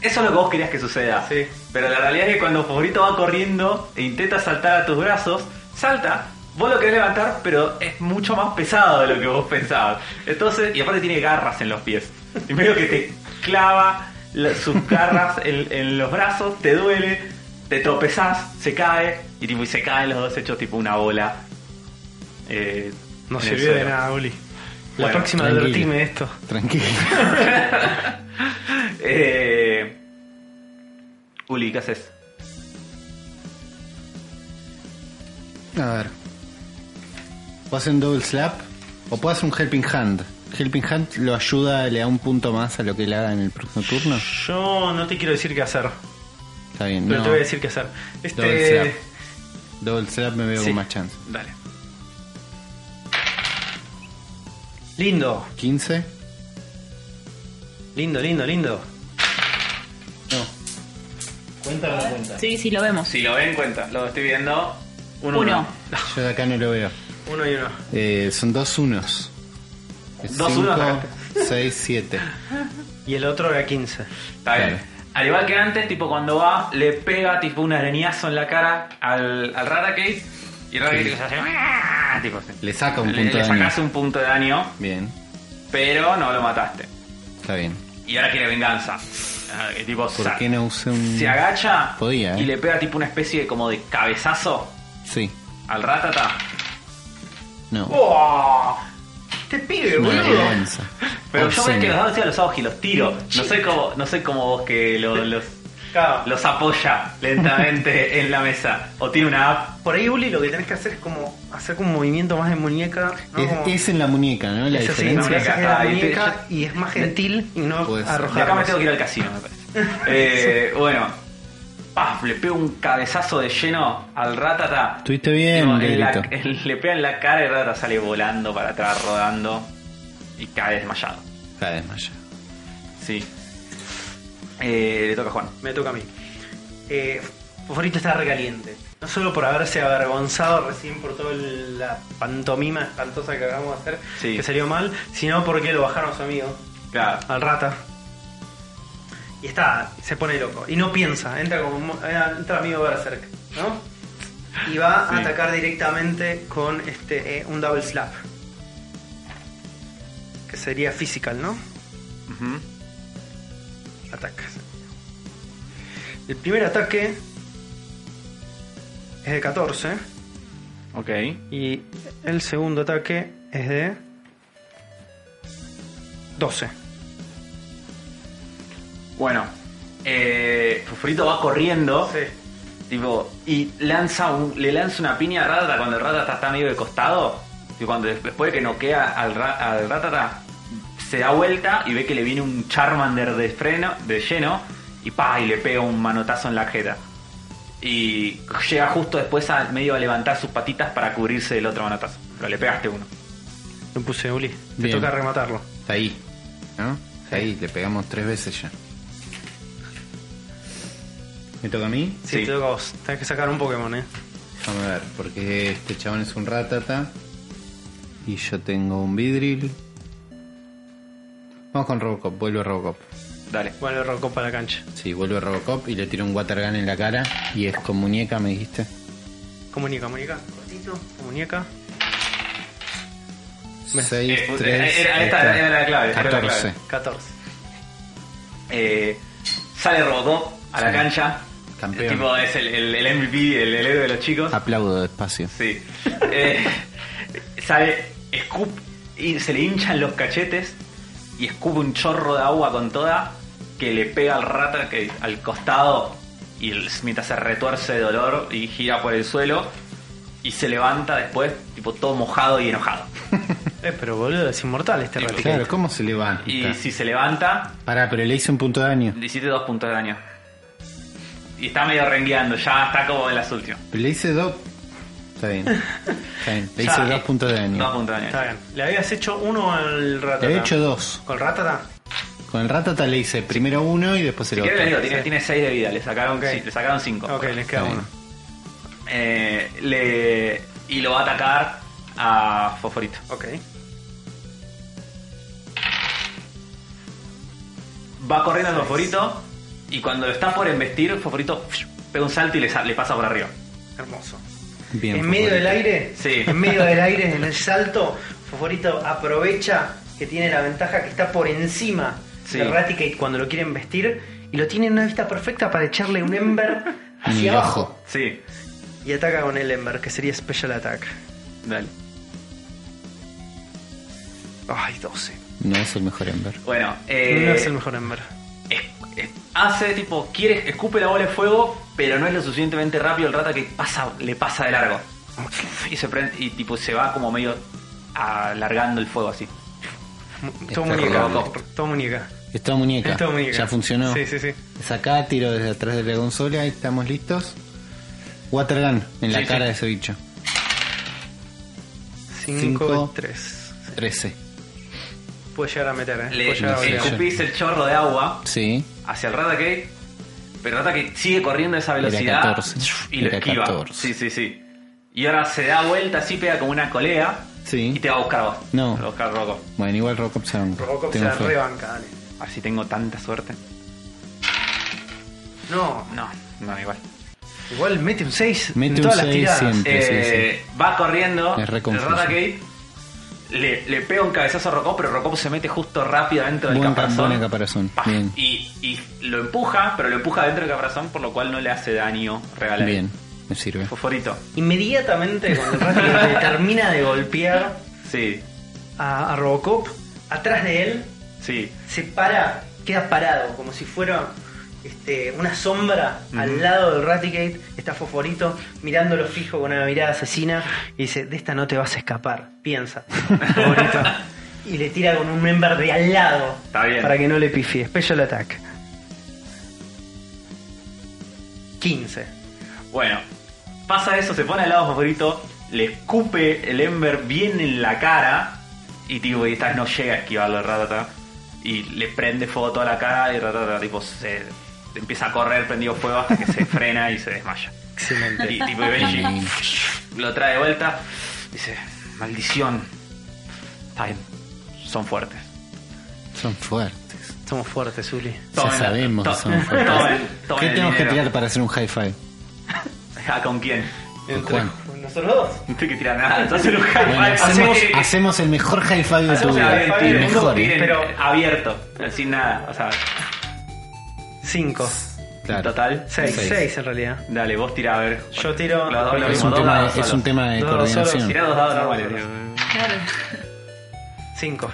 Speaker 3: eso es lo que vos querías que suceda.
Speaker 1: Sí.
Speaker 3: Pero la realidad es que cuando Favorito va corriendo e intenta saltar a tus brazos, salta. Vos lo querés levantar, pero es mucho más pesado de lo que vos pensabas. Entonces, y aparte tiene garras en los pies. Y medio que te clava la- sus garras en, en los brazos, te duele, te tropezás, se cae, y, tipo, y se caen los dos hechos tipo una bola. eh,
Speaker 1: No
Speaker 3: en el
Speaker 1: sirvió de
Speaker 3: suelo.
Speaker 1: nada, Oli. La
Speaker 3: Bueno,
Speaker 1: próxima
Speaker 2: tranquilo.
Speaker 1: advertime de esto.
Speaker 2: Tranquilo.
Speaker 3: Eh, Uli, ¿qué haces?
Speaker 2: A ver. ¿Puedo hacer un double slap? ¿O puedo hacer un helping hand? ¿Helping hand lo ayuda, le da un punto más a lo que le haga en el próximo turno?
Speaker 1: Yo no te quiero decir qué hacer,
Speaker 2: Está bien,
Speaker 1: pero
Speaker 2: no.
Speaker 1: te voy a decir qué hacer.
Speaker 2: Double
Speaker 1: Este.
Speaker 2: slap. Double slap me veo
Speaker 1: Sí.
Speaker 2: con más chance.
Speaker 1: Dale. Lindo,
Speaker 2: 15.
Speaker 1: lindo, lindo, lindo.
Speaker 2: No.
Speaker 1: Cuenta la cuenta.
Speaker 4: Sí, sí, lo vemos.
Speaker 3: Si lo ven, cuenta. Lo estoy viendo. Uno.
Speaker 4: Uno.
Speaker 2: Yo de acá no lo veo.
Speaker 1: Uno y uno.
Speaker 2: Eh, son dos unos.
Speaker 3: Dos unos, acá.
Speaker 2: 6, 7.
Speaker 1: Y el otro era 15.
Speaker 3: Está bien.
Speaker 2: Claro.
Speaker 3: Al igual que antes, tipo cuando va, le pega tipo un arañazo en la cara al, al Raticate, Y Raticate se hace. "Ah", Tipo, así.
Speaker 2: Le saca un
Speaker 3: Le-
Speaker 2: punto
Speaker 3: le
Speaker 2: de daño.
Speaker 3: sacás un punto de daño,
Speaker 2: Bien,
Speaker 3: pero no lo mataste.
Speaker 2: está bien.
Speaker 3: Y ahora quiere venganza. Ah, que tipo,
Speaker 2: ¿Por
Speaker 3: sa-
Speaker 2: qué no usé un...?
Speaker 3: Se agacha
Speaker 2: Podía, ¿eh?
Speaker 3: y le pega tipo una especie de, como de cabezazo
Speaker 2: Sí.
Speaker 3: al ratata.
Speaker 2: No.
Speaker 3: ¡Oh! Este pibe,
Speaker 2: Una
Speaker 3: boludo.
Speaker 2: venganza.
Speaker 3: Pero yo ves
Speaker 2: Obsceno.
Speaker 3: que los dados tiran los ojos y los tiro. No soy como, no soy como vos que lo- los, los apoya lentamente en la mesa. O tiene una app.
Speaker 1: Por ahí, Uli, lo que tenés que hacer es como hacer como un movimiento más de muñeca. ¿no?
Speaker 2: Es,
Speaker 1: Como-
Speaker 2: es en la muñeca, ¿no? La
Speaker 1: es así,
Speaker 2: diferencia.
Speaker 1: lo que haces es la
Speaker 3: Ah, y te-
Speaker 1: muñeca y es más gentil y no
Speaker 2: Puede ser.
Speaker 3: De acá me tengo
Speaker 1: arrojar.
Speaker 3: que ir al casino, me parece. Eh, bueno. Paf, le pego un cabezazo de lleno al ratata.
Speaker 2: Estuviste bien,
Speaker 3: No, en la-
Speaker 2: Miguelito.
Speaker 3: en- le pega en la cara y el ratata sale volando para atrás, rodando. Y cae desmayado.
Speaker 2: Está desmayado.
Speaker 3: Sí. Eh, le toca a Juan.
Speaker 1: Me toca a mí. Eh, Forito está recaliente. No solo por haberse avergonzado recién por toda la pantomima espantosa que acabamos de hacer,
Speaker 3: Sí.
Speaker 1: que salió mal, sino porque lo bajaron a su amigo,
Speaker 3: Claro.
Speaker 1: al rata. Y está, se pone loco. Y no piensa, entra como mo- eh, entra amigo Berserk, ¿no? Y va
Speaker 3: Sí.
Speaker 1: a atacar directamente con este eh, un double slap. Que sería physical, ¿no?
Speaker 3: Ujú.
Speaker 1: Atacas. El primer ataque es de 14
Speaker 3: Ok.
Speaker 1: y el segundo ataque es de 12.
Speaker 3: Bueno. Eh, Fosforito va corriendo. Tipo, y lanza un- le lanza una piña a Ratata cuando el Ratata está medio de costado. Y cuando des- después de que noquea al, ra- al Ratata, se da vuelta y ve que le viene un Charmander de freno, de lleno, y pa, y le pega un manotazo en la jeta. Y llega justo después a medio a levantar sus patitas para cubrirse del otro manotazo. Pero le pegaste uno.
Speaker 1: Lo puse, Uli. Te
Speaker 2: Bien.
Speaker 1: toca rematarlo.
Speaker 2: Está ahí. ¿No? Está ahí. Le pegamos tres veces ya. ¿Me toca a mí?
Speaker 1: Sí,
Speaker 3: Sí.
Speaker 1: te toca a vos. Tenés que sacar un Pokémon, eh.
Speaker 2: Vamos a ver, porque este chabón es un ratata. Y yo tengo un vidril. Vamos con Robocop, vuelve Robocop.
Speaker 3: Dale.
Speaker 1: Vuelve Rocco para la cancha.
Speaker 2: Sí, vuelve Robocop y le tiro un water gun en la cara. Y es con muñeca, me dijiste.
Speaker 1: Comunica, comunica. Cortito, comunica.
Speaker 2: 6,
Speaker 3: Eh,
Speaker 2: 3,
Speaker 3: era- esta era- era la clave, era la clave.
Speaker 2: 14.
Speaker 1: 14.
Speaker 3: Eh, sale Robocop a la
Speaker 2: Sí.
Speaker 3: cancha.
Speaker 2: Campeón. Ah.
Speaker 3: Tipo, es el, el- el MVP, el, el héroe de los chicos.
Speaker 2: Aplaudo despacio.
Speaker 3: Sí. Eh, sale, scoop, y se le hinchan los cachetes y escupe un chorro de agua con toda que le pega al rata que, al costado y el- mientras se retuerce de dolor y gira por el suelo y se levanta después, tipo todo mojado y enojado.
Speaker 1: Eh, pero boludo, es inmortal este ratito.
Speaker 2: Claro, ¿cómo se le va?
Speaker 3: Y si se levanta,
Speaker 2: Pará, pero le hice un punto de daño.
Speaker 3: 17 dos puntos de daño. Y está medio rengueando, ya está como en las últimas.
Speaker 2: Pero le hice dos. Está bien. Está bien. Le
Speaker 3: Ya,
Speaker 2: hice
Speaker 3: eh,
Speaker 2: dos puntos de
Speaker 3: Dos
Speaker 2: daño.
Speaker 3: puntos de
Speaker 1: Está
Speaker 3: daño.
Speaker 1: bien. Le habías hecho uno al
Speaker 2: Le
Speaker 1: Ratata.
Speaker 2: había hecho dos.
Speaker 1: ¿Con el Ratata?
Speaker 2: Con el ratata le hice primero uno y después el
Speaker 3: Si
Speaker 2: otro.
Speaker 3: querés le digo, tiene, tiene 6 de vida, le sacaron,
Speaker 1: Ok.
Speaker 3: sí, le sacaron 5.
Speaker 1: Ok, les queda
Speaker 2: Está bien.
Speaker 1: uno.
Speaker 3: Eh, le, y lo va a atacar a Fosforito.
Speaker 1: Ok.
Speaker 3: Va corriendo a Fosforito y cuando está por embestir, Fosforito psh, pega un salto y le, sa- le pasa por arriba.
Speaker 1: Hermoso.
Speaker 2: Bien,
Speaker 1: en medio
Speaker 2: Fosforito.
Speaker 1: del aire,
Speaker 3: Sí.
Speaker 1: en medio del aire, en el salto, Fosforito aprovecha que tiene la ventaja que está por encima
Speaker 3: Sí.
Speaker 1: de Raticate cuando lo quieren vestir y lo tiene en una vista perfecta para echarle un Ember
Speaker 2: En el
Speaker 1: hacia abajo.
Speaker 2: ojo.
Speaker 3: Sí,
Speaker 1: Y ataca con el Ember, que sería Special Attack.
Speaker 3: dale.
Speaker 1: Ay, 12.
Speaker 2: No es el mejor Ember.
Speaker 3: Bueno, eh,
Speaker 1: no es el mejor Ember.
Speaker 3: es- es- hace tipo, quiere, escupe la bola de fuego, pero no es lo suficientemente rápido el rata que pasa, le pasa de largo. Y se prende, y tipo se va como medio alargando el fuego así.
Speaker 1: Todo
Speaker 2: Está
Speaker 1: muñeca.
Speaker 3: rojo.
Speaker 1: Todo muñeca.
Speaker 2: Es toda este muñeca.
Speaker 1: Es toda muñeca.
Speaker 2: Ya funcionó.
Speaker 1: Sí, sí, sí.
Speaker 2: Es acá, tiro desde atrás de la consola y estamos listos. Watergun en la
Speaker 3: Sí,
Speaker 2: cara
Speaker 3: sí.
Speaker 2: de ese bicho.
Speaker 1: 5,
Speaker 2: Cinco.
Speaker 1: 3.
Speaker 2: 13.
Speaker 1: Puede llegar a meter, ¿eh?
Speaker 3: Le
Speaker 1: Puede llegar a
Speaker 2: sí,
Speaker 1: obligar.
Speaker 2: sí.
Speaker 3: escupís el chorro de agua
Speaker 2: Sí.
Speaker 3: hacia el Raticate, pero el Raticate sigue corriendo a esa
Speaker 2: Era
Speaker 3: velocidad
Speaker 2: 14,
Speaker 3: y lo
Speaker 2: era
Speaker 3: esquiva.
Speaker 2: 14.
Speaker 3: Sí, sí, sí. Y ahora se da vuelta así, pega como una colea
Speaker 2: Sí.
Speaker 3: y te va a buscar a vos.
Speaker 2: No.
Speaker 3: Te va a buscar Rocco.
Speaker 2: Bueno, igual Robocop se banca.
Speaker 1: Robocop se
Speaker 2: Tengo
Speaker 1: la
Speaker 2: fe.
Speaker 1: rebanca, dale.
Speaker 3: A ver si tengo tanta suerte.
Speaker 1: No,
Speaker 3: No, no, igual.
Speaker 1: igual mete un 6
Speaker 2: Mete
Speaker 1: en
Speaker 2: un
Speaker 1: todas las
Speaker 2: seis
Speaker 1: tiradas.
Speaker 2: siempre. Sí, sí,
Speaker 3: Eh, Va corriendo
Speaker 2: Es re
Speaker 3: el
Speaker 2: confuso.
Speaker 3: Raticate. Le, le pega un cabezazo a Rocco, pero Rocco se mete justo rápido dentro del
Speaker 2: Buen ca-
Speaker 3: caparazón.
Speaker 2: buena caparazón.
Speaker 3: Pa,
Speaker 2: Bien.
Speaker 3: Y, y lo empuja, pero lo empuja dentro del caparazón, por lo cual no le hace daño real.
Speaker 2: Bien, me sirve.
Speaker 3: Fosforito.
Speaker 1: Inmediatamente cuando el Ratchet le termina de golpear
Speaker 3: Sí,
Speaker 1: a, a Robocop, atrás de él
Speaker 3: sí.
Speaker 1: se para, queda parado, como si fuera este, una sombra al lado del Raticate, está Fosforito mirándolo fijo con una mirada asesina y dice, de esta no te vas a escapar, piensa, Fosforito. y le tira con un member de al lado
Speaker 3: Está bien.
Speaker 1: para que no le pifie. Special Attack. 15.
Speaker 3: Bueno, pasa eso, se pone al lado favorito, le escupe el Ember bien en la cara y tipo, y esta no llega a esquivarlo el Ratata. Y le prende fuego toda la cara y Ratata tipo se empieza a correr prendido fuego hasta que se frena y se desmaya.
Speaker 1: Excelente.
Speaker 3: Y tipo Benji lo trae de vuelta, dice, maldición. Está bien, son fuertes.
Speaker 2: Son fuertes.
Speaker 1: Somos fuertes, Zuli.
Speaker 2: Ya
Speaker 3: Tomen-
Speaker 2: sabemos que
Speaker 3: to-
Speaker 2: son fuertes.
Speaker 3: tomen- tomen
Speaker 2: ¿Qué
Speaker 3: el
Speaker 2: tenemos que
Speaker 3: dinero.
Speaker 2: tirar para hacer un hi-fi?
Speaker 3: Ah, ¿Con quién?
Speaker 2: Entre
Speaker 1: nosotros dos.
Speaker 3: No tengo que tirar nada, entonces lo
Speaker 2: Bueno, hacemos, hacemos el mejor hi-fi de tu
Speaker 3: Hacemos
Speaker 2: vida.
Speaker 3: abierto,
Speaker 2: El
Speaker 1: el
Speaker 2: mejor,
Speaker 1: mundo
Speaker 2: ¿eh?
Speaker 3: pero
Speaker 1: Pero-
Speaker 3: abierto, sin nada, o sea,
Speaker 1: 5.
Speaker 2: Claro.
Speaker 3: total.
Speaker 1: 6.
Speaker 2: Seis.
Speaker 1: 6 en realidad.
Speaker 3: Dale, vos tirá a ver.
Speaker 1: Yo tiro-
Speaker 3: Los dos, lo
Speaker 2: Es
Speaker 3: mismo,
Speaker 2: un,
Speaker 3: dos
Speaker 2: tema
Speaker 3: dados
Speaker 2: de, es un
Speaker 3: solos.
Speaker 2: tema de
Speaker 1: Dos dados solos,
Speaker 2: coordinación.
Speaker 3: Tirá dos dados normales.
Speaker 1: Dos
Speaker 4: Claro.
Speaker 1: Cinco.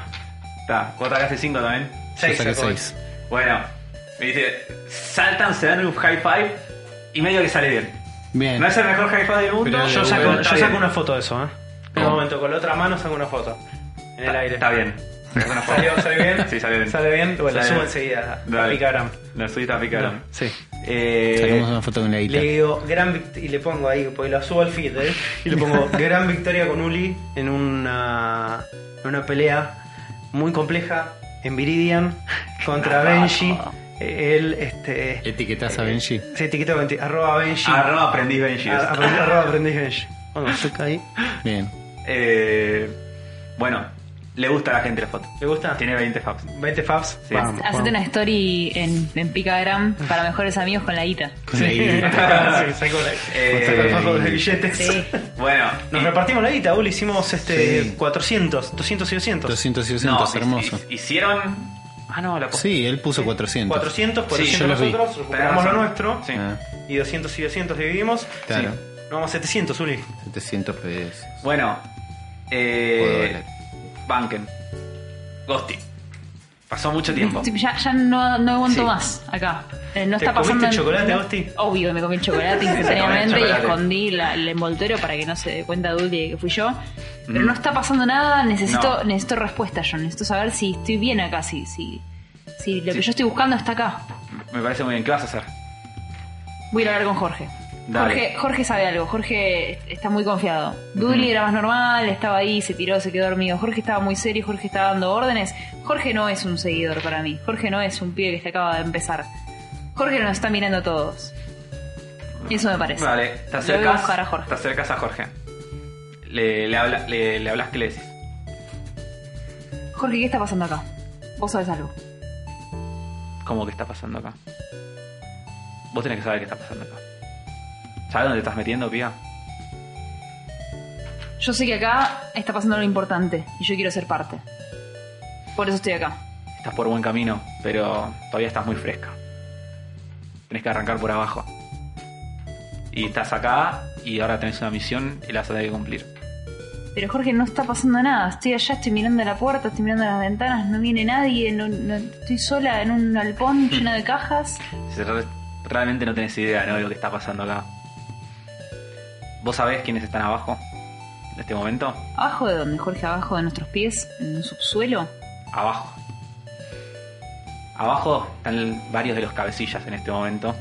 Speaker 3: Está, vos sacaste cinco también.
Speaker 2: Yo
Speaker 1: Seis
Speaker 2: saqué
Speaker 1: sacó.
Speaker 2: seis.
Speaker 3: Bueno, me dice, saltan, se dan un high five y medio que sale bien.
Speaker 2: Bien.
Speaker 3: No es el mejor high five del mundo,
Speaker 2: Pero
Speaker 3: yo
Speaker 1: Yo
Speaker 2: le-
Speaker 3: saco,
Speaker 1: saco,
Speaker 2: Bueno,
Speaker 1: yo saco una foto de eso, ¿eh? En un momento, con la otra mano saco una foto. En el aire.
Speaker 3: Está bien. Sacás una foto.
Speaker 1: ¿Salió, ¿Salió bien?
Speaker 3: Sí, sale bien.
Speaker 1: ¿Sale bien? Bueno, la
Speaker 3: Sale
Speaker 1: subo
Speaker 3: bien.
Speaker 1: enseguida.
Speaker 3: Dale.
Speaker 1: A Picagram.
Speaker 3: La subiste a Picaram.
Speaker 1: Sí.
Speaker 2: Saquemos
Speaker 3: Eh,
Speaker 2: una foto con la
Speaker 1: Le
Speaker 2: guita.
Speaker 1: digo, gran vict- y le pongo ahí, porque lo subo al feed, ¿eh? Y le pongo, gran victoria con Uli en una, en una pelea muy compleja en Viridian contra Benji. Él, este.
Speaker 2: Etiquetas a
Speaker 3: eh,
Speaker 2: Benji.
Speaker 1: Se etiquetó 20, arroba Benji.
Speaker 3: arroba aprendiz Benji.
Speaker 1: Ar- aprendí- arroba aprendí Benji. Bueno, clic ahí.
Speaker 2: Bien.
Speaker 3: Eh, bueno, le gusta a la gente la foto.
Speaker 1: ¿Le gusta?
Speaker 3: Tiene 20 faps.
Speaker 1: 20 faps.
Speaker 3: Sí.
Speaker 1: Vamos,
Speaker 4: Hacete una story en, en Picagram para mejores amigos con la guita.
Speaker 2: Con la guita.
Speaker 1: vamos. Sí, saco la-
Speaker 3: Eh,
Speaker 1: saco el fajo de billetes.
Speaker 4: Sí.
Speaker 3: Bueno,
Speaker 1: Nos
Speaker 3: y-
Speaker 1: repartimos la guita, Uli. Hicimos este
Speaker 2: Sí.
Speaker 1: 400, 200 y 200.
Speaker 2: 200 y
Speaker 3: no,
Speaker 2: 200,
Speaker 3: hi-
Speaker 2: hermoso.
Speaker 3: hi- hicieron. Ah, no, la posta.
Speaker 2: Sí, él puso 400.
Speaker 1: 400, 400
Speaker 2: yo los vi.
Speaker 1: nosotros, recuperamos lo nuestro.
Speaker 3: Sí.
Speaker 2: Ah,
Speaker 1: Y 200 y 200 dividimos.
Speaker 2: claro.
Speaker 1: Sí. Nos vamos a 700, Uli.
Speaker 2: 700 pesos.
Speaker 3: Bueno,
Speaker 2: Puedo
Speaker 3: eh.
Speaker 2: hablar.
Speaker 3: Banken. Gosti. Pasó mucho tiempo.
Speaker 4: Sí, Ya, ya no, no aguanto
Speaker 1: Sí.
Speaker 4: más acá. Eh, No
Speaker 1: ¿Te
Speaker 4: está pasando.
Speaker 1: comiste el chocolate,
Speaker 4: no-
Speaker 1: Agustín?
Speaker 4: Obvio, me comí el chocolate
Speaker 3: Te
Speaker 4: instantáneamente
Speaker 3: comí el
Speaker 4: y
Speaker 3: chocolate.
Speaker 4: escondí la- el envoltorio para que no se dé cuenta Dulce de que fui yo. Pero no está pasando nada, necesito,
Speaker 3: No.
Speaker 4: necesito respuesta, yo necesito saber si estoy bien acá, si, si, si lo
Speaker 3: Sí.
Speaker 4: que yo estoy buscando está acá.
Speaker 3: Me parece muy bien. ¿Qué vas a hacer?
Speaker 4: Voy a ir a hablar con Jorge.
Speaker 3: Dale.
Speaker 4: Jorge, Jorge sabe algo, Jorge está muy confiado. Dudley era más normal, estaba ahí, se tiró, se quedó dormido. Jorge estaba muy serio, Jorge estaba dando órdenes. Jorge no es un seguidor para mí, Jorge no es un pibe que se acaba de empezar. Jorge nos está mirando a todos. Eso me parece.
Speaker 3: Vale, te
Speaker 4: Lo voy a
Speaker 3: acercas.
Speaker 4: buscar a Jorge.
Speaker 3: Te acercas a Jorge. Le, le, habla- le, le hablas que le decís.
Speaker 4: Jorge, ¿qué está pasando acá? Vos sabés algo.
Speaker 3: ¿Cómo que está pasando acá? Vos tenés que saber qué está pasando acá. ¿Sabes dónde te estás metiendo, piba?
Speaker 4: yo sé que acá está pasando lo importante y yo quiero ser parte. Por eso estoy acá.
Speaker 3: Estás por buen camino, pero todavía estás muy fresca. Tenés que arrancar por abajo. Y estás acá y ahora tenés una misión y la vas a tener que cumplir.
Speaker 4: Pero Jorge, no está pasando nada. Estoy allá, estoy mirando la puerta, estoy mirando las ventanas, no viene nadie, no- no- estoy sola en un galpón lleno de cajas.
Speaker 3: Si re- Realmente no tenés idea ¿no? de lo que está pasando acá. ¿Vos sabés quiénes están abajo en este momento?
Speaker 4: ¿Abajo de donde Jorge? ¿Abajo de nuestros pies? ¿En un subsuelo?
Speaker 3: abajo. Abajo están varios de los cabecillas en este momento.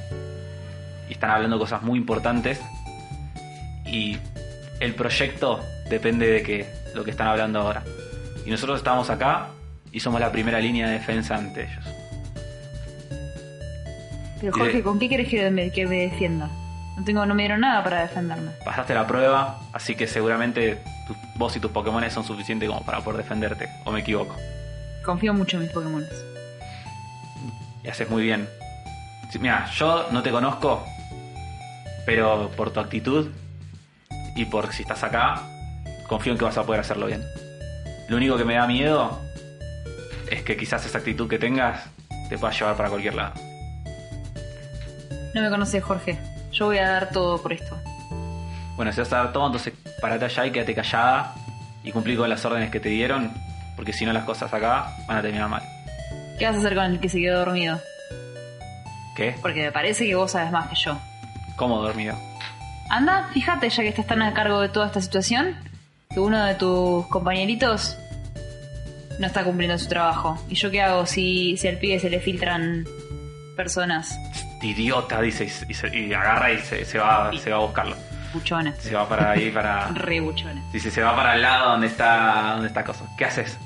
Speaker 3: Y están hablando cosas muy importantes. Y el proyecto depende de que, lo que están hablando ahora. Y nosotros estamos acá y somos la primera línea de defensa ante ellos.
Speaker 4: Pero
Speaker 3: Sí.
Speaker 4: Jorge, ¿con qué querés que me, que me defienda? No tengo, no me dieron nada para defenderme.
Speaker 3: Pasaste la prueba, así que seguramente tu- vos y tus Pokémon son suficientes como para poder defenderte. ¿O me equivoco?
Speaker 4: Confío mucho en mis Pokémon.
Speaker 3: Y haces muy bien. Mira, yo no te conozco, pero por tu actitud y por si estás acá, confío en que vas a poder hacerlo bien. Lo único que me da miedo es que quizás esa actitud que tengas te pueda llevar para cualquier lado.
Speaker 4: No me conoces, Jorge. Yo voy a dar todo por esto.
Speaker 3: Bueno, si vas a dar todo, entonces parate allá y quédate callada y cumplí con las órdenes que te dieron, porque si no las cosas acá van a terminar mal.
Speaker 4: ¿Qué vas a hacer con el que se quedó dormido?
Speaker 3: ¿Qué?
Speaker 4: Porque me parece que vos sabes más que yo.
Speaker 3: ¿Cómo dormido?
Speaker 4: Anda, fíjate, ya que estás tan a cargo de toda esta situación, que uno de tus compañeritos no está cumpliendo su trabajo. ¿Y yo qué hago si, si al pibe se le filtran personas,
Speaker 3: Idiota, dice y, se- y se- y agarra y se, se va, se va a buscarlo.
Speaker 4: buchones,
Speaker 3: Se va para ahí, para...
Speaker 4: re buchones?
Speaker 3: Si se va para el lado donde está donde está cosa. ¿Qué haces?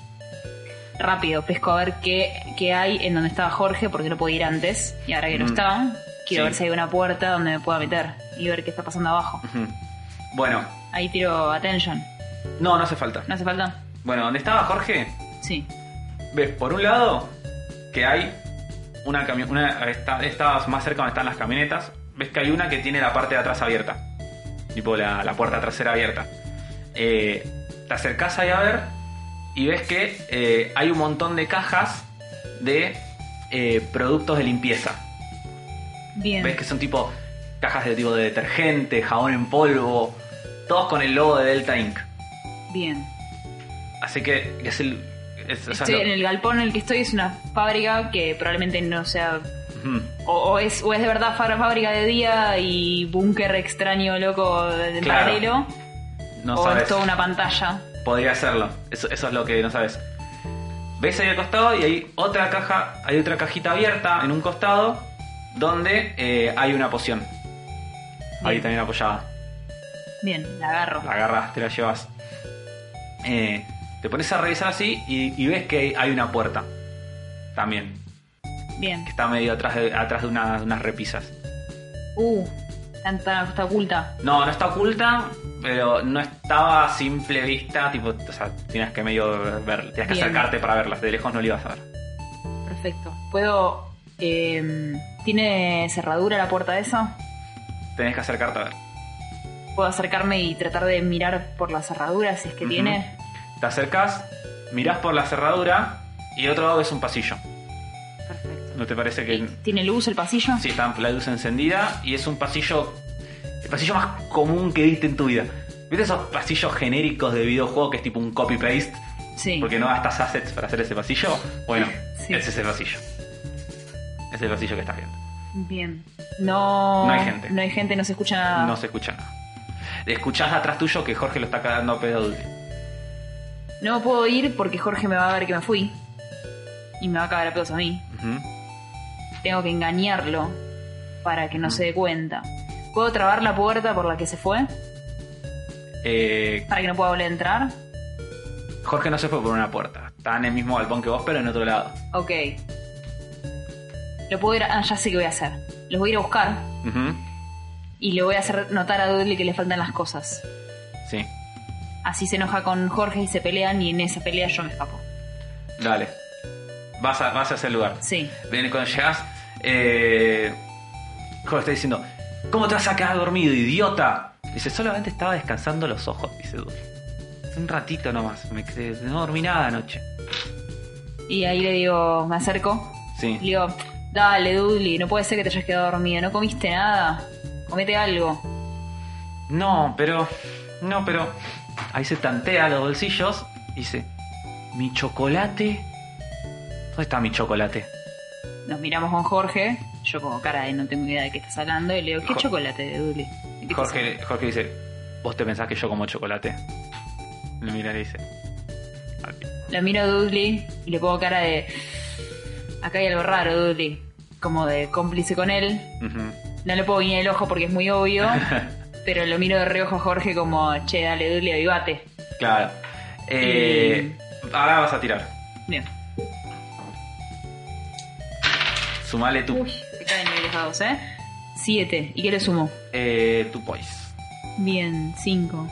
Speaker 4: Rápido, pesco a ver qué, qué hay en donde estaba Jorge, porque no pude ir antes, y ahora que no
Speaker 3: Mm.
Speaker 4: está, quiero
Speaker 3: Sí.
Speaker 4: ver si hay una puerta donde me pueda meter y ver qué está pasando abajo.
Speaker 3: Ujú. Bueno,
Speaker 4: Ahí tiro attention.
Speaker 3: no, no hace falta.
Speaker 4: ¿No hace falta?
Speaker 3: Bueno, donde estaba Jorge,
Speaker 4: Sí.
Speaker 3: ves por un lado que hay una camioneta. Estabas más cerca donde están las camionetas. Ves que hay una que tiene la parte de atrás abierta. Tipo la, la puerta trasera abierta. Eh, te acercás ahí a ver y ves que eh, hay un montón de cajas de eh, productos de limpieza.
Speaker 4: Bien.
Speaker 3: Ves que son tipo cajas de tipo de detergente, jabón en polvo, todos con el logo de Delta Inc.
Speaker 4: Bien.
Speaker 3: Así que es el. es- o sea,
Speaker 4: Estoy
Speaker 3: lo-
Speaker 4: en el galpón en el que estoy, es una fábrica que probablemente no sea.
Speaker 3: Ujú.
Speaker 4: O, o es, o es de verdad fa- fábrica de día y búnker extraño loco de
Speaker 3: Claro.
Speaker 4: paralelo.
Speaker 3: No
Speaker 4: o
Speaker 3: sabes.
Speaker 4: Oh, es toda una pantalla.
Speaker 3: Podría serlo. Eso, eso es lo que no sabes. Ves ahí al costado y hay otra caja, hay otra cajita abierta en un costado donde eh, hay una poción. Ahí
Speaker 4: Bien.
Speaker 3: también apoyada.
Speaker 4: Bien, la agarro.
Speaker 3: La agarras, te la llevas. Eh, te pones a revisar así y, y ves que hay una puerta. También.
Speaker 4: Bien.
Speaker 3: Que está medio atrás de, atrás de una- unas repisas.
Speaker 4: Uh, tanta, está oculta.
Speaker 3: No, no está oculta, pero no estaba a simple vista, tipo, o sea, tenías que medio ver, tenías que
Speaker 4: Bien.
Speaker 3: acercarte para verla, de lejos no la ibas a ver.
Speaker 4: Perfecto. ¿Puedo. em, ¿Tiene cerradura la puerta esa?
Speaker 3: Tenés que acercarte a ver.
Speaker 4: ¿Puedo acercarme y tratar de mirar por la cerradura si es que
Speaker 3: Ujú.
Speaker 4: tiene?
Speaker 3: Te acercás, mirás por la cerradura y de otro lado ves un pasillo.
Speaker 4: Perfecto.
Speaker 3: ¿No te parece que
Speaker 4: ¿Y ¿Tiene luz el pasillo?
Speaker 3: sí está la luz encendida y es un pasillo el pasillo más común que viste en tu vida? ¿Viste esos pasillos genéricos de videojuego que es tipo un copy paste
Speaker 4: Sí.
Speaker 3: porque no gastas assets para hacer ese pasillo? Bueno,
Speaker 4: Sí.
Speaker 3: ese es el pasillo. Ese es el pasillo que estás viendo.
Speaker 4: Bien. No,
Speaker 3: No hay gente.
Speaker 4: No hay gente, no se escucha.
Speaker 3: No se escucha nada. Escuchás atrás tuyo que Jorge lo está cagando a pedo dulce.
Speaker 4: No puedo ir porque Jorge me va a ver que me fui. Y me va a cagar a pedos a mí.
Speaker 3: Ujú.
Speaker 4: Tengo que engañarlo para que no se dé cuenta. ¿Puedo trabar la puerta por la que se fue?
Speaker 3: Eh,
Speaker 4: Para que no pueda volver a entrar.
Speaker 3: Jorge no se fue por una puerta. Está en el mismo galpón que vos, pero en otro lado.
Speaker 4: Ok. Lo puedo ir a... Ah, ya sé qué voy a hacer. Los voy a ir a buscar
Speaker 3: Ujú.
Speaker 4: y le voy a hacer notar a Dudley que le faltan las cosas.
Speaker 3: Sí.
Speaker 4: Así se enoja con Jorge y se pelean y en esa pelea yo me escapo.
Speaker 3: Dale. Vas a, vas a ese lugar.
Speaker 4: Sí.
Speaker 3: Ven, cuando llegás, eh, Jorge está diciendo: ¿Cómo te vas a quedar dormido, idiota? Dice: Solamente estaba descansando los ojos, dice Dulce. un ratito nomás. Me quedé, no dormí nada anoche.
Speaker 4: Y ahí le digo, me acerco.
Speaker 3: Sí.
Speaker 4: Le digo, dale, Dudley, no puede ser que te hayas quedado dormido. ¿No comiste nada? Comete algo.
Speaker 3: No, pero. No, pero. Ahí se tantea los bolsillos. y Dice: ¿Mi chocolate? ¿Dónde está mi chocolate?
Speaker 4: Nos miramos con Jorge. Yo como cara de no tengo idea de qué estás hablando. Y le digo, ¿qué
Speaker 3: Jo-
Speaker 4: chocolate, Dudley? ¿De qué estás
Speaker 3: Jorge, Jorge dice: ¿Vos te pensás que yo como chocolate? Le mira y le dice:
Speaker 4: La miro a Dudley y le pongo cara de. Acá hay algo raro, Dudley. Como de cómplice con él.
Speaker 3: "Ujú".
Speaker 4: No le puedo guiñar el ojo porque es muy obvio. pero lo miro de reojo a Jorge como, che, dale, Dudley, avivate.
Speaker 3: Claro. Eh, Ahora vas a tirar.
Speaker 4: Bien.
Speaker 3: Sumale tu,
Speaker 4: Uy, se caen ahí los dados, ¿eh? Siete. ¿Y qué le sumo?
Speaker 3: eh, tu poise.
Speaker 4: Bien, cinco.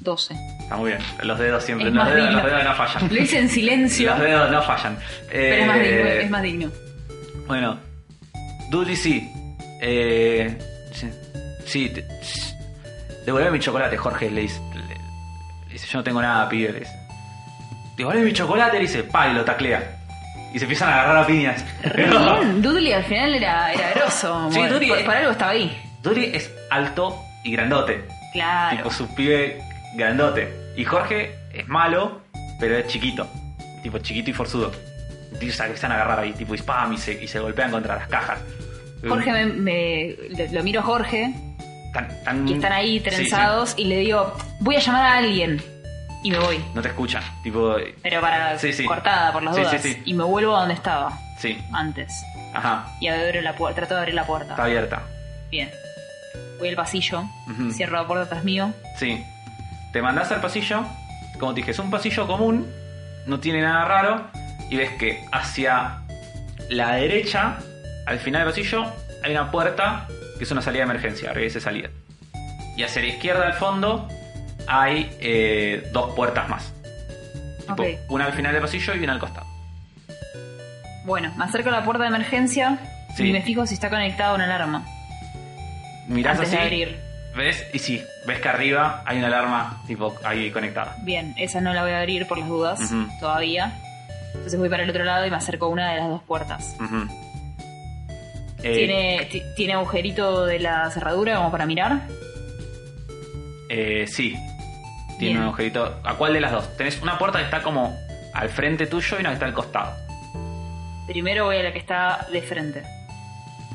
Speaker 4: Doce.
Speaker 3: Está muy bien. Los dedos siempre.
Speaker 4: Es
Speaker 3: Los
Speaker 4: más
Speaker 3: dedos,
Speaker 4: digno.
Speaker 3: los dedos no fallan.
Speaker 4: Lo hice en silencio.
Speaker 3: Los dedos no fallan.
Speaker 4: Pero es más digno,
Speaker 3: Eh,
Speaker 4: es más digno.
Speaker 3: Bueno, Dudley sí. Eh, sí, sí, te- sí. devolvé mi chocolate, Jorge. Le dice, le- le dice, yo no tengo nada, pibe. Le dice, devolvé mi chocolate, le dice, pa, y lo taclea. Y se empiezan a agarrar a piñas.
Speaker 4: Re bien, Dudley al final era, era grosso.
Speaker 3: Sí,
Speaker 4: bueno,
Speaker 3: Dudley
Speaker 4: por-
Speaker 3: es-
Speaker 4: por algo estaba ahí.
Speaker 3: Dudley es alto y grandote.
Speaker 4: Claro.
Speaker 3: Tipo, su pibe grandote. Y Jorge es malo, pero es chiquito. Tipo, chiquito y forzudo. Y se empiezan a agarrar ahí, tipo, y spam, y se, y se golpean contra las cajas.
Speaker 4: Jorge me, me- lo, lo miro a Jorge,
Speaker 3: Tan- tan-
Speaker 4: que están ahí
Speaker 3: Mm. Sí, sí.
Speaker 4: trenzados, y le digo, voy a llamar a alguien. Y me voy.
Speaker 3: No te escuchan. Tipo, eh,
Speaker 4: Pero para
Speaker 3: Sí, sí.
Speaker 4: cortada por las
Speaker 3: Sí, sí,
Speaker 4: dudas.
Speaker 3: sí.
Speaker 4: Y me vuelvo a donde estaba
Speaker 3: sí,
Speaker 4: antes.
Speaker 3: ajá,
Speaker 4: Y abro la puerta, trato de abrir la puerta.
Speaker 3: está abierta.
Speaker 4: Bien. Voy al pasillo,
Speaker 3: Ujú.
Speaker 4: cierro la puerta tras mío.
Speaker 3: Sí. Te mandás al pasillo. Como te dije, es un pasillo común. No tiene nada raro. Y ves que hacia la derecha, al final del pasillo, hay una puerta que es una salida de emergencia. Arriba dice salida. Y hacia la izquierda, al fondo, hay eh, dos puertas más. Tipo,
Speaker 4: Ok.
Speaker 3: Una al final del pasillo y una al costado.
Speaker 4: Bueno, me acerco a la puerta de emergencia
Speaker 3: Sí.
Speaker 4: y me fijo si está conectada una alarma.
Speaker 3: Mirás
Speaker 4: antes
Speaker 3: así.
Speaker 4: de abrir.
Speaker 3: ¿Ves? Y sí, ves que arriba hay una alarma tipo ahí conectada.
Speaker 4: Bien, esa no la voy a abrir por las dudas
Speaker 3: Ujú.
Speaker 4: todavía. Entonces voy para el otro lado y me acerco a una de las dos puertas.
Speaker 3: Ujú. Eh,
Speaker 4: ¿Tiene, ti- ¿Tiene agujerito de la cerradura como para mirar?
Speaker 3: eh, sí. Tiene
Speaker 4: Bien.
Speaker 3: un agujerito. ¿A cuál de las dos? Tenés una puerta que está como al frente tuyo y una que está al costado.
Speaker 4: Primero voy a la que está de frente.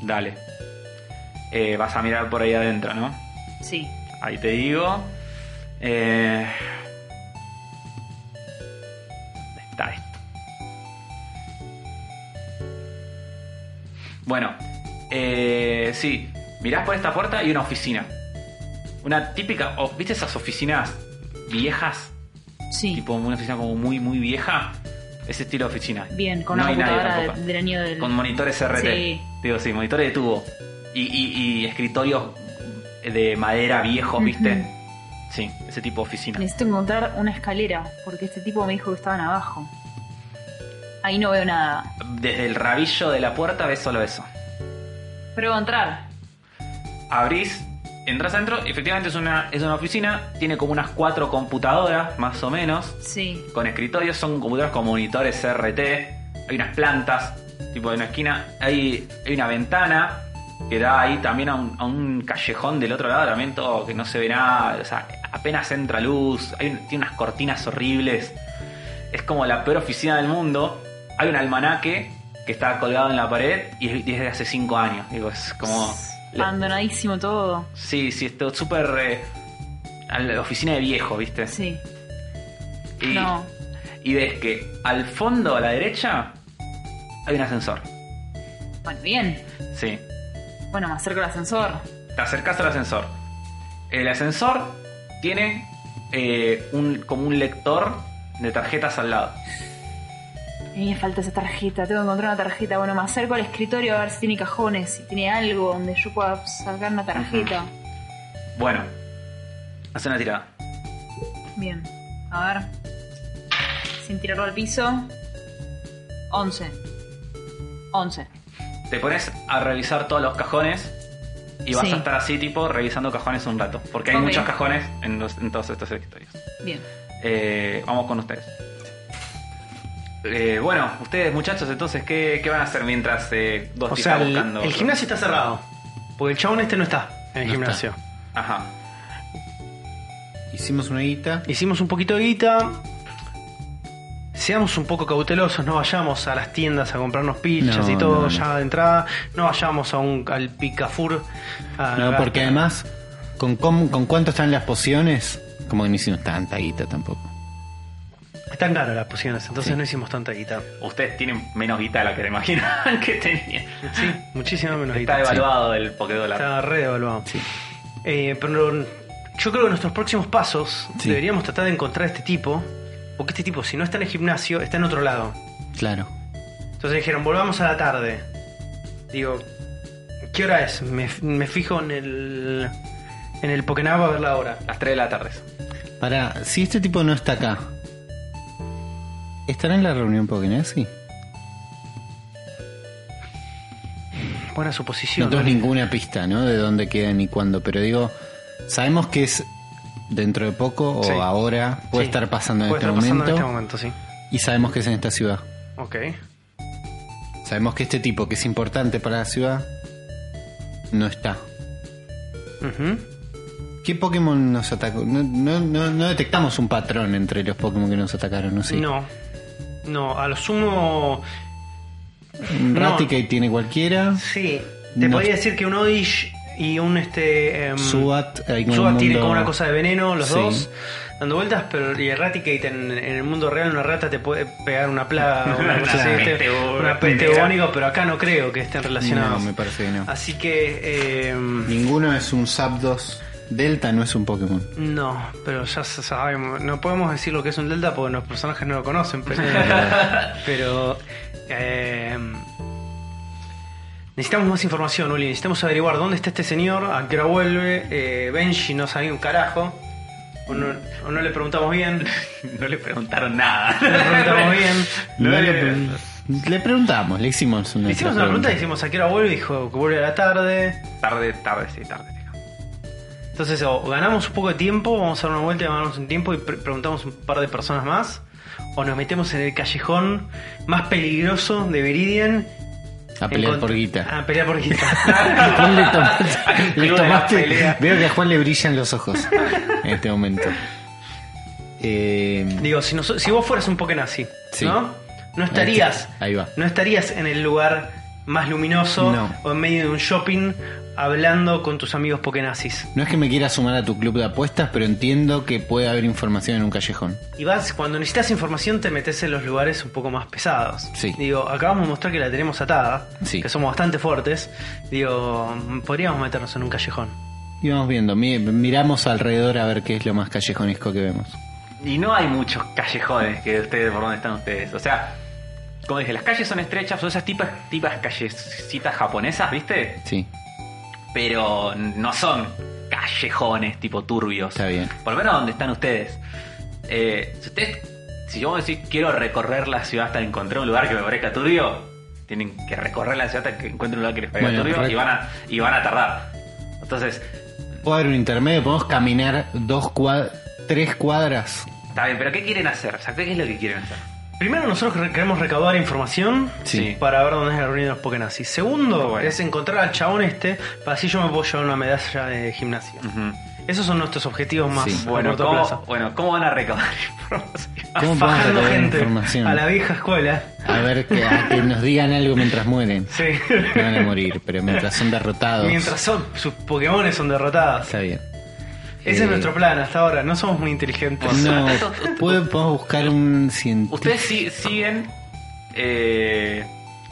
Speaker 3: Dale. Eh, vas a mirar por ahí adentro, ¿no?
Speaker 4: Sí.
Speaker 3: Ahí te digo. Eh, ¿Dónde está esto? Bueno, eh, sí. Mirás por esta puerta y una oficina. Una típica. o- ¿Viste esas oficinas viejas?
Speaker 4: Sí.
Speaker 3: Tipo una oficina como muy, muy vieja. Ese estilo de oficina.
Speaker 4: Bien, con
Speaker 3: No
Speaker 4: una
Speaker 3: hay nadie
Speaker 4: computadora de-
Speaker 3: tampoco.
Speaker 4: del año del...
Speaker 3: Con monitores RT.
Speaker 4: Sí.
Speaker 3: Digo, sí, monitores de tubo. Y, y- y escritorios de madera viejos,
Speaker 4: Ujú.
Speaker 3: ¿viste? Sí, ese tipo de oficina.
Speaker 4: Necesito encontrar una escalera, porque este tipo me dijo que estaban abajo. Ahí no veo nada.
Speaker 3: Desde el rabillo de la puerta ves solo eso.
Speaker 4: Pruebo a entrar.
Speaker 3: Abrís, entras adentro, efectivamente es una, es una oficina, tiene como unas cuatro computadoras, más o menos,
Speaker 4: Sí.
Speaker 3: con escritorios, son computadoras con monitores RT, hay unas plantas, tipo de una esquina, hay, hay una ventana que da ahí también a un, a un callejón del otro lado, también todo que no se ve nada, o sea, apenas entra luz, hay un- tiene unas cortinas horribles, es como la peor oficina del mundo, hay un almanaque que está colgado en la pared y es desde hace cinco años, digo, es como...
Speaker 4: Abandonadísimo todo.
Speaker 3: Sí, sí, esto es súper... eh, a la oficina de viejo, ¿viste?
Speaker 4: Sí.
Speaker 3: Y-
Speaker 4: No.
Speaker 3: y ves que al fondo a la derecha hay un ascensor.
Speaker 4: Bueno, bien.
Speaker 3: Sí.
Speaker 4: Bueno, me acerco al ascensor.
Speaker 3: Te acercas al ascensor. El ascensor tiene eh, un, como un lector de tarjetas al lado.
Speaker 4: A mí me falta esa tarjeta. Tengo que encontrar una tarjeta. Bueno, me acerco al escritorio a ver si tiene cajones, si tiene algo donde yo pueda sacar una tarjeta.
Speaker 3: Bueno, hace una tirada.
Speaker 4: Bien. A ver. Sin tirarlo al piso. 11. 11.
Speaker 3: Te pones a revisar todos los cajones Y vas
Speaker 4: Sí.
Speaker 3: a estar así, tipo, revisando cajones un rato. Porque hay
Speaker 4: Ok.
Speaker 3: muchos cajones en, los, en todos estos escritorios.
Speaker 4: Bien.
Speaker 3: Eh, vamos con ustedes. Eh, bueno, ustedes muchachos, entonces, ¿qué, qué van a hacer mientras eh, dos
Speaker 1: O
Speaker 3: tipos
Speaker 1: sea, el,
Speaker 3: buscando?
Speaker 1: el
Speaker 3: otro?
Speaker 1: gimnasio está cerrado. Porque el chabón este no está en el
Speaker 2: No
Speaker 1: gimnasio.
Speaker 3: Ajá.
Speaker 2: Hicimos una guita.
Speaker 1: Hicimos un poquito de guita. Seamos un poco cautelosos, no vayamos a las tiendas a comprarnos pilchas
Speaker 2: No,
Speaker 1: y todo
Speaker 2: no, no.
Speaker 1: ya de entrada. No vayamos a un, al Picafur. a-
Speaker 2: No,
Speaker 1: a-
Speaker 2: porque además, con, cómo- con cuánto están las pociones, como que no hicimos tanta guita tampoco.
Speaker 1: Están caras las pociones, entonces
Speaker 2: Sí.
Speaker 1: no hicimos tanta guita.
Speaker 3: Ustedes tienen menos guita de la que te imaginaban que tenían.
Speaker 1: Sí, muchísimo menos guita.
Speaker 3: Está devaluado el Pokédólar.
Speaker 1: Está re devaluado. Eh, pero yo creo que nuestros próximos pasos
Speaker 2: Sí.
Speaker 1: deberíamos tratar de encontrar a este tipo. Porque este tipo, si no está en el gimnasio, está en otro lado.
Speaker 2: Claro.
Speaker 1: Entonces dijeron, volvamos a la tarde. Digo, ¿qué hora es? Me, me fijo en el. En el Pokénab a ver la hora.
Speaker 3: Las 3 de la tarde.
Speaker 2: Para, si este tipo no está acá, ¿estará en la reunión Pokénesi?
Speaker 1: Buena
Speaker 2: No
Speaker 1: suposición. ¿eh?
Speaker 2: tenemos
Speaker 1: ¿no?
Speaker 2: ninguna pista, ¿no? De dónde queda ni cuándo, pero digo, sabemos que es dentro de poco o
Speaker 1: Sí.
Speaker 2: ahora, puede
Speaker 1: Sí.
Speaker 2: estar pasando en
Speaker 1: Puede
Speaker 2: este
Speaker 1: estar pasando
Speaker 2: momento,
Speaker 1: en este momento, sí.
Speaker 2: y sabemos que es en esta ciudad.
Speaker 1: Ok.
Speaker 2: Sabemos que este tipo, que es importante para la ciudad, no está.
Speaker 1: Ujú.
Speaker 2: ¿Qué Pokémon nos atacó? No, no- no- no detectamos un patrón entre los Pokémon que nos atacaron, ¿no? Sí.
Speaker 1: No. No, a lo sumo.
Speaker 2: Un
Speaker 1: no. Mm.
Speaker 2: Raticate tiene cualquiera.
Speaker 1: Sí. Te
Speaker 2: No.
Speaker 1: podría decir que un Odish y un este. em,
Speaker 2: Subat, hay como
Speaker 1: Subat
Speaker 2: un
Speaker 1: tiene
Speaker 2: mundo-
Speaker 1: como una cosa de veneno, los
Speaker 2: Sí.
Speaker 1: dos, dando vueltas, pero y Eradicate en, en el mundo real una rata te puede pegar una plaga, una, cosa así,
Speaker 3: Una
Speaker 1: ¿viste?
Speaker 3: peste bu-
Speaker 1: Una peste
Speaker 3: negra.
Speaker 1: bubónica, pero acá no creo que estén
Speaker 2: No,
Speaker 1: relacionados.
Speaker 2: me parece que no.
Speaker 1: Así que eh,
Speaker 2: Ninguno es un Zapdos. Delta no es un Pokémon.
Speaker 1: no, pero ya s- sabemos, no podemos decir lo que es un delta porque los personajes no lo conocen, pero, pero, eh, necesitamos más información, Uli, necesitamos averiguar dónde está este señor, a qué hora vuelve, eh, Benji no sabía un carajo. O no, o no le preguntamos bien.
Speaker 3: No le preguntaron nada.
Speaker 1: No le preguntamos bien.
Speaker 3: No,
Speaker 2: No
Speaker 3: eh,
Speaker 2: le, pregun- le preguntamos, le hicimos una,
Speaker 1: Le hicimos una pregunta y dijimos a qué hora vuelve, dijo que vuelve a la tarde.
Speaker 3: Tarde, tarde, sí, tarde. sí.
Speaker 1: Entonces, o ganamos un poco de tiempo, vamos a dar una vuelta y ganamos un tiempo y pre- preguntamos un par de personas más. O nos metemos en el callejón más peligroso de Viridian.
Speaker 2: a pelear
Speaker 1: Encont- Ah.
Speaker 2: por guita.
Speaker 1: A pelear por guita.
Speaker 2: Juan le tomaste-
Speaker 3: Al
Speaker 2: le
Speaker 3: club de la
Speaker 2: tomaste-
Speaker 3: pelea.
Speaker 2: veo que a Juan le brillan los ojos en este momento. Eh,
Speaker 1: Digo, si, noso- si vos fueras un Pokénazi,
Speaker 2: Sí. Eh,
Speaker 1: ¿no? No estarías,
Speaker 2: Ahí va.
Speaker 1: no estarías en el lugar más luminoso
Speaker 2: No.
Speaker 1: o en medio de un shopping hablando con tus amigos Pokénazis.
Speaker 2: No es que me quiera sumar a tu club de apuestas, pero entiendo que puede haber información en un callejón.
Speaker 1: Y vas, cuando necesitas información te metes en los lugares un poco más pesados.
Speaker 2: Sí.
Speaker 1: Digo, acabamos de mostrar que la tenemos atada,
Speaker 2: Sí.
Speaker 1: que somos bastante fuertes. Digo, podríamos meternos en un callejón.
Speaker 2: Y vamos viendo, mi- miramos alrededor a ver qué es lo más callejonesco que vemos.
Speaker 3: Y no hay muchos callejones que ustedes por donde están ustedes. O sea, como dije, las calles son estrechas, son esas tipas, tipas callecitas japonesas, ¿viste?
Speaker 2: Sí,
Speaker 3: Pero no son callejones tipo turbios.
Speaker 2: está bien.
Speaker 3: Por lo menos donde están ustedes. Eh, si ustedes, si yo decir quiero recorrer la ciudad hasta encontrar un lugar que me parezca turbio, tienen que recorrer la ciudad hasta que encuentren un lugar que les parezca
Speaker 2: Bueno,
Speaker 3: turbio
Speaker 2: re-
Speaker 3: y van, a, y van a tardar. Entonces,
Speaker 2: Puede haber un intermedio, podemos caminar dos cuadras, tres cuadras.
Speaker 3: está bien, pero ¿qué quieren hacer? O sea, ¿qué es lo que quieren hacer?
Speaker 1: Primero nosotros re- queremos recaudar información
Speaker 2: Sí. Ah,
Speaker 1: para ver dónde es la reunión de los Pokénazis. Segundo
Speaker 3: Bueno.
Speaker 1: es encontrar al chabón este para así yo me puedo llevar una medalla de gimnasia. Esos son nuestros objetivos más
Speaker 2: Mm. Sí.
Speaker 1: a
Speaker 3: Bueno,
Speaker 1: corto plazo.
Speaker 3: ¿cómo, bueno, ¿cómo van a recaudar información?
Speaker 2: ¿Cómo podemos
Speaker 1: Fajando
Speaker 2: recabar
Speaker 1: gente
Speaker 2: información?
Speaker 1: a la vieja escuela.
Speaker 2: A ver que, a que nos digan algo mientras mueren.
Speaker 1: Sí.
Speaker 2: No van a morir, pero mientras son derrotados.
Speaker 1: Mientras son, sus Pokémones son derrotadas.
Speaker 2: Está bien.
Speaker 1: Ese
Speaker 2: Eh,
Speaker 1: es nuestro plan hasta ahora. No somos muy inteligentes.
Speaker 2: No, puede- podemos buscar un científico.
Speaker 3: Ustedes sí- siguen eh,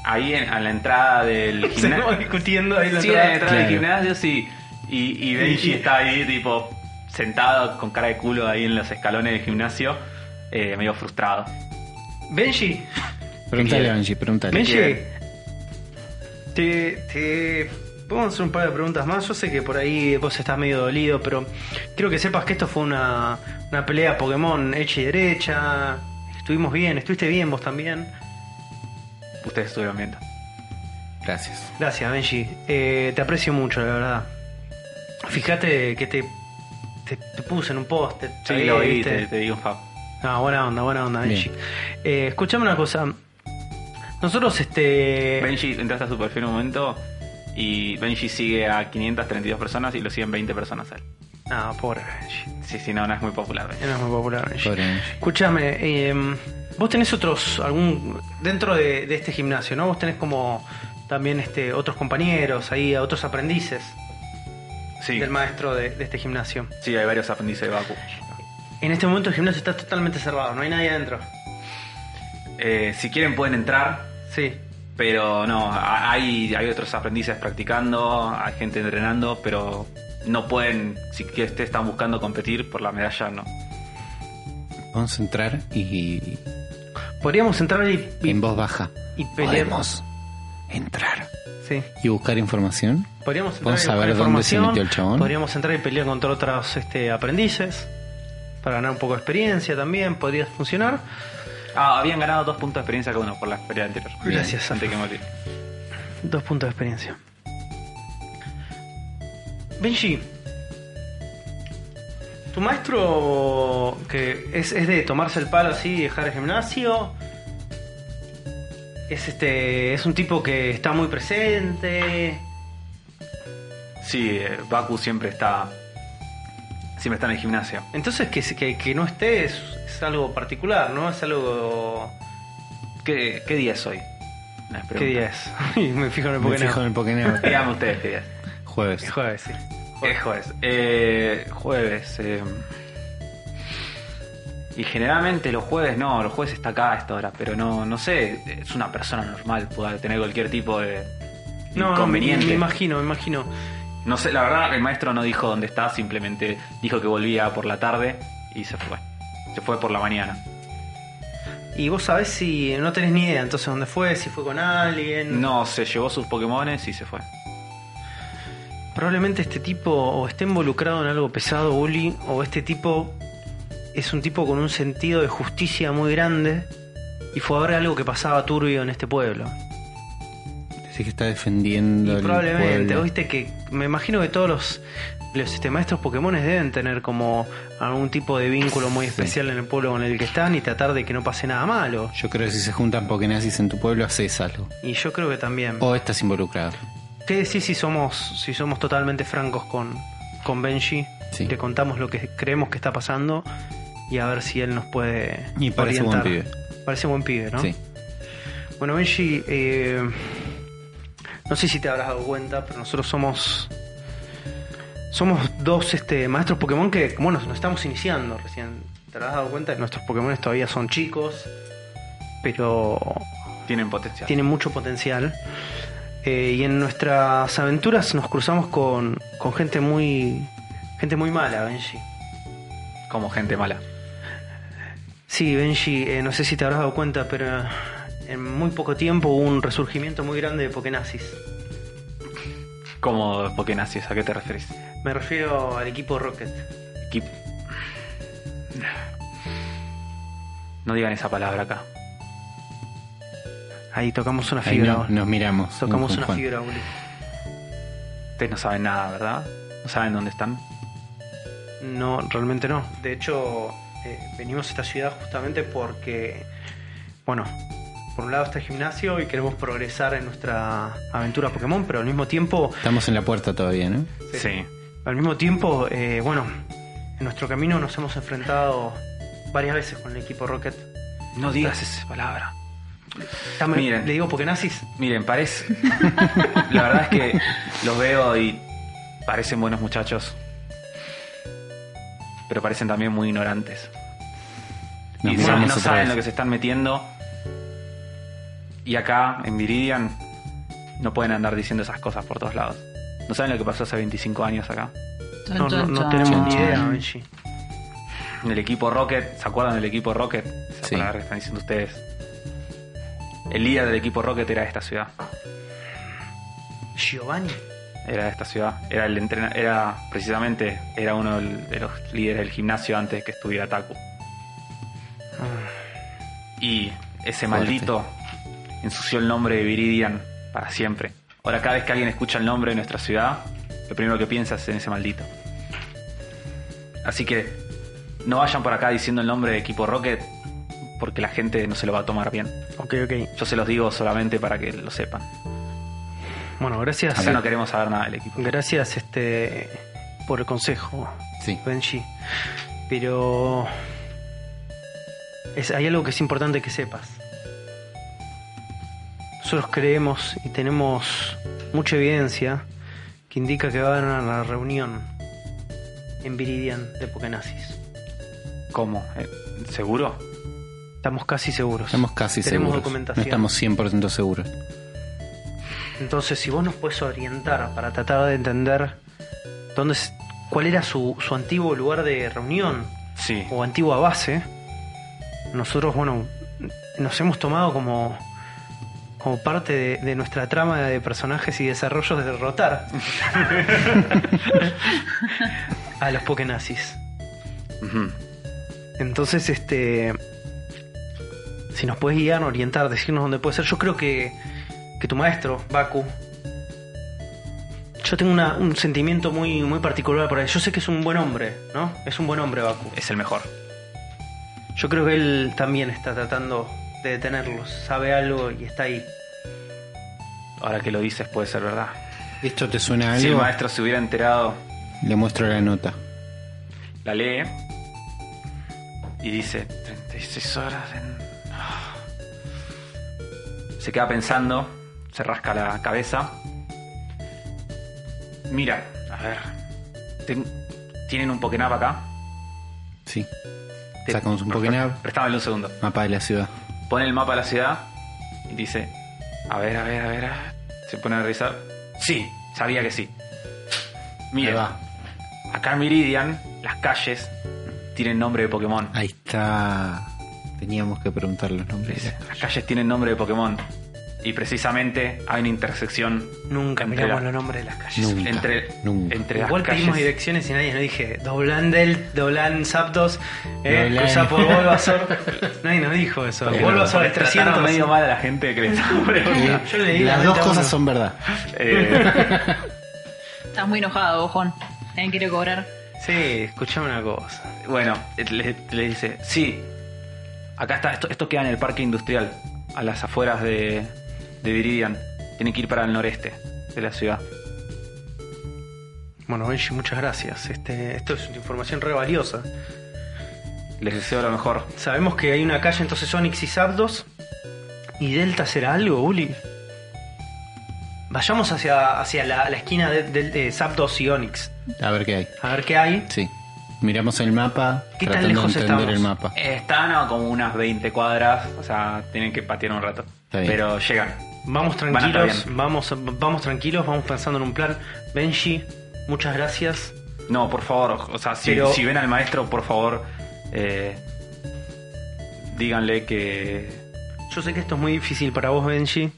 Speaker 3: ahí en- a la entrada del
Speaker 1: Seguimos
Speaker 3: gimnasio.
Speaker 1: discutiendo ahí la
Speaker 3: Siguen a la
Speaker 1: entrada.
Speaker 3: entrada del
Speaker 2: Claro.
Speaker 3: gimnasio sí, y, y Benji está ahí, tipo, sentado con cara de culo ahí en los escalones del gimnasio, eh, medio frustrado.
Speaker 1: Benji,
Speaker 2: Preguntale a Angie, preguntale.
Speaker 1: Benji,
Speaker 3: quiere?
Speaker 1: te, te podemos hacer un par de preguntas más. Yo sé que por ahí vos estás medio dolido, pero quiero que sepas que esto fue una, una pelea Pokémon hecha y derecha. Estuvimos bien, estuviste bien vos también.
Speaker 3: Ustedes estuvieron viendo.
Speaker 2: Gracias.
Speaker 1: Gracias, Benji. Eh, te aprecio mucho, la verdad. Fíjate que te, te, te puse en un post.
Speaker 3: Sí, lo vi, te, te digo, Fab.
Speaker 1: Ah, buena onda, buena onda, Benji. Eh, escuchame una cosa. Nosotros, este.
Speaker 3: Benji, entraste a su perfil un momento y Benji sigue a 532 personas y lo siguen 20 personas a él.
Speaker 1: Ah, pobre Benji.
Speaker 3: Sí, sí, no, no es muy popular. Benji.
Speaker 1: Él No es muy popular, Benji.
Speaker 2: Pobre Benji.
Speaker 1: Escuchame, eh, vos tenés otros. algún Dentro de, de este gimnasio, ¿no? Vos tenés como también este otros compañeros ahí, a otros aprendices
Speaker 3: Sí,
Speaker 1: del maestro de, de este gimnasio.
Speaker 3: sí, hay varios aprendices de Baku.
Speaker 1: En este momento el gimnasio está totalmente cerrado, no hay nadie adentro.
Speaker 3: Eh, si quieren pueden entrar,
Speaker 1: Sí.
Speaker 3: pero no, a- hay, hay otros aprendices practicando, hay gente entrenando, pero no pueden, si que ustedes están buscando competir por la medalla, no.
Speaker 2: Vamos a entrar y
Speaker 1: Podríamos entrar y, y-
Speaker 2: en voz baja.
Speaker 1: y pelear.
Speaker 2: Em, Podemos entrar
Speaker 1: Sí.
Speaker 2: y buscar información.
Speaker 1: Podríamos entrar
Speaker 2: Vamos
Speaker 1: y
Speaker 2: a
Speaker 1: buscar
Speaker 2: ver dónde se
Speaker 1: información,
Speaker 2: metió el chabón.
Speaker 1: Podríamos entrar y pelear contra otros este, aprendices para ganar un poco de experiencia también, podría funcionar.
Speaker 3: Ah, habían ganado dos puntos de experiencia cada uno por la pelea anterior.
Speaker 1: Bien. Gracias.
Speaker 3: Antes que morir.
Speaker 1: Dos puntos de experiencia. Benji, ¿tu maestro que es, es de tomarse el palo así y dejar el gimnasio? Es este. es un tipo que está muy presente.
Speaker 3: Sí, eh, Baku siempre está. Siempre está en el gimnasio.
Speaker 1: Entonces que, se- que, que no esté es, es algo particular, ¿no? Es algo.
Speaker 3: ¿Qué, qué día es hoy? No, es pregunta.
Speaker 1: ¿Qué día es? Y me fijo en el
Speaker 2: Me
Speaker 1: Pokémon.
Speaker 2: fijo en el Pokémon.
Speaker 3: Díganme ustedes qué día es.
Speaker 2: Jueves.
Speaker 1: Es jueves, sí.
Speaker 3: Es jueves. Eh, jueves. eh, Y generalmente los jueves no, los jueves está acá a esta hora, pero no, no sé, es una persona normal, puede tener cualquier tipo de
Speaker 1: No, no, me,
Speaker 3: inconveniente.
Speaker 1: me imagino, me imagino.
Speaker 3: no sé, la verdad el maestro no dijo dónde está, simplemente dijo que volvía por la tarde y se fue. Se fue por la mañana.
Speaker 1: Y vos sabés si. no tenés ni idea entonces dónde fue, si fue con alguien.
Speaker 3: No, se llevó sus Pokémones y se fue.
Speaker 1: Probablemente este tipo o esté involucrado en algo pesado, Uli, o este tipo es un tipo con un sentido de justicia muy grande y fue a ver algo que pasaba turbio en este pueblo.
Speaker 2: Así que está defendiendo.
Speaker 1: Y
Speaker 2: el
Speaker 1: probablemente,
Speaker 2: pueblo.
Speaker 1: viste que me imagino que todos los, los este, maestros Pokémones deben tener como algún tipo de vínculo muy especial en el pueblo con el que están y tratar de que no pase nada malo.
Speaker 2: Yo creo que si se juntan Pokénazis en tu pueblo, haces algo.
Speaker 1: Y yo creo que también.
Speaker 2: O estás involucrado.
Speaker 1: ¿Qué decís si somos, si somos totalmente francos con, con Benji?
Speaker 2: Sí.
Speaker 1: Le contamos lo que creemos que está pasando y a ver si él nos puede.
Speaker 2: Y parece buen
Speaker 1: orientar. Parece buen pibe, ¿no?
Speaker 2: Sí.
Speaker 1: Bueno, Benji, eh, no sé si te habrás dado cuenta, pero nosotros somos. Somos dos este, maestros Pokémon que, bueno, nos estamos iniciando recién. Te habrás dado cuenta que nuestros Pokémon todavía son chicos, pero
Speaker 3: Tienen potencial.
Speaker 1: tiene mucho potencial. Eh, y en nuestras aventuras nos cruzamos con, con gente muy gente muy mala, Benji.
Speaker 3: Como gente mala.
Speaker 1: Sí, Benji, eh, no sé si te habrás dado cuenta, pero eh, en muy poco tiempo hubo un resurgimiento muy grande de Pokénazis.
Speaker 3: Como Pokénazis, ¿a qué te referís?
Speaker 1: Me refiero al equipo Rocket.
Speaker 3: Equipo. No digan esa palabra acá.
Speaker 1: Ahí tocamos una
Speaker 2: Ahí
Speaker 1: fibra.
Speaker 2: no- nos miramos.
Speaker 1: tocamos
Speaker 2: con
Speaker 1: una
Speaker 2: Juan.
Speaker 1: fibra, Uli.
Speaker 3: Ustedes no saben nada, ¿verdad? No saben dónde están.
Speaker 1: No, realmente no. De hecho, eh, venimos a esta ciudad justamente porque, bueno, por un lado está el gimnasio y queremos progresar en nuestra aventura Pokémon, pero al mismo tiempo,
Speaker 2: Estamos en la puerta todavía, ¿no?
Speaker 1: Sí. al mismo tiempo, eh, bueno, en nuestro camino nos hemos enfrentado varias veces con el equipo Rocket.
Speaker 3: No digas esa palabra.
Speaker 1: Dame-
Speaker 3: Miren.
Speaker 1: le digo Pokénazis.
Speaker 3: Miren, parece. La verdad es que los veo y parecen buenos muchachos. Pero parecen también muy ignorantes.
Speaker 2: Nos
Speaker 3: y
Speaker 2: miramos
Speaker 3: saben- no
Speaker 2: otra
Speaker 3: saben
Speaker 2: vez.
Speaker 3: lo que se están metiendo. Y acá, en Viridian, no pueden andar diciendo esas cosas por todos lados. No saben lo que pasó hace 25 años acá.
Speaker 1: No, no, no tenemos ni idea, Benji.
Speaker 3: El equipo Rocket, ¿se acuerdan del equipo Rocket? Esa
Speaker 2: Sí.
Speaker 3: palabra que están diciendo ustedes. El líder del equipo Rocket era de esta ciudad.
Speaker 1: Giovanni.
Speaker 3: Era de esta ciudad. Era el entrena era precisamente era uno del- de los líderes del gimnasio antes que estuviera Taku.
Speaker 1: Ah,
Speaker 3: Y
Speaker 2: Fuerte.
Speaker 3: ese maldito ensució el nombre de Viridian para siempre. Ahora, cada vez que alguien escucha el nombre de nuestra ciudad, lo primero que piensa es en ese maldito. Así que no vayan por acá diciendo el nombre de equipo Rocket, porque la gente no se lo va a tomar bien.
Speaker 1: Ok, ok.
Speaker 3: Yo se los digo solamente para que lo sepan.
Speaker 1: Bueno, gracias.
Speaker 3: Acá no queremos saber nada del equipo.
Speaker 1: Gracias este por el consejo,
Speaker 2: Sí.
Speaker 1: Benji. Pero es, hay algo que es importante que sepas. Nosotros creemos y tenemos mucha evidencia que indica que va a haber una reunión en Viridian de Pokenazis.
Speaker 3: ¿Cómo? Eh, ¿Seguro?
Speaker 1: Estamos casi seguros.
Speaker 2: Estamos casi
Speaker 1: Tenemos
Speaker 2: seguros.
Speaker 1: documentación.
Speaker 2: No estamos 100% seguros.
Speaker 1: Entonces, si vos nos puedes orientar para tratar de entender dónde es- cuál era su, su antiguo lugar de reunión
Speaker 3: Sí.
Speaker 1: o antigua base, nosotros, bueno, nos hemos tomado como, como parte de, de nuestra trama de personajes y desarrollos de derrotar a los Pokenazis.
Speaker 3: Ujú.
Speaker 1: Entonces, este. Si nos puedes guiar, orientar, decirnos dónde puede ser. Yo creo que, que tu maestro, Baku. Yo tengo una- un sentimiento muy, muy particular por él. Yo sé que es un buen hombre, ¿no? Es un buen hombre, Baku.
Speaker 3: Es el mejor.
Speaker 1: Yo creo que él también está tratando de detenerlos. Sabe algo y está ahí.
Speaker 3: Ahora que lo dices puede ser verdad.
Speaker 2: ¿Esto te suena a
Speaker 3: Si el
Speaker 2: algo?
Speaker 3: maestro se hubiera enterado,
Speaker 2: Le muestro la nota.
Speaker 3: la lee y dice 36 horas en... Se queda pensando, se rasca la cabeza. Mira, a ver. ten- Tienen un Pokénap acá.
Speaker 2: Sí.
Speaker 3: Te-
Speaker 2: Sacamos un Pokénap,
Speaker 3: Préstamelo un segundo.
Speaker 2: mapa de la ciudad.
Speaker 3: pone el mapa de la ciudad y dice, a ver, a ver, a ver, a ver. se pone a revisar. Sí, sabía que sí.
Speaker 2: Ahí
Speaker 3: Mira,
Speaker 2: va.
Speaker 3: acá en Meridian las calles tienen nombre de Pokémon.
Speaker 2: Ahí está. Teníamos que preguntar los nombres.
Speaker 3: Dice, las calles tienen nombre de Pokémon. Y precisamente hay una intersección
Speaker 1: Nunca
Speaker 3: Entera.
Speaker 1: miramos los nombres de las calles.
Speaker 2: Nunca,
Speaker 3: entre,
Speaker 2: nunca.
Speaker 3: entre las
Speaker 1: Igual pedimos
Speaker 3: calles.
Speaker 1: direcciones y nadie nos dije Doblandel, Doblan Zapdos, eh,
Speaker 2: Doblan.
Speaker 1: cruzá por Volvazor. nadie nos dijo eso.
Speaker 2: Porque
Speaker 1: Volvazor es
Speaker 3: Trataron
Speaker 1: 300.
Speaker 3: medio mal a la gente que le estaba preguntando.
Speaker 1: Yo le di la
Speaker 2: Las dos
Speaker 1: vuelta a
Speaker 2: cosas
Speaker 1: uno.
Speaker 2: son verdad.
Speaker 3: Eh,
Speaker 4: Estás muy enojado, bojón. Nadie quiere cobrar.
Speaker 1: Sí, escuchame una cosa.
Speaker 3: Bueno, le, le dice, sí, acá está, esto, esto queda en el parque industrial, a las afueras de, de Viridian. Tienen que ir para el noreste de la ciudad.
Speaker 1: Bueno, Benji, muchas gracias. Este, esto es una información re valiosa.
Speaker 3: Les deseo lo mejor.
Speaker 1: Sabemos que hay una calle, entonces Onix y Zapdos. ¿Y Delta será algo, Uli? Vayamos hacia, hacia la, la esquina de, de- de Zapdos y Onix.
Speaker 2: A ver qué hay.
Speaker 1: A ver qué hay.
Speaker 2: Sí. Miramos el mapa,
Speaker 1: ¿Qué tan
Speaker 2: tratando
Speaker 1: lejos
Speaker 2: de entender
Speaker 1: estamos?
Speaker 2: el mapa.
Speaker 3: Están a como unas 20 cuadras, o sea, tienen que patear un rato.
Speaker 2: Está bien.
Speaker 3: Pero llegan.
Speaker 1: Vamos
Speaker 3: Van a estar
Speaker 1: tranquilos,
Speaker 3: bien.
Speaker 1: vamos, vamos tranquilos, vamos pensando en un plan. Benji, muchas gracias.
Speaker 3: No, por favor, o sea, si,
Speaker 1: Pero-
Speaker 3: si ven al maestro, por favor, eh, díganle que...
Speaker 1: Yo sé que esto es muy difícil para vos, Benji,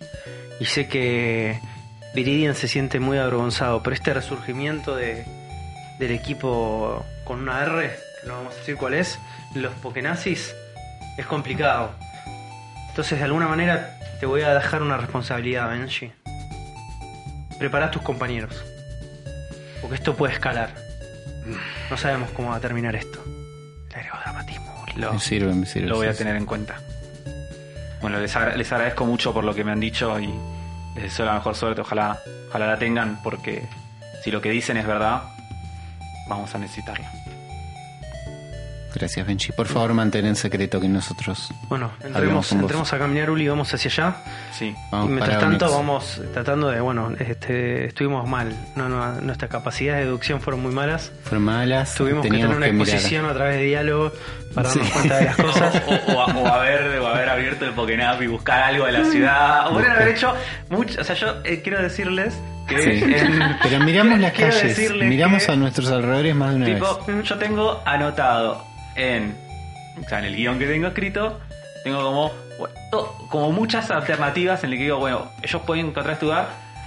Speaker 1: y sé que Viridian se siente muy avergonzado, pero este resurgimiento de, del equipo con una R, que no vamos a decir cuál es, los Pokenazis, es complicado. Entonces, de alguna manera, te voy a dejar una responsabilidad, Benji. Prepara a tus compañeros, porque esto puede escalar. No sabemos cómo va a terminar esto. Le agrego dramatismo, boludo.
Speaker 3: Lo,
Speaker 2: Me sirve, me sirve.
Speaker 3: lo voy
Speaker 2: sí,
Speaker 3: a
Speaker 2: sí.
Speaker 3: tener en cuenta. Bueno, les, agra- les agradezco mucho por lo que me han dicho y les deseo la mejor suerte. Ojalá, ojalá la tengan porque si lo que dicen es verdad, vamos a necesitarla.
Speaker 2: Gracias, Benji. Por favor, mantén en secreto que nosotros
Speaker 1: Bueno,
Speaker 2: Hablamos
Speaker 1: entremos,
Speaker 2: con vos.
Speaker 1: entremos a caminar, Uli, vamos hacia allá.
Speaker 3: Sí.
Speaker 2: vamos
Speaker 1: y mientras
Speaker 2: para
Speaker 1: tanto
Speaker 2: Onyx.
Speaker 1: vamos tratando de, bueno, este, estuvimos mal. No, no, nuestras capacidades de deducción fueron muy malas.
Speaker 2: Fueron malas.
Speaker 1: Tuvimos que tener
Speaker 2: teníamos
Speaker 1: una
Speaker 2: mirar.
Speaker 1: exposición a través de diálogo para darnos
Speaker 2: Sí.
Speaker 1: cuenta de las cosas.
Speaker 3: O, o- o haber, o haber abierto el Pokénap y buscar algo de la ciudad. O podrían haber hecho mucho. O sea, yo eh, quiero decirles que.
Speaker 2: Sí.
Speaker 3: en-
Speaker 2: Pero miramos las
Speaker 3: quiero
Speaker 2: calles,
Speaker 3: decirles
Speaker 2: miramos
Speaker 3: que-
Speaker 2: a nuestros alrededores más de una
Speaker 3: Tipo, yo tengo anotado en. O sea, en el guión que tengo escrito, tengo como. bueno, to- como muchas alternativas en las que digo, bueno, ellos pueden encontrar este lugar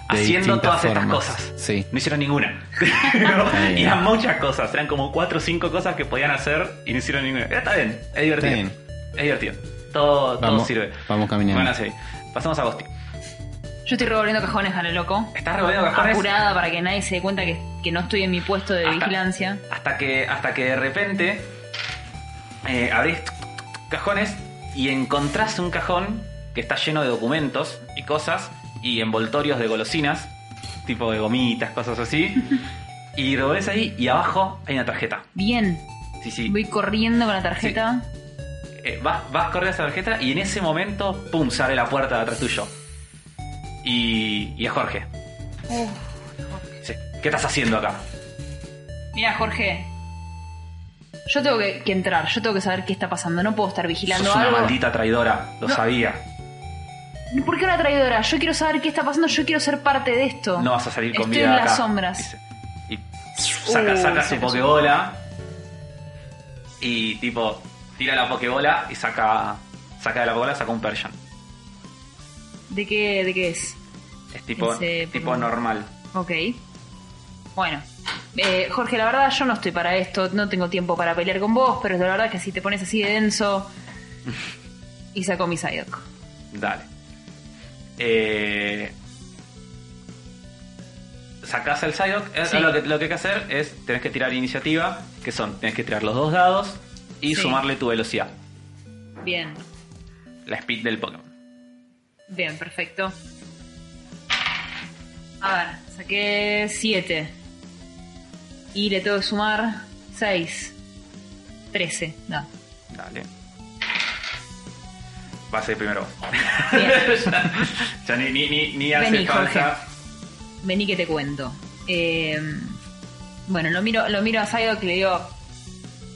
Speaker 2: De
Speaker 3: haciendo
Speaker 2: distintas
Speaker 3: todas estas
Speaker 2: formas.
Speaker 3: cosas.
Speaker 2: Sí.
Speaker 3: No hicieron ninguna.
Speaker 2: bien.
Speaker 3: y eran muchas cosas. Eran como cuatro o cinco cosas que podían hacer y no hicieron ninguna. Está bien, es divertido.
Speaker 2: bien.
Speaker 3: Es divertido. Todo, todo
Speaker 2: Vamos-
Speaker 3: sirve.
Speaker 2: vamos caminando.
Speaker 3: Bueno, sí. Pasamos a Gosti.
Speaker 4: Yo estoy revolviendo cajones a lo loco.
Speaker 3: Estás revolviendo cajones.
Speaker 4: Apurada para que nadie se dé cuenta que, que no estoy en mi puesto de
Speaker 3: Hasta-
Speaker 4: vigilancia.
Speaker 3: Hasta que, hasta que de repente eh, abrís tuc, tuc, tuc, cajones y encontrás un cajón que está lleno de documentos y cosas y envoltorios de golosinas, tipo de gomitas, cosas así. Y revolvés ahí y abajo hay una tarjeta.
Speaker 4: Bien.
Speaker 3: Sí, sí.
Speaker 4: Voy corriendo con la tarjeta.
Speaker 3: Eh, vas, vas corriendo hacia la tarjeta y en ese momento, pum, se abre la puerta de atrás tuyo. Y, y a Jorge.
Speaker 4: Uf.
Speaker 3: Sí. ¿Qué estás haciendo acá?
Speaker 4: Mira, Jorge. Yo tengo que, que entrar, yo tengo que saber qué está pasando. No puedo estar vigilando
Speaker 3: Sos una
Speaker 4: algo.
Speaker 3: maldita traidora, lo
Speaker 4: No.
Speaker 3: sabía.
Speaker 4: ¿Por qué una traidora? Yo quiero saber qué está pasando, yo quiero ser parte de esto.
Speaker 3: No vas a salir con
Speaker 4: Estoy
Speaker 3: vida
Speaker 4: en
Speaker 3: de
Speaker 4: las
Speaker 3: acá.
Speaker 4: sombras.
Speaker 3: Dice. Y saca,
Speaker 4: Uh,
Speaker 3: saca su
Speaker 4: saca su-
Speaker 3: pokebola. Y tipo, tira la pokebola y saca. Saca de la pokebola, saca un Persian.
Speaker 4: ¿De qué, de qué es?
Speaker 3: Es tipo,
Speaker 4: Ese,
Speaker 3: tipo
Speaker 4: pero-
Speaker 3: normal.
Speaker 4: Ok. Bueno. Eh, Jorge, la verdad yo no estoy para esto, no tengo tiempo para pelear con vos, pero la verdad que si te pones así de denso... Y saco mi Psyduck.
Speaker 3: Dale. Eh, sacás el Psyduck. Eh,
Speaker 4: Sí.
Speaker 3: Lo, que, lo que hay que hacer es, tenés que tirar iniciativa, que son, tenés que tirar los dos dados y
Speaker 4: Sí.
Speaker 3: sumarle tu velocidad,
Speaker 4: Bien,
Speaker 3: la speed del Pokémon.
Speaker 4: bien, perfecto. A ver, saqué 7. Y le tengo que sumar 6. 13. No.
Speaker 3: Dale. Va a ser primero vos.
Speaker 4: Bien.
Speaker 3: ya ya ni, ni, ni, ni hace
Speaker 4: Vení,
Speaker 3: falta.
Speaker 4: Vení que te cuento. Eh, bueno, lo miro, lo miro a Psyduck y le digo,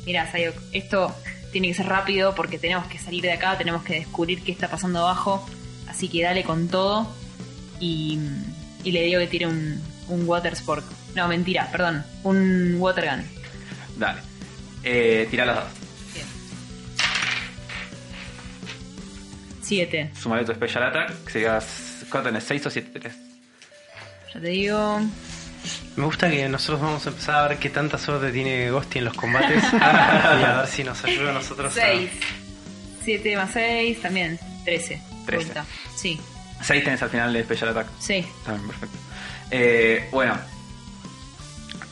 Speaker 4: mira Psyduck, esto tiene que ser rápido porque tenemos que salir de acá, tenemos que descubrir qué está pasando abajo, así que dale con todo y, y le digo que tire un, un water sport. No, mentira, perdón, un water gun.
Speaker 3: Dale. Eh, tira los dados.
Speaker 4: Bien. Siete,
Speaker 3: Sumale tu Special Attack. Que sigas. ¿Cuánto tenés? ¿6 o 7? 3.
Speaker 4: ya te digo.
Speaker 1: Me gusta que nosotros vamos a empezar a ver qué tanta suerte tiene Gosti en los combates y a ver si nos ayuda a nosotros. a-
Speaker 4: 6. 7 más 6, también.
Speaker 3: Trece.
Speaker 4: 13. Vuelta. Sí,
Speaker 3: 6 tenés al final de Special Attack.
Speaker 4: sí.
Speaker 3: Está bien, perfecto. Eh, bueno.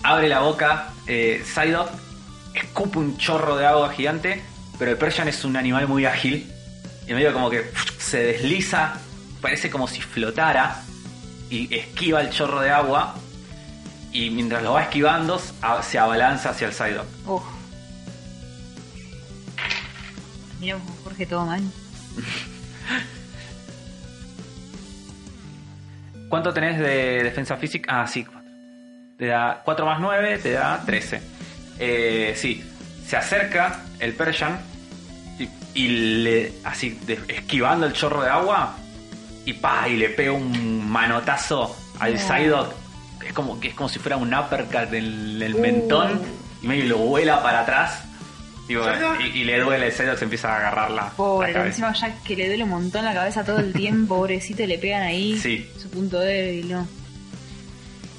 Speaker 3: Abre la boca, eh, Psyduck, escupe un chorro de agua gigante, pero el Persian es un animal muy ágil. Y medio como que se desliza, parece como si flotara, y esquiva el chorro de agua. Y mientras lo va esquivando, a- se abalanza hacia el Psyduck.
Speaker 4: Uf. Mira, Jorge, todo mal.
Speaker 3: ¿Cuánto tenés de defensa física? Ah, sí, 4. Te da 4 más 9, te da 13. Eh, sí, se acerca el Persian y, y le, así de- esquivando el chorro de agua y pa, y le pega un manotazo al
Speaker 4: No.
Speaker 3: Psyduck. Es como, que es como si fuera un uppercut en el mentón y medio lo vuela para atrás. Digo,
Speaker 1: Psyduck.
Speaker 3: y, y le duele el Psyduck, se empieza a agarrar la, la
Speaker 4: Pobre,
Speaker 3: cabeza.
Speaker 4: encima ya que le duele un montón la cabeza todo el tiempo, pobrecito, y le pegan ahí.
Speaker 3: Sí.
Speaker 4: Su punto débil, ¿no?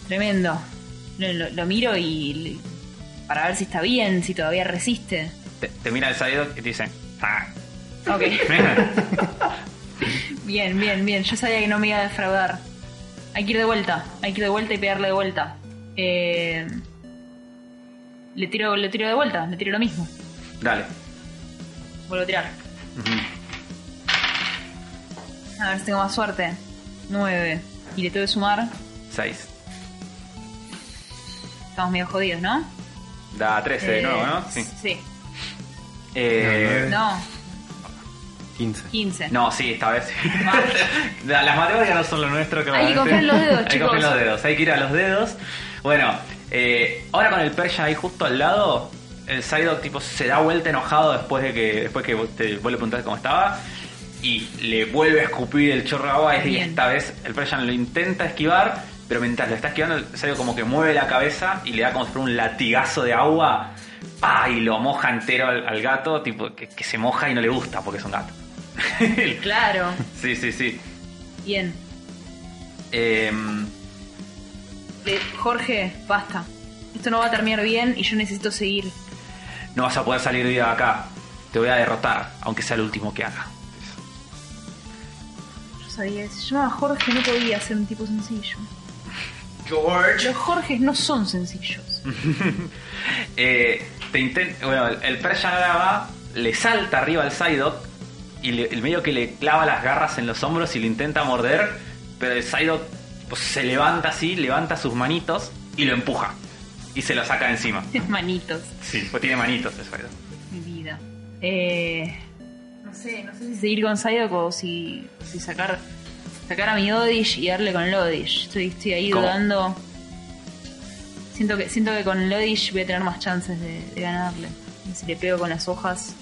Speaker 4: Tremendo. Lo, lo- lo miro y. le- para ver si está bien, si todavía resiste.
Speaker 3: Te, te mira el Psyduck y te dice, "Ah".
Speaker 4: Ok. Bien, bien, bien. Yo sabía que no me iba a defraudar. Hay que ir de vuelta. Hay que ir de vuelta y pegarle de vuelta. Eh, le tiro, le tiro de vuelta. Le tiro lo mismo.
Speaker 3: Dale.
Speaker 4: Vuelvo a tirar.
Speaker 3: Ujú.
Speaker 4: A ver si tengo más suerte. 9. Y le tengo que sumar.
Speaker 3: 6.
Speaker 4: Estamos medio jodidos, ¿no?
Speaker 3: Da 13 de
Speaker 4: Eh,
Speaker 3: nuevo, ¿no? Sí.
Speaker 4: Sí.
Speaker 3: Eh, no,
Speaker 4: No,
Speaker 2: 15.
Speaker 4: 15.
Speaker 3: sí, esta vez.
Speaker 4: Mal.
Speaker 3: Da, Las matemáticas no son lo nuestro, que
Speaker 4: Hay que confiar en los dedos,
Speaker 3: Hay que
Speaker 4: chicos.
Speaker 3: confiar en los dedos, hay que ir a los dedos. Bueno, eh, ahora con el Persia ahí justo al lado, el Psyduck tipo se da vuelta enojado después de que después que vos te vuelve a preguntar cómo estaba. Y le vuelve a escupir el chorro de agua y
Speaker 4: Bien.
Speaker 3: esta vez el Persian lo intenta esquivar, pero mientras lo está esquivando, el Psyduck como que mueve la cabeza y le da como si fuera un latigazo de agua. ¡pah! Y lo moja entero al, al gato, tipo que, que se moja y no le gusta porque es un gato.
Speaker 4: Claro.
Speaker 3: sí, sí, sí.
Speaker 4: Bien.
Speaker 3: Em,
Speaker 4: Le- Eh, Jorge, basta. Esto no va a terminar bien y yo necesito seguir.
Speaker 3: No vas a poder salir viva de acá. Te voy a derrotar, aunque sea el último que haga.
Speaker 4: Yo
Speaker 5: sabía. Se llamaba Jorge, no podía ser un tipo sencillo.
Speaker 3: George.
Speaker 5: Los Jorges no son sencillos.
Speaker 3: Eh, te inten- bueno, el- el Persian Lava le salta arriba al Psyduck y le- el medio que le clava las garras en los hombros y lo intenta morder, pero el Psyduck pues, se levanta así, levanta sus manitos y lo empuja. Y se lo saca de encima.
Speaker 4: Manitos,
Speaker 3: Sí, pues tiene manitos el Psyduck.
Speaker 4: mi vida. Eh, no sé, no sé si seguir con Psyduck o si, si sacar, sacar a mi Odish y darle con Lodish. Estoy, estoy ahí
Speaker 3: ¿Cómo?
Speaker 4: dudando. Siento que, siento que con Lodish voy a tener más chances de, de ganarle. Si le pego con las hojas.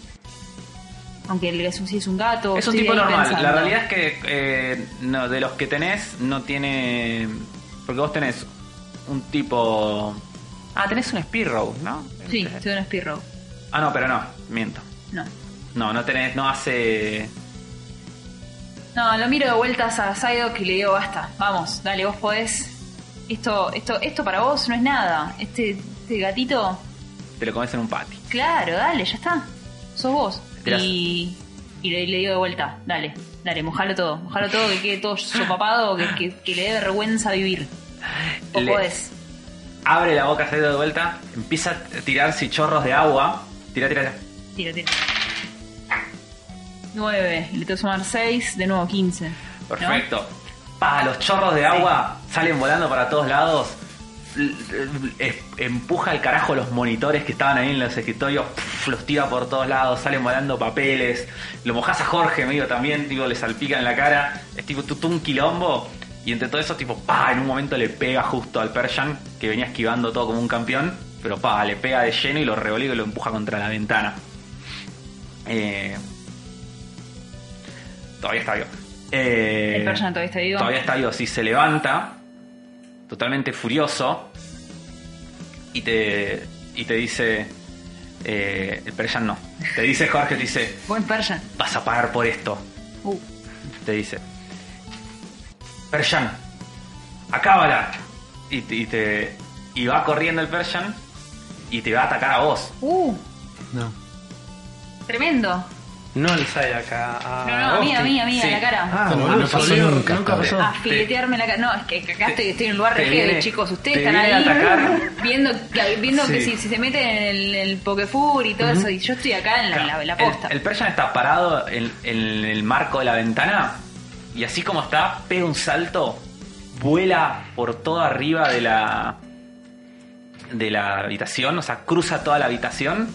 Speaker 4: Aunque el Gasusi es un gato.
Speaker 3: Es un
Speaker 4: estoy
Speaker 3: tipo
Speaker 4: ahí
Speaker 3: normal.
Speaker 4: pensando.
Speaker 3: La realidad es que eh, no, de los que tenés, no tiene. Porque vos tenés un tipo. Ah, tenés un Spearrow, ¿no? Este.
Speaker 4: Sí, estoy en Spearrow.
Speaker 3: Ah, no, pero no, miento.
Speaker 4: No.
Speaker 3: No, no tenés, no hace.
Speaker 4: No, lo miro de vueltas a Psyduck y le digo, basta, vamos, dale, vos podés. Esto, esto, esto para vos no es nada. Este, este gatito,
Speaker 3: Te lo comes en un patio.
Speaker 4: claro, dale, ya está. Sos vos.
Speaker 3: Te la-
Speaker 4: Y, y le, le digo de vuelta, dale, dale, mojalo todo, mojalo todo, que quede todo sopapado, que, que- que le dé vergüenza vivir. Vos
Speaker 3: Le-
Speaker 4: podés.
Speaker 3: Abre la boca, sale de vuelta, empieza a tirar chorros de agua. Tira, tira, tira.
Speaker 4: Tiro, tiro. 9, le tengo que sumar 6, de nuevo 15. ¿no?
Speaker 3: Perfecto. Pa, los chorros de agua salen volando para todos lados. L- l- es- Empuja al carajo los monitores que estaban ahí en los escritorios, pf, los tira por todos lados, salen volando papeles. Lo mojas a Jorge, medio también, digo, le salpica en la cara. Es tipo tutú un quilombo. Y entre todo eso, tipo, pa, en un momento le pega justo al Persian, que venía esquivando todo como un campeón. Pero pa, le pega de lleno y lo revolea y lo empuja contra la ventana. Eh, Todavía está vivo. Eh,
Speaker 4: El Persian todavía está vivo.
Speaker 3: Todavía está vivo. Si se levanta, totalmente furioso, y te, y te dice. eh, el Persian no. Te dice Jorge, te dice:
Speaker 4: Buen Persian.
Speaker 3: Vas a pagar por esto.
Speaker 4: Uh.
Speaker 3: Te dice: Persian, acábala. Y, te- y te. Y va corriendo el Persian y te va a atacar a vos.
Speaker 4: Uh,
Speaker 2: No.
Speaker 4: tremendo.
Speaker 1: No al Psyduck, a, a
Speaker 4: No, no, a mí, a mí, a mí,
Speaker 3: Ah, Sí.
Speaker 4: a la cara.
Speaker 1: Ah,
Speaker 2: Pero
Speaker 1: boludo,
Speaker 2: no pasó
Speaker 1: salió-
Speaker 2: nunca, Ah,
Speaker 1: nunca
Speaker 2: padre.
Speaker 1: pasó.
Speaker 4: a filetearme la cara. No, es que es que acá estoy, estoy en un lugar
Speaker 3: Te
Speaker 4: re heavy,
Speaker 3: viene-
Speaker 4: chicos. Ustedes
Speaker 3: te
Speaker 4: están
Speaker 3: viene
Speaker 4: ahí
Speaker 3: a atacar.
Speaker 4: viendo, viendo que
Speaker 3: Sí.
Speaker 4: si, si se meten en el, en el Pokefur y todo eso. Y yo estoy acá en la,
Speaker 3: Claro.
Speaker 4: la- la posta.
Speaker 3: El, el Persian está parado en, en el marco de la ventana y así como está, pega un salto, vuela por todo arriba de la de la habitación, o sea, cruza toda la habitación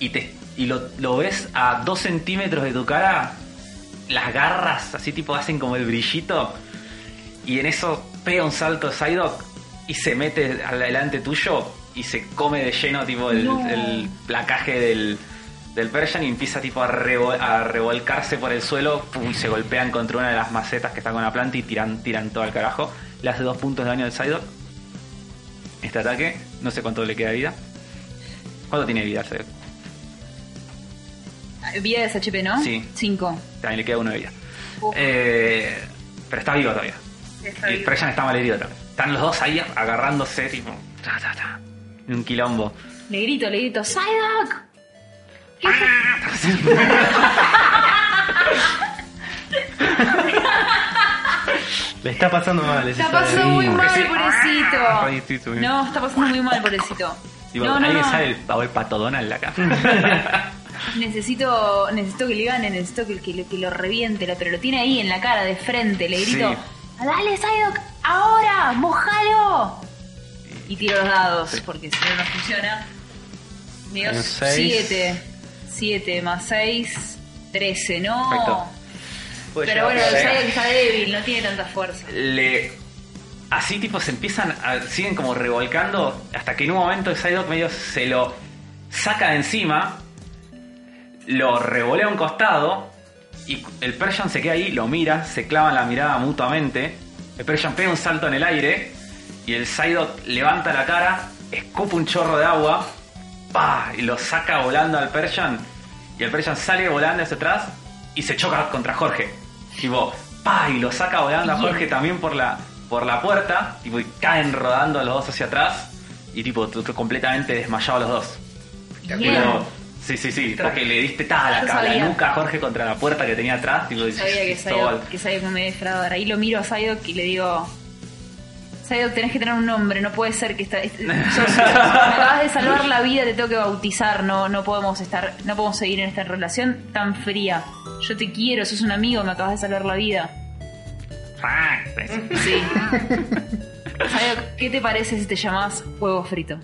Speaker 3: y te y lo, lo ves a dos centímetros de tu cara, las garras así tipo hacen como el brillito y en eso pega un salto Psyduck y se mete al delante tuyo y se come de lleno tipo el,
Speaker 5: No.
Speaker 3: el placaje del, del Persian y empieza tipo a, revo- a revolcarse por el suelo pum, y se golpean contra una de las macetas que están con la planta y tiran, tiran todo al carajo. Le hace dos puntos de daño al Psyduck. Este ataque, no sé cuánto le queda de vida. ¿Cuánto tiene de vida el Psyduck?
Speaker 4: Ah, Vía de SHP, ¿no?
Speaker 3: Sí.
Speaker 4: Cinco.
Speaker 3: También le queda uno de vida.
Speaker 4: Uf.
Speaker 3: Eh, pero está vivo todavía. y el Persian está mal herido también. Están los dos ahí agarrándose, tipo. ta, ta, ta. Un quilombo.
Speaker 4: Le grito, le grito, ¡Psyduck!
Speaker 1: Le está pasando mal ese
Speaker 4: Está
Speaker 1: Psyduck.
Speaker 4: pasando muy mal,
Speaker 3: Sí.
Speaker 4: pobrecito.
Speaker 3: sí.
Speaker 4: No, está pasando muy mal, pobrecito.
Speaker 3: Digo,
Speaker 4: no, no,
Speaker 3: alguien
Speaker 4: no.
Speaker 3: sabe el, o el pato Donald acá.
Speaker 4: Necesito, necesito que le gane, necesito que, que lo- que lo reviente, lo- pero lo tiene ahí en la cara, de frente, le grito,
Speaker 3: Sí.
Speaker 4: dale Psyduck, ahora, mojalo. Y tiro los dados, porque si no no funciona. Me dio
Speaker 1: Un seis.
Speaker 4: 7, 7 más 6, 13, no.
Speaker 3: Perfecto.
Speaker 4: Pero bueno, el Psyduck está débil, no tiene tanta fuerza.
Speaker 3: le así tipo se empiezan a- siguen como revolcando hasta que en un momento el Psyduck medio se lo saca de encima lo revolea a un costado y el Persian se queda ahí lo mira se clavan la mirada mutuamente el Persian pega un salto en el aire y el Psyduck levanta la cara escupe un chorro de agua ¡pah! y lo saca volando al Persian y el Persian sale volando hacia atrás y se choca contra Jorge tipo ¡pah! y lo saca volando a
Speaker 4: Bien.
Speaker 3: Jorge también por la, por la puerta, tipo, y caen rodando los dos hacia atrás, y tipo, t- t- completamente desmayados los dos.
Speaker 4: Bien.
Speaker 3: Y luego Sí, sí, sí, porque le diste ta, la,
Speaker 4: Yo
Speaker 3: ca- la
Speaker 4: sabía.
Speaker 3: nuca a Jorge contra la puerta que tenía atrás y lo dices,
Speaker 4: Sabía que
Speaker 3: Cristóbal.
Speaker 4: Sayok, que Sayok me defraudara. Y lo miro a Sayok y le digo... Sayok, tenés que tener un nombre, no puede ser que esta... est- sos- me acabas de salvar la vida, te tengo que bautizar, no, no podemos estar, no podemos seguir en esta relación tan fría. Yo te quiero, sos un amigo, me acabas de salvar la vida.
Speaker 3: Ah, es-
Speaker 4: Sí. Sayok, ¿qué te parece si te llamás huevo frito?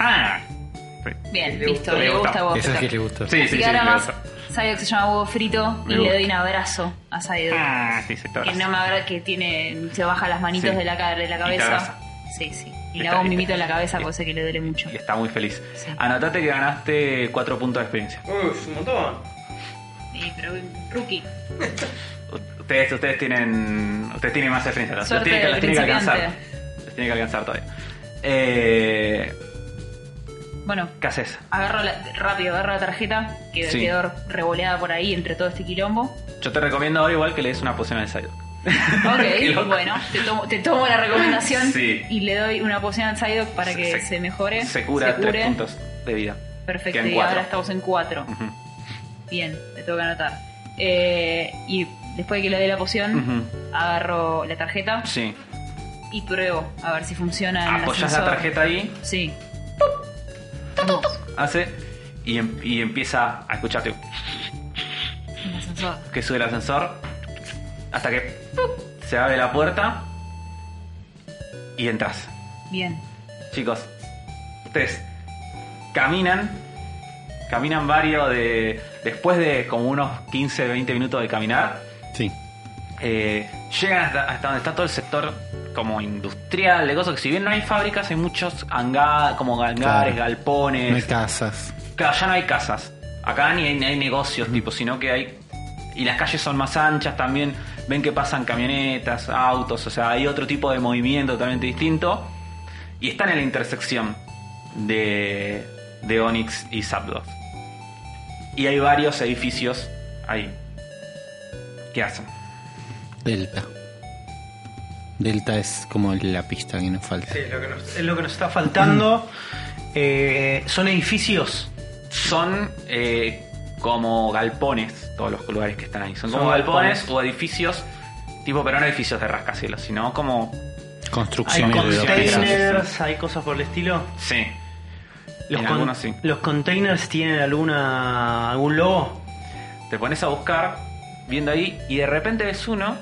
Speaker 3: ah.
Speaker 4: Bien,
Speaker 3: Le
Speaker 4: listo,
Speaker 3: gustó.
Speaker 4: le
Speaker 3: Le
Speaker 4: gusta
Speaker 3: gustó.
Speaker 4: huevo
Speaker 2: Eso
Speaker 4: frito.
Speaker 2: es que le gustó.
Speaker 3: Sí, sí,
Speaker 4: Así
Speaker 3: sí,
Speaker 4: que ahora
Speaker 3: le
Speaker 4: más,
Speaker 3: gusta.
Speaker 4: Sayok se llama huevo frito
Speaker 3: Me
Speaker 4: y le
Speaker 3: gusta.
Speaker 4: doy un abrazo a Sayok.
Speaker 3: Ah, sí, se te
Speaker 4: Que
Speaker 3: abraza.
Speaker 4: no me habrá que tiene. Se baja las manitos
Speaker 3: Sí.
Speaker 4: de, la, ca- de la
Speaker 3: te
Speaker 4: cabeza.
Speaker 3: abraza.
Speaker 4: Sí, sí. Y
Speaker 3: Y
Speaker 4: le
Speaker 3: te-
Speaker 4: hago un
Speaker 3: y te-
Speaker 4: mimito en la cabeza,
Speaker 3: y-
Speaker 4: cosa que le duele mucho.
Speaker 3: Y está muy feliz.
Speaker 4: Sí.
Speaker 3: Anotate que ganaste 4 puntos de experiencia.
Speaker 1: Uf, un montón.
Speaker 4: Sí, pero rookie.
Speaker 3: Ustedes, ustedes tienen. Ustedes tienen más experiencia. Los, los
Speaker 4: Suerte
Speaker 3: tienen, que,
Speaker 4: de
Speaker 3: los tienen que alcanzar.
Speaker 4: principiante.
Speaker 3: Los tienen que alcanzar todavía. Eh,
Speaker 4: Bueno,
Speaker 3: ¿Qué haces?
Speaker 4: agarro la- rápido, agarro la tarjeta que
Speaker 3: Sí.
Speaker 4: quedó revoleada por ahí entre todo este quilombo.
Speaker 3: Yo te recomiendo ahora igual que le des una poción al Psyduck. Qué
Speaker 4: Ok,
Speaker 3: loco.
Speaker 4: bueno, te tomo, te tomo la recomendación
Speaker 3: Sí.
Speaker 4: y le doy una poción al Psyduck para que se, mejore.
Speaker 3: Se cura 3 puntos de vida.
Speaker 4: Perfecto,
Speaker 3: Quedan
Speaker 4: y
Speaker 3: cuatro.
Speaker 4: ahora estamos en cuatro.
Speaker 3: Ujú.
Speaker 4: Bien, le tengo que anotar. Eh, y después de que le dé la poción,
Speaker 3: Ujú.
Speaker 4: agarro la tarjeta
Speaker 3: Sí.
Speaker 4: y pruebo a ver si funciona. en el
Speaker 3: Apoyas la
Speaker 4: ascensor.
Speaker 3: tarjeta ahí,
Speaker 4: Sí.
Speaker 3: hace. Y, em- y empieza a escucharte
Speaker 4: En el ascensor.
Speaker 3: que sube el ascensor. Hasta que ¡pup! se abre la puerta. Y entras.
Speaker 4: Bien.
Speaker 3: Chicos, ustedes caminan, caminan varios de. Después de como unos 15, 20 minutos de caminar,
Speaker 2: Sí.
Speaker 3: eh, llegan hasta, hasta donde está todo el sector como industrial, de cosas que si bien no hay fábricas, hay muchos hangar, como hangares,
Speaker 2: Claro.
Speaker 3: galpones.
Speaker 2: No hay casas.
Speaker 3: Claro, ya no hay casas. Acá ni hay, ni hay negocios, tipo, sino que hay. Y las calles son más anchas también. Ven que pasan camionetas, autos, o sea, hay otro tipo de movimiento totalmente distinto. Y están en la intersección de, de Onyx y Zapdos. Y hay varios edificios ahí. ¿Qué hacen?
Speaker 2: Delta. Delta es como la pista que nos falta.
Speaker 1: Sí, lo que nos, es lo que nos está faltando. Eh, son edificios.
Speaker 3: Son eh, como galpones, todos los lugares que están ahí. Son como
Speaker 1: Son
Speaker 3: galpones,
Speaker 1: galpones.
Speaker 3: o edificios, tipo, pero no edificios de rascacielos, sino como
Speaker 1: Hay
Speaker 2: Construcciones de dos pisos.
Speaker 1: containers, hay cosas por el estilo.
Speaker 3: Sí.
Speaker 1: Los,
Speaker 3: En
Speaker 1: con-
Speaker 3: algunos sí.
Speaker 1: los containers tienen alguna algún logo.
Speaker 3: Te pones a buscar, viendo ahí, y de repente ves uno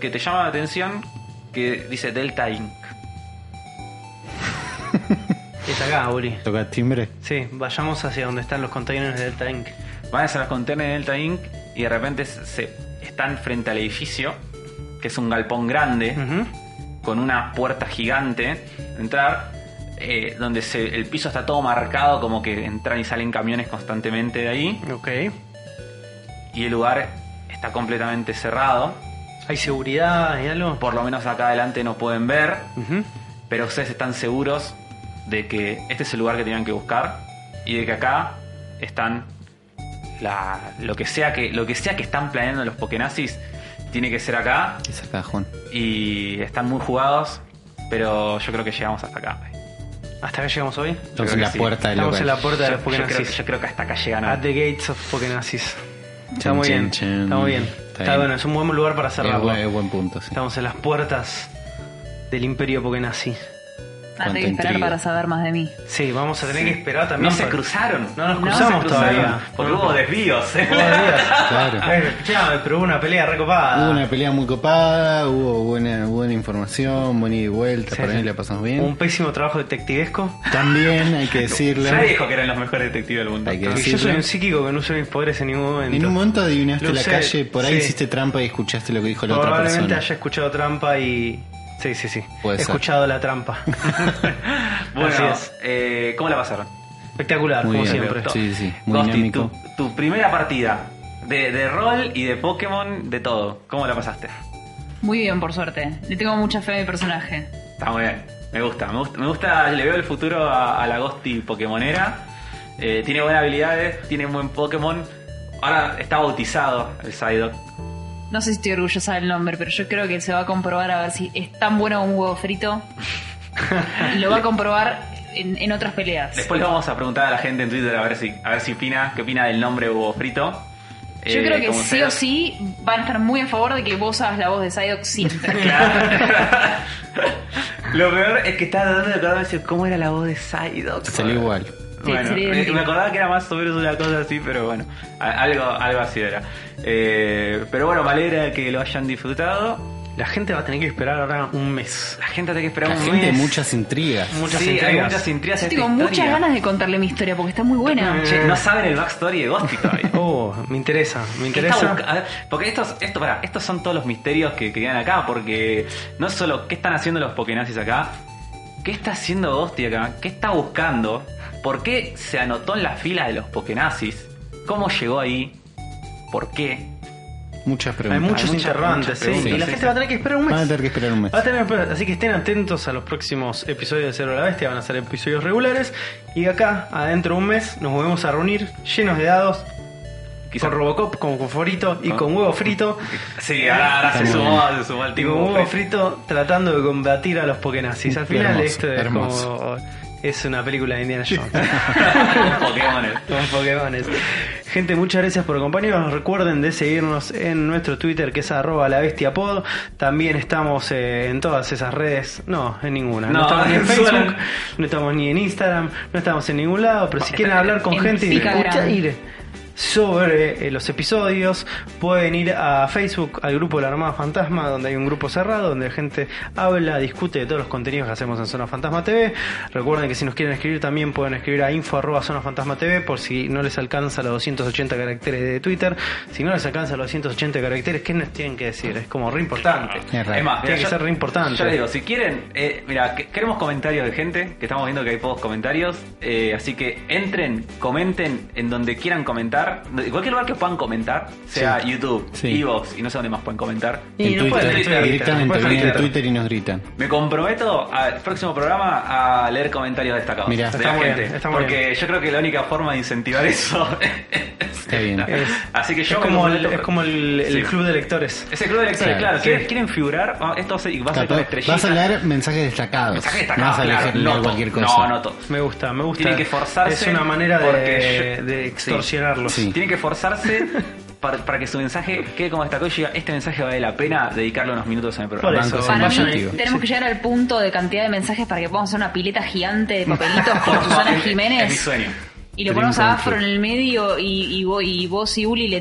Speaker 3: que te llama la atención que dice Delta Inc.
Speaker 1: Es acá, Uri.
Speaker 2: Toca timbre.
Speaker 1: Sí, vayamos hacia donde están los containers del tank.
Speaker 3: Van a los contenedores de Delta Inc. y de repente se- se están frente al edificio, que es un galpón grande,
Speaker 1: Ujú. Mm.
Speaker 3: con una puerta gigante. Entrar, eh, donde se- el piso está todo marcado, como que entran y salen camiones constantemente de ahí.
Speaker 1: Ok.
Speaker 3: Y el lugar está completamente cerrado.
Speaker 1: ¿Hay seguridad? ¿Hay algo?
Speaker 3: Por lo menos acá adelante no pueden ver.
Speaker 1: Ujú.
Speaker 3: pero ustedes están seguros de que este es el lugar que tenían que buscar y de que acá están la, lo que sea que lo que sea que están planeando los pokenazis tiene que ser acá
Speaker 2: Es el cajón.
Speaker 3: y están muy jugados pero yo creo que llegamos hasta acá
Speaker 1: ¿Hasta acá llegamos hoy?
Speaker 2: Entonces
Speaker 3: que
Speaker 2: la
Speaker 3: sí.
Speaker 2: puerta del
Speaker 1: Estamos
Speaker 2: local.
Speaker 1: en la puerta de
Speaker 3: yo,
Speaker 1: los
Speaker 3: yo creo, que-
Speaker 1: Pokénazis. Ah,
Speaker 3: yo creo que hasta acá llegan
Speaker 1: At
Speaker 3: a,
Speaker 1: the gates of Pokénazis. Está
Speaker 2: Chan,
Speaker 1: muy
Speaker 2: chan,
Speaker 1: bien.
Speaker 2: chan.
Speaker 1: Está muy bien.
Speaker 2: Está
Speaker 1: Está
Speaker 2: bien.
Speaker 1: bueno, es un buen lugar para
Speaker 2: Es
Speaker 1: cerrarlo.
Speaker 2: buen, es buen punto, sí.
Speaker 1: Estamos en las puertas del Imperio Pokénazi.
Speaker 4: Ah,
Speaker 2: Cuánta
Speaker 4: tengo que esperar
Speaker 2: intriga.
Speaker 4: para saber más de mí.
Speaker 1: Sí, vamos a tener que esperar
Speaker 3: no
Speaker 1: también.
Speaker 3: se
Speaker 1: para-
Speaker 3: cruzaron
Speaker 1: No nos
Speaker 4: No
Speaker 1: cruzamos
Speaker 3: se cruzaron,
Speaker 1: todavía.
Speaker 3: porque
Speaker 1: No nos
Speaker 3: hubo desvíos ¿eh?
Speaker 1: Todavía.
Speaker 2: Claro.
Speaker 1: Eh, escuchame, pero hubo una pelea recopada.
Speaker 2: Hubo una pelea muy copada, hubo buena, buena información, buena ida y vuelta,
Speaker 1: Sí,
Speaker 2: por ahí
Speaker 1: sí.
Speaker 2: la pasamos bien.
Speaker 1: Un pésimo trabajo detectivesco.
Speaker 2: También hay que decirlo.
Speaker 3: nadie dijo que eran los mejores detectives del mundo
Speaker 2: Hay que
Speaker 1: Porque
Speaker 2: decirlo.
Speaker 1: yo soy un psíquico que no uso mis poderes en ningún momento.
Speaker 2: Ah, En un momento adivinaste
Speaker 1: Lo
Speaker 2: la
Speaker 1: sé,
Speaker 2: calle, por ahí
Speaker 1: sí.
Speaker 2: hiciste trampa y escuchaste lo que dijo la otra
Speaker 1: Probablemente
Speaker 2: persona.
Speaker 1: haya escuchado trampa y. Sí, sí, sí. He
Speaker 2: Puede ser.
Speaker 1: escuchado la trampa. Así
Speaker 3: bueno
Speaker 1: es.
Speaker 3: eh, ¿cómo la pasaron?
Speaker 1: Espectacular,
Speaker 2: Muy
Speaker 1: como
Speaker 2: bien,
Speaker 1: siempre.
Speaker 2: sí, sí, muy
Speaker 3: Gosti,
Speaker 2: dinámico.
Speaker 3: Tu, tu primera partida de, de rol y de Pokémon, de todo. ¿Cómo la pasaste?
Speaker 4: Muy bien, por suerte. Le tengo mucha fe a mi personaje.
Speaker 3: Está muy bien. Me gusta, me gusta, me gusta, le veo el futuro a, a la Gosti Pokémonera. Eh, tiene buenas habilidades, tiene un buen Pokémon. Ahora está bautizado el Psyduck.
Speaker 4: No sé si estoy orgullosa del nombre, pero yo creo que se va a comprobar a ver si es tan bueno un huevo frito. Y lo va a comprobar en, en otras peleas.
Speaker 3: Después le vamos a preguntar a la gente en Twitter a ver si, a ver si opina, qué opina del nombre Hugo Frito.
Speaker 4: Yo
Speaker 3: Eh,
Speaker 4: creo que
Speaker 3: como
Speaker 4: sí
Speaker 3: sea.
Speaker 4: o sí van a estar muy a favor de que vos hagas la voz de Psyduck siempre.
Speaker 3: Claro. Lo peor es que estaba tratando de acordarme de decir cómo era la voz de Psyduck.
Speaker 2: Salió igual.
Speaker 3: Bueno, eh,
Speaker 4: sería
Speaker 3: me,
Speaker 4: idéntico.
Speaker 3: me acordaba que era más o menos una cosa así, pero bueno, a- algo, algo así era. Eh, pero bueno, me alegra que lo hayan disfrutado.
Speaker 1: La gente va a tener que esperar ahora un mes.
Speaker 3: La gente tiene que esperar
Speaker 2: La
Speaker 3: un
Speaker 2: gente,
Speaker 3: mes.
Speaker 2: muchas intrigas.
Speaker 1: Muchas
Speaker 3: Sí, hay
Speaker 1: intrigas.
Speaker 3: muchas intrigas
Speaker 4: Yo
Speaker 3: en
Speaker 4: tengo
Speaker 3: esta
Speaker 4: muchas
Speaker 3: historia.
Speaker 4: ganas de contarle mi historia porque está muy buena.
Speaker 3: Che, no saben el backstory de Ghosty todavía.
Speaker 1: Oh, me interesa, me
Speaker 3: ¿Qué está
Speaker 1: interesa.
Speaker 3: busca- a ver, porque estos, esto, pará, estos son todos los misterios que, que quedan acá, porque no es solo qué están haciendo los Pokénazis acá, qué está haciendo Ghosty acá, qué está buscando, por qué se anotó en la fila de los Pokénazis, cómo llegó ahí, por qué.
Speaker 2: Muchas
Speaker 1: Hay
Speaker 2: preguntas.
Speaker 1: muchos
Speaker 3: muchas
Speaker 1: interrogantes, sí, y
Speaker 3: preguntas,
Speaker 1: la
Speaker 3: sí,
Speaker 1: gente
Speaker 3: sí.
Speaker 1: va a tener que esperar un mes.
Speaker 2: Van a tener que esperar un mes.
Speaker 1: Va a tener que esperar, así que estén atentos a los próximos episodios de Cero a la Bestia, van a ser episodios regulares. Y acá, adentro de un mes, nos volvemos a reunir llenos de dados,
Speaker 3: Quizá-
Speaker 1: con Robocop, con Conforito y
Speaker 3: Con-
Speaker 1: con huevo frito.
Speaker 3: Sí, ahora, ahora se
Speaker 2: Está muy
Speaker 3: sumó, se sumó al
Speaker 1: Y
Speaker 3: tipo.
Speaker 1: con huevo frito tratando de combatir a los Pokénazis. Al final,
Speaker 2: Hermoso,
Speaker 1: esto es
Speaker 2: hermoso.
Speaker 1: como. Es una película de Indiana Jones.
Speaker 3: Pokémon.
Speaker 1: con Pokémones. Gente, muchas gracias por acompañarnos. Recuerden de seguirnos en nuestro Twitter que es arroba la bestia pod. También estamos eh, en todas esas redes. No, en ninguna. No,
Speaker 3: No,
Speaker 1: estamos ni en
Speaker 3: solo-
Speaker 1: Facebook, no estamos ni en Instagram, no estamos en ningún lado. Pero si quieren hablar con
Speaker 4: en
Speaker 1: gente y
Speaker 4: Picagram.
Speaker 1: discutir sobre eh, los episodios, pueden ir a Facebook, al grupo de la Armada Fantasma, donde hay un grupo cerrado, donde la gente habla, discute de todos los contenidos que hacemos en Zona Fantasma TV. Recuerden que si nos quieren escribir también pueden escribir a info arroba Zona Fantasma TV por si no les alcanza los 280 caracteres de Twitter. Si no les alcanza los 280 caracteres, ¿qué nos tienen que decir? Es como re importante.
Speaker 2: Es raro.
Speaker 3: Es más,
Speaker 1: Ah. Tiene
Speaker 3: mira,
Speaker 1: que
Speaker 3: yo-
Speaker 1: ser re importante.
Speaker 3: Yo les digo, si quieren, eh, mira, que- queremos comentarios de gente, que estamos viendo que hay pocos comentarios, eh, así que entren, comenten en donde quieran comentar, en cualquier lugar que puedan comentar, sea
Speaker 2: Sí.
Speaker 3: YouTube,
Speaker 2: Sí.
Speaker 3: Evox, y no sé dónde más pueden comentar.
Speaker 1: Y
Speaker 2: En
Speaker 1: no pueden
Speaker 2: Twitter,
Speaker 1: tuitear,
Speaker 2: directamente
Speaker 1: no pueden
Speaker 2: vienen de
Speaker 1: tuitear.
Speaker 2: Twitter y nos gritan.
Speaker 3: Me comprometo al próximo programa a leer comentarios destacados
Speaker 2: Mirá.
Speaker 3: de
Speaker 1: Está
Speaker 3: la
Speaker 1: muy
Speaker 3: gente,
Speaker 1: bien, está muy
Speaker 3: porque yo creo que la única forma de incentivar eso es
Speaker 2: Está bien.
Speaker 3: esta.
Speaker 1: Es-
Speaker 3: Así que yo
Speaker 1: es
Speaker 3: me
Speaker 1: como, el,
Speaker 3: comprometo-
Speaker 1: es como el- el
Speaker 3: Sí.
Speaker 1: club de lectores.
Speaker 3: Ese club de lectores,
Speaker 2: Claro,
Speaker 3: claro.
Speaker 2: sí.
Speaker 3: ¿Quieren, quieren figurar? Va- Esto va a ser, va a ser con estrellitas.
Speaker 2: Vas a leer mensajes destacados.
Speaker 3: Mensaje
Speaker 2: No
Speaker 3: destacado,
Speaker 2: vas a leer
Speaker 3: claro, no todo.
Speaker 2: cualquier cosa.
Speaker 3: No, no todo.
Speaker 1: Me gusta, me gusta.
Speaker 3: Tienen que forzarse
Speaker 1: Es una manera de,
Speaker 3: porque yo-
Speaker 1: de extorsionarlos.
Speaker 2: Sí.
Speaker 3: Tienen que forzarse para, para que su mensaje quede como destacado y diga, este mensaje vale la pena dedicarle unos minutos a mi
Speaker 1: Por
Speaker 3: programa.
Speaker 2: Banco
Speaker 1: eso,
Speaker 2: sin
Speaker 4: Para mí
Speaker 1: vayan ahí.
Speaker 2: motivo.
Speaker 4: tenemos que llegar al punto de cantidad de mensajes para que podamos hacer una pileta gigante de papelitos con Susana
Speaker 3: Es mi
Speaker 4: Jiménez.
Speaker 3: sueño.
Speaker 4: Y lo ponemos a
Speaker 2: Dream
Speaker 4: Afro en el medio y, y, vo- y vos y Uli le,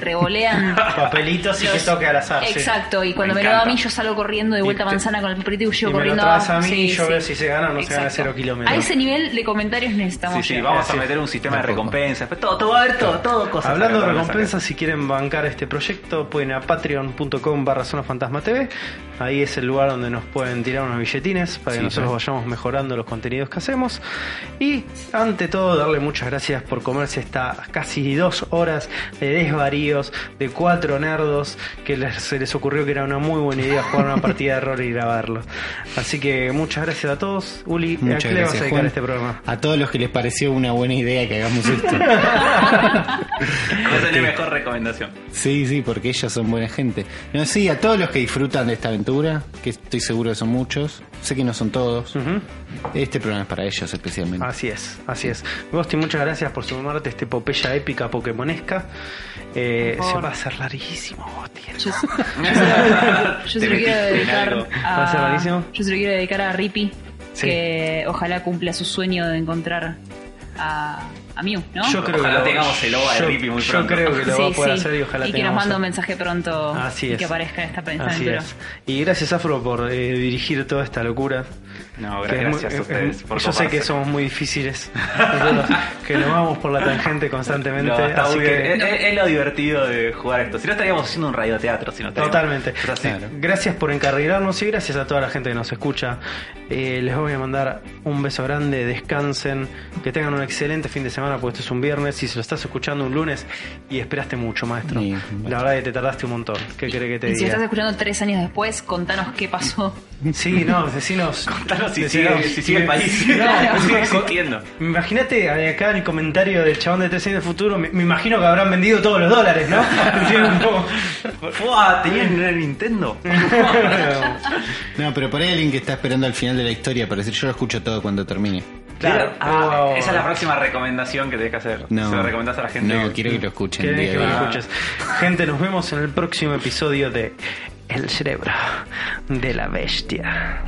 Speaker 4: revolean.
Speaker 1: Papelitos y Mm. que toque al azar. sí.
Speaker 4: Exacto, y cuando
Speaker 3: Me
Speaker 4: me, lo da a
Speaker 3: encanta.
Speaker 4: mí yo salgo corriendo de vuelta a
Speaker 1: te-
Speaker 4: manzana con el papelito y
Speaker 1: Y
Speaker 4: yo
Speaker 1: me lo
Speaker 4: corriendo
Speaker 1: traes a mí
Speaker 4: abajo.
Speaker 1: y yo veo si se gana o no se gana cero kilómetros.
Speaker 4: A ese nivel de comentarios necesitamos.
Speaker 3: Sí, sí,
Speaker 4: llegar.
Speaker 3: vamos a meter un sistema de
Speaker 2: Tampoco.
Speaker 3: recompensas. pues Todo, todo, va a haber todo, todo cosas.
Speaker 1: Hablando de
Speaker 3: Todo cosas.
Speaker 1: recompensas, si quieren bancar este proyecto, pueden a patreon.com barra zona fantasma TV. Ahí es el lugar donde nos pueden tirar unos billetines para que
Speaker 2: Sí,
Speaker 1: nosotros
Speaker 2: sí.
Speaker 1: vayamos mejorando los contenidos que hacemos. Y ante todo, darle muchas gracias por comerse estas casi dos horas de desvaríos de cuatro nerdos que les- se les ocurrió que era una muy buena idea jugar una partida de rol y grabarlo. Así que muchas gracias a todos. Uli, ¿a
Speaker 2: Muchas
Speaker 1: qué le vas a
Speaker 2: gracias,
Speaker 1: dedicar
Speaker 2: Juan.
Speaker 1: este programa?
Speaker 2: A todos los que les pareció una buena idea que hagamos esto.
Speaker 3: Esa es la mejor recomendación.
Speaker 2: sí, sí, porque ellos son buena gente. No, sí, a todos los que disfrutan de esta aventura, que estoy seguro que son muchos. Sé que no son todos.
Speaker 1: Ujú.
Speaker 2: Este programa es para ellos
Speaker 4: Mm.
Speaker 2: especialmente.
Speaker 1: Así es, así es. Gosti, muchas gracias por sumarte a esta epopeya épica pokemonesca. Eh,
Speaker 4: Por
Speaker 1: se
Speaker 4: favor.
Speaker 1: va a hacer larguísimo, Gosti.
Speaker 4: Yo, yo se
Speaker 3: Te
Speaker 4: lo quiero
Speaker 3: metiste en
Speaker 4: dedicar
Speaker 3: algo.
Speaker 1: ¿Va a ser
Speaker 4: a,
Speaker 1: rarísimo?
Speaker 4: yo se lo quiero dedicar a Rippy,
Speaker 1: Sí.
Speaker 4: que ojalá cumpla su sueño de encontrar a, a Mew, ¿no?
Speaker 1: Yo creo
Speaker 3: Ojalá
Speaker 1: que lo-
Speaker 3: tengamos el OVA de
Speaker 1: yo-
Speaker 3: Rippy muy
Speaker 1: yo
Speaker 3: pronto.
Speaker 1: creo que lo
Speaker 4: Sí,
Speaker 1: va a poder
Speaker 4: sí.
Speaker 1: hacer y ojalá
Speaker 4: Y que nos
Speaker 1: tengamos
Speaker 4: mande un
Speaker 1: a-
Speaker 4: mensaje pronto
Speaker 1: Así
Speaker 4: y
Speaker 1: es.
Speaker 4: que aparezca en esta esta
Speaker 1: Así
Speaker 4: aventura.
Speaker 1: es. Y gracias Afro por eh, dirigir toda esta locura.
Speaker 3: No,
Speaker 1: Que es muy-
Speaker 3: gracias
Speaker 1: es-
Speaker 3: a ustedes
Speaker 1: es-
Speaker 3: por
Speaker 1: Yo sé que
Speaker 3: coparse.
Speaker 1: somos muy difíciles. Nosotros que nos vamos por la tangente constantemente.
Speaker 3: No, está
Speaker 1: así
Speaker 3: muy bien. Eh,
Speaker 1: que,
Speaker 3: Es, es- es lo divertido de jugar esto. Si no estaríamos haciendo un radioteatro, si no estaríamos-
Speaker 1: Totalmente.
Speaker 3: Es así.
Speaker 2: Claro.
Speaker 1: Gracias por encarrilarnos y gracias a toda la gente que nos escucha. Eh, les voy a mandar un beso grande, descansen, que tengan un excelente fin de semana, porque esto es un viernes. Si se lo estás escuchando un lunes y esperaste mucho, maestro,
Speaker 2: Sí,
Speaker 1: la verdad que te tardaste un montón. ¿Qué querés que te
Speaker 4: Y si lo estás
Speaker 1: diga?
Speaker 4: escuchando tres años después, contanos qué pasó.
Speaker 1: Sí, no, decinos.
Speaker 3: Claro, si
Speaker 1: decinos.
Speaker 3: sigue, si sigue el país.
Speaker 1: No,
Speaker 3: sigue
Speaker 1: con-
Speaker 3: existiendo.
Speaker 1: Imagínate eh, acá en el comentario del chabón de 3 años del futuro, me, me imagino que habrán vendido todos los dólares, ¿no? Entiendo un poco.
Speaker 3: Fua, ¿Tenían una Nintendo?
Speaker 2: No, pero por ahí alguien que está esperando al final de la historia para decir yo lo escucho todo cuando termine.
Speaker 3: Claro.
Speaker 1: Claro.
Speaker 3: Ah,
Speaker 1: Wow.
Speaker 3: Esa es la próxima recomendación que tenés que hacer.
Speaker 2: No.
Speaker 3: Se lo recomendás a la gente.
Speaker 6: No, quiero que lo escuchen.
Speaker 1: Querés
Speaker 6: día
Speaker 1: que
Speaker 6: de
Speaker 1: lo
Speaker 6: hoy.
Speaker 1: escuches. Gente, nos vemos en el próximo episodio de El cerebro de la bestia.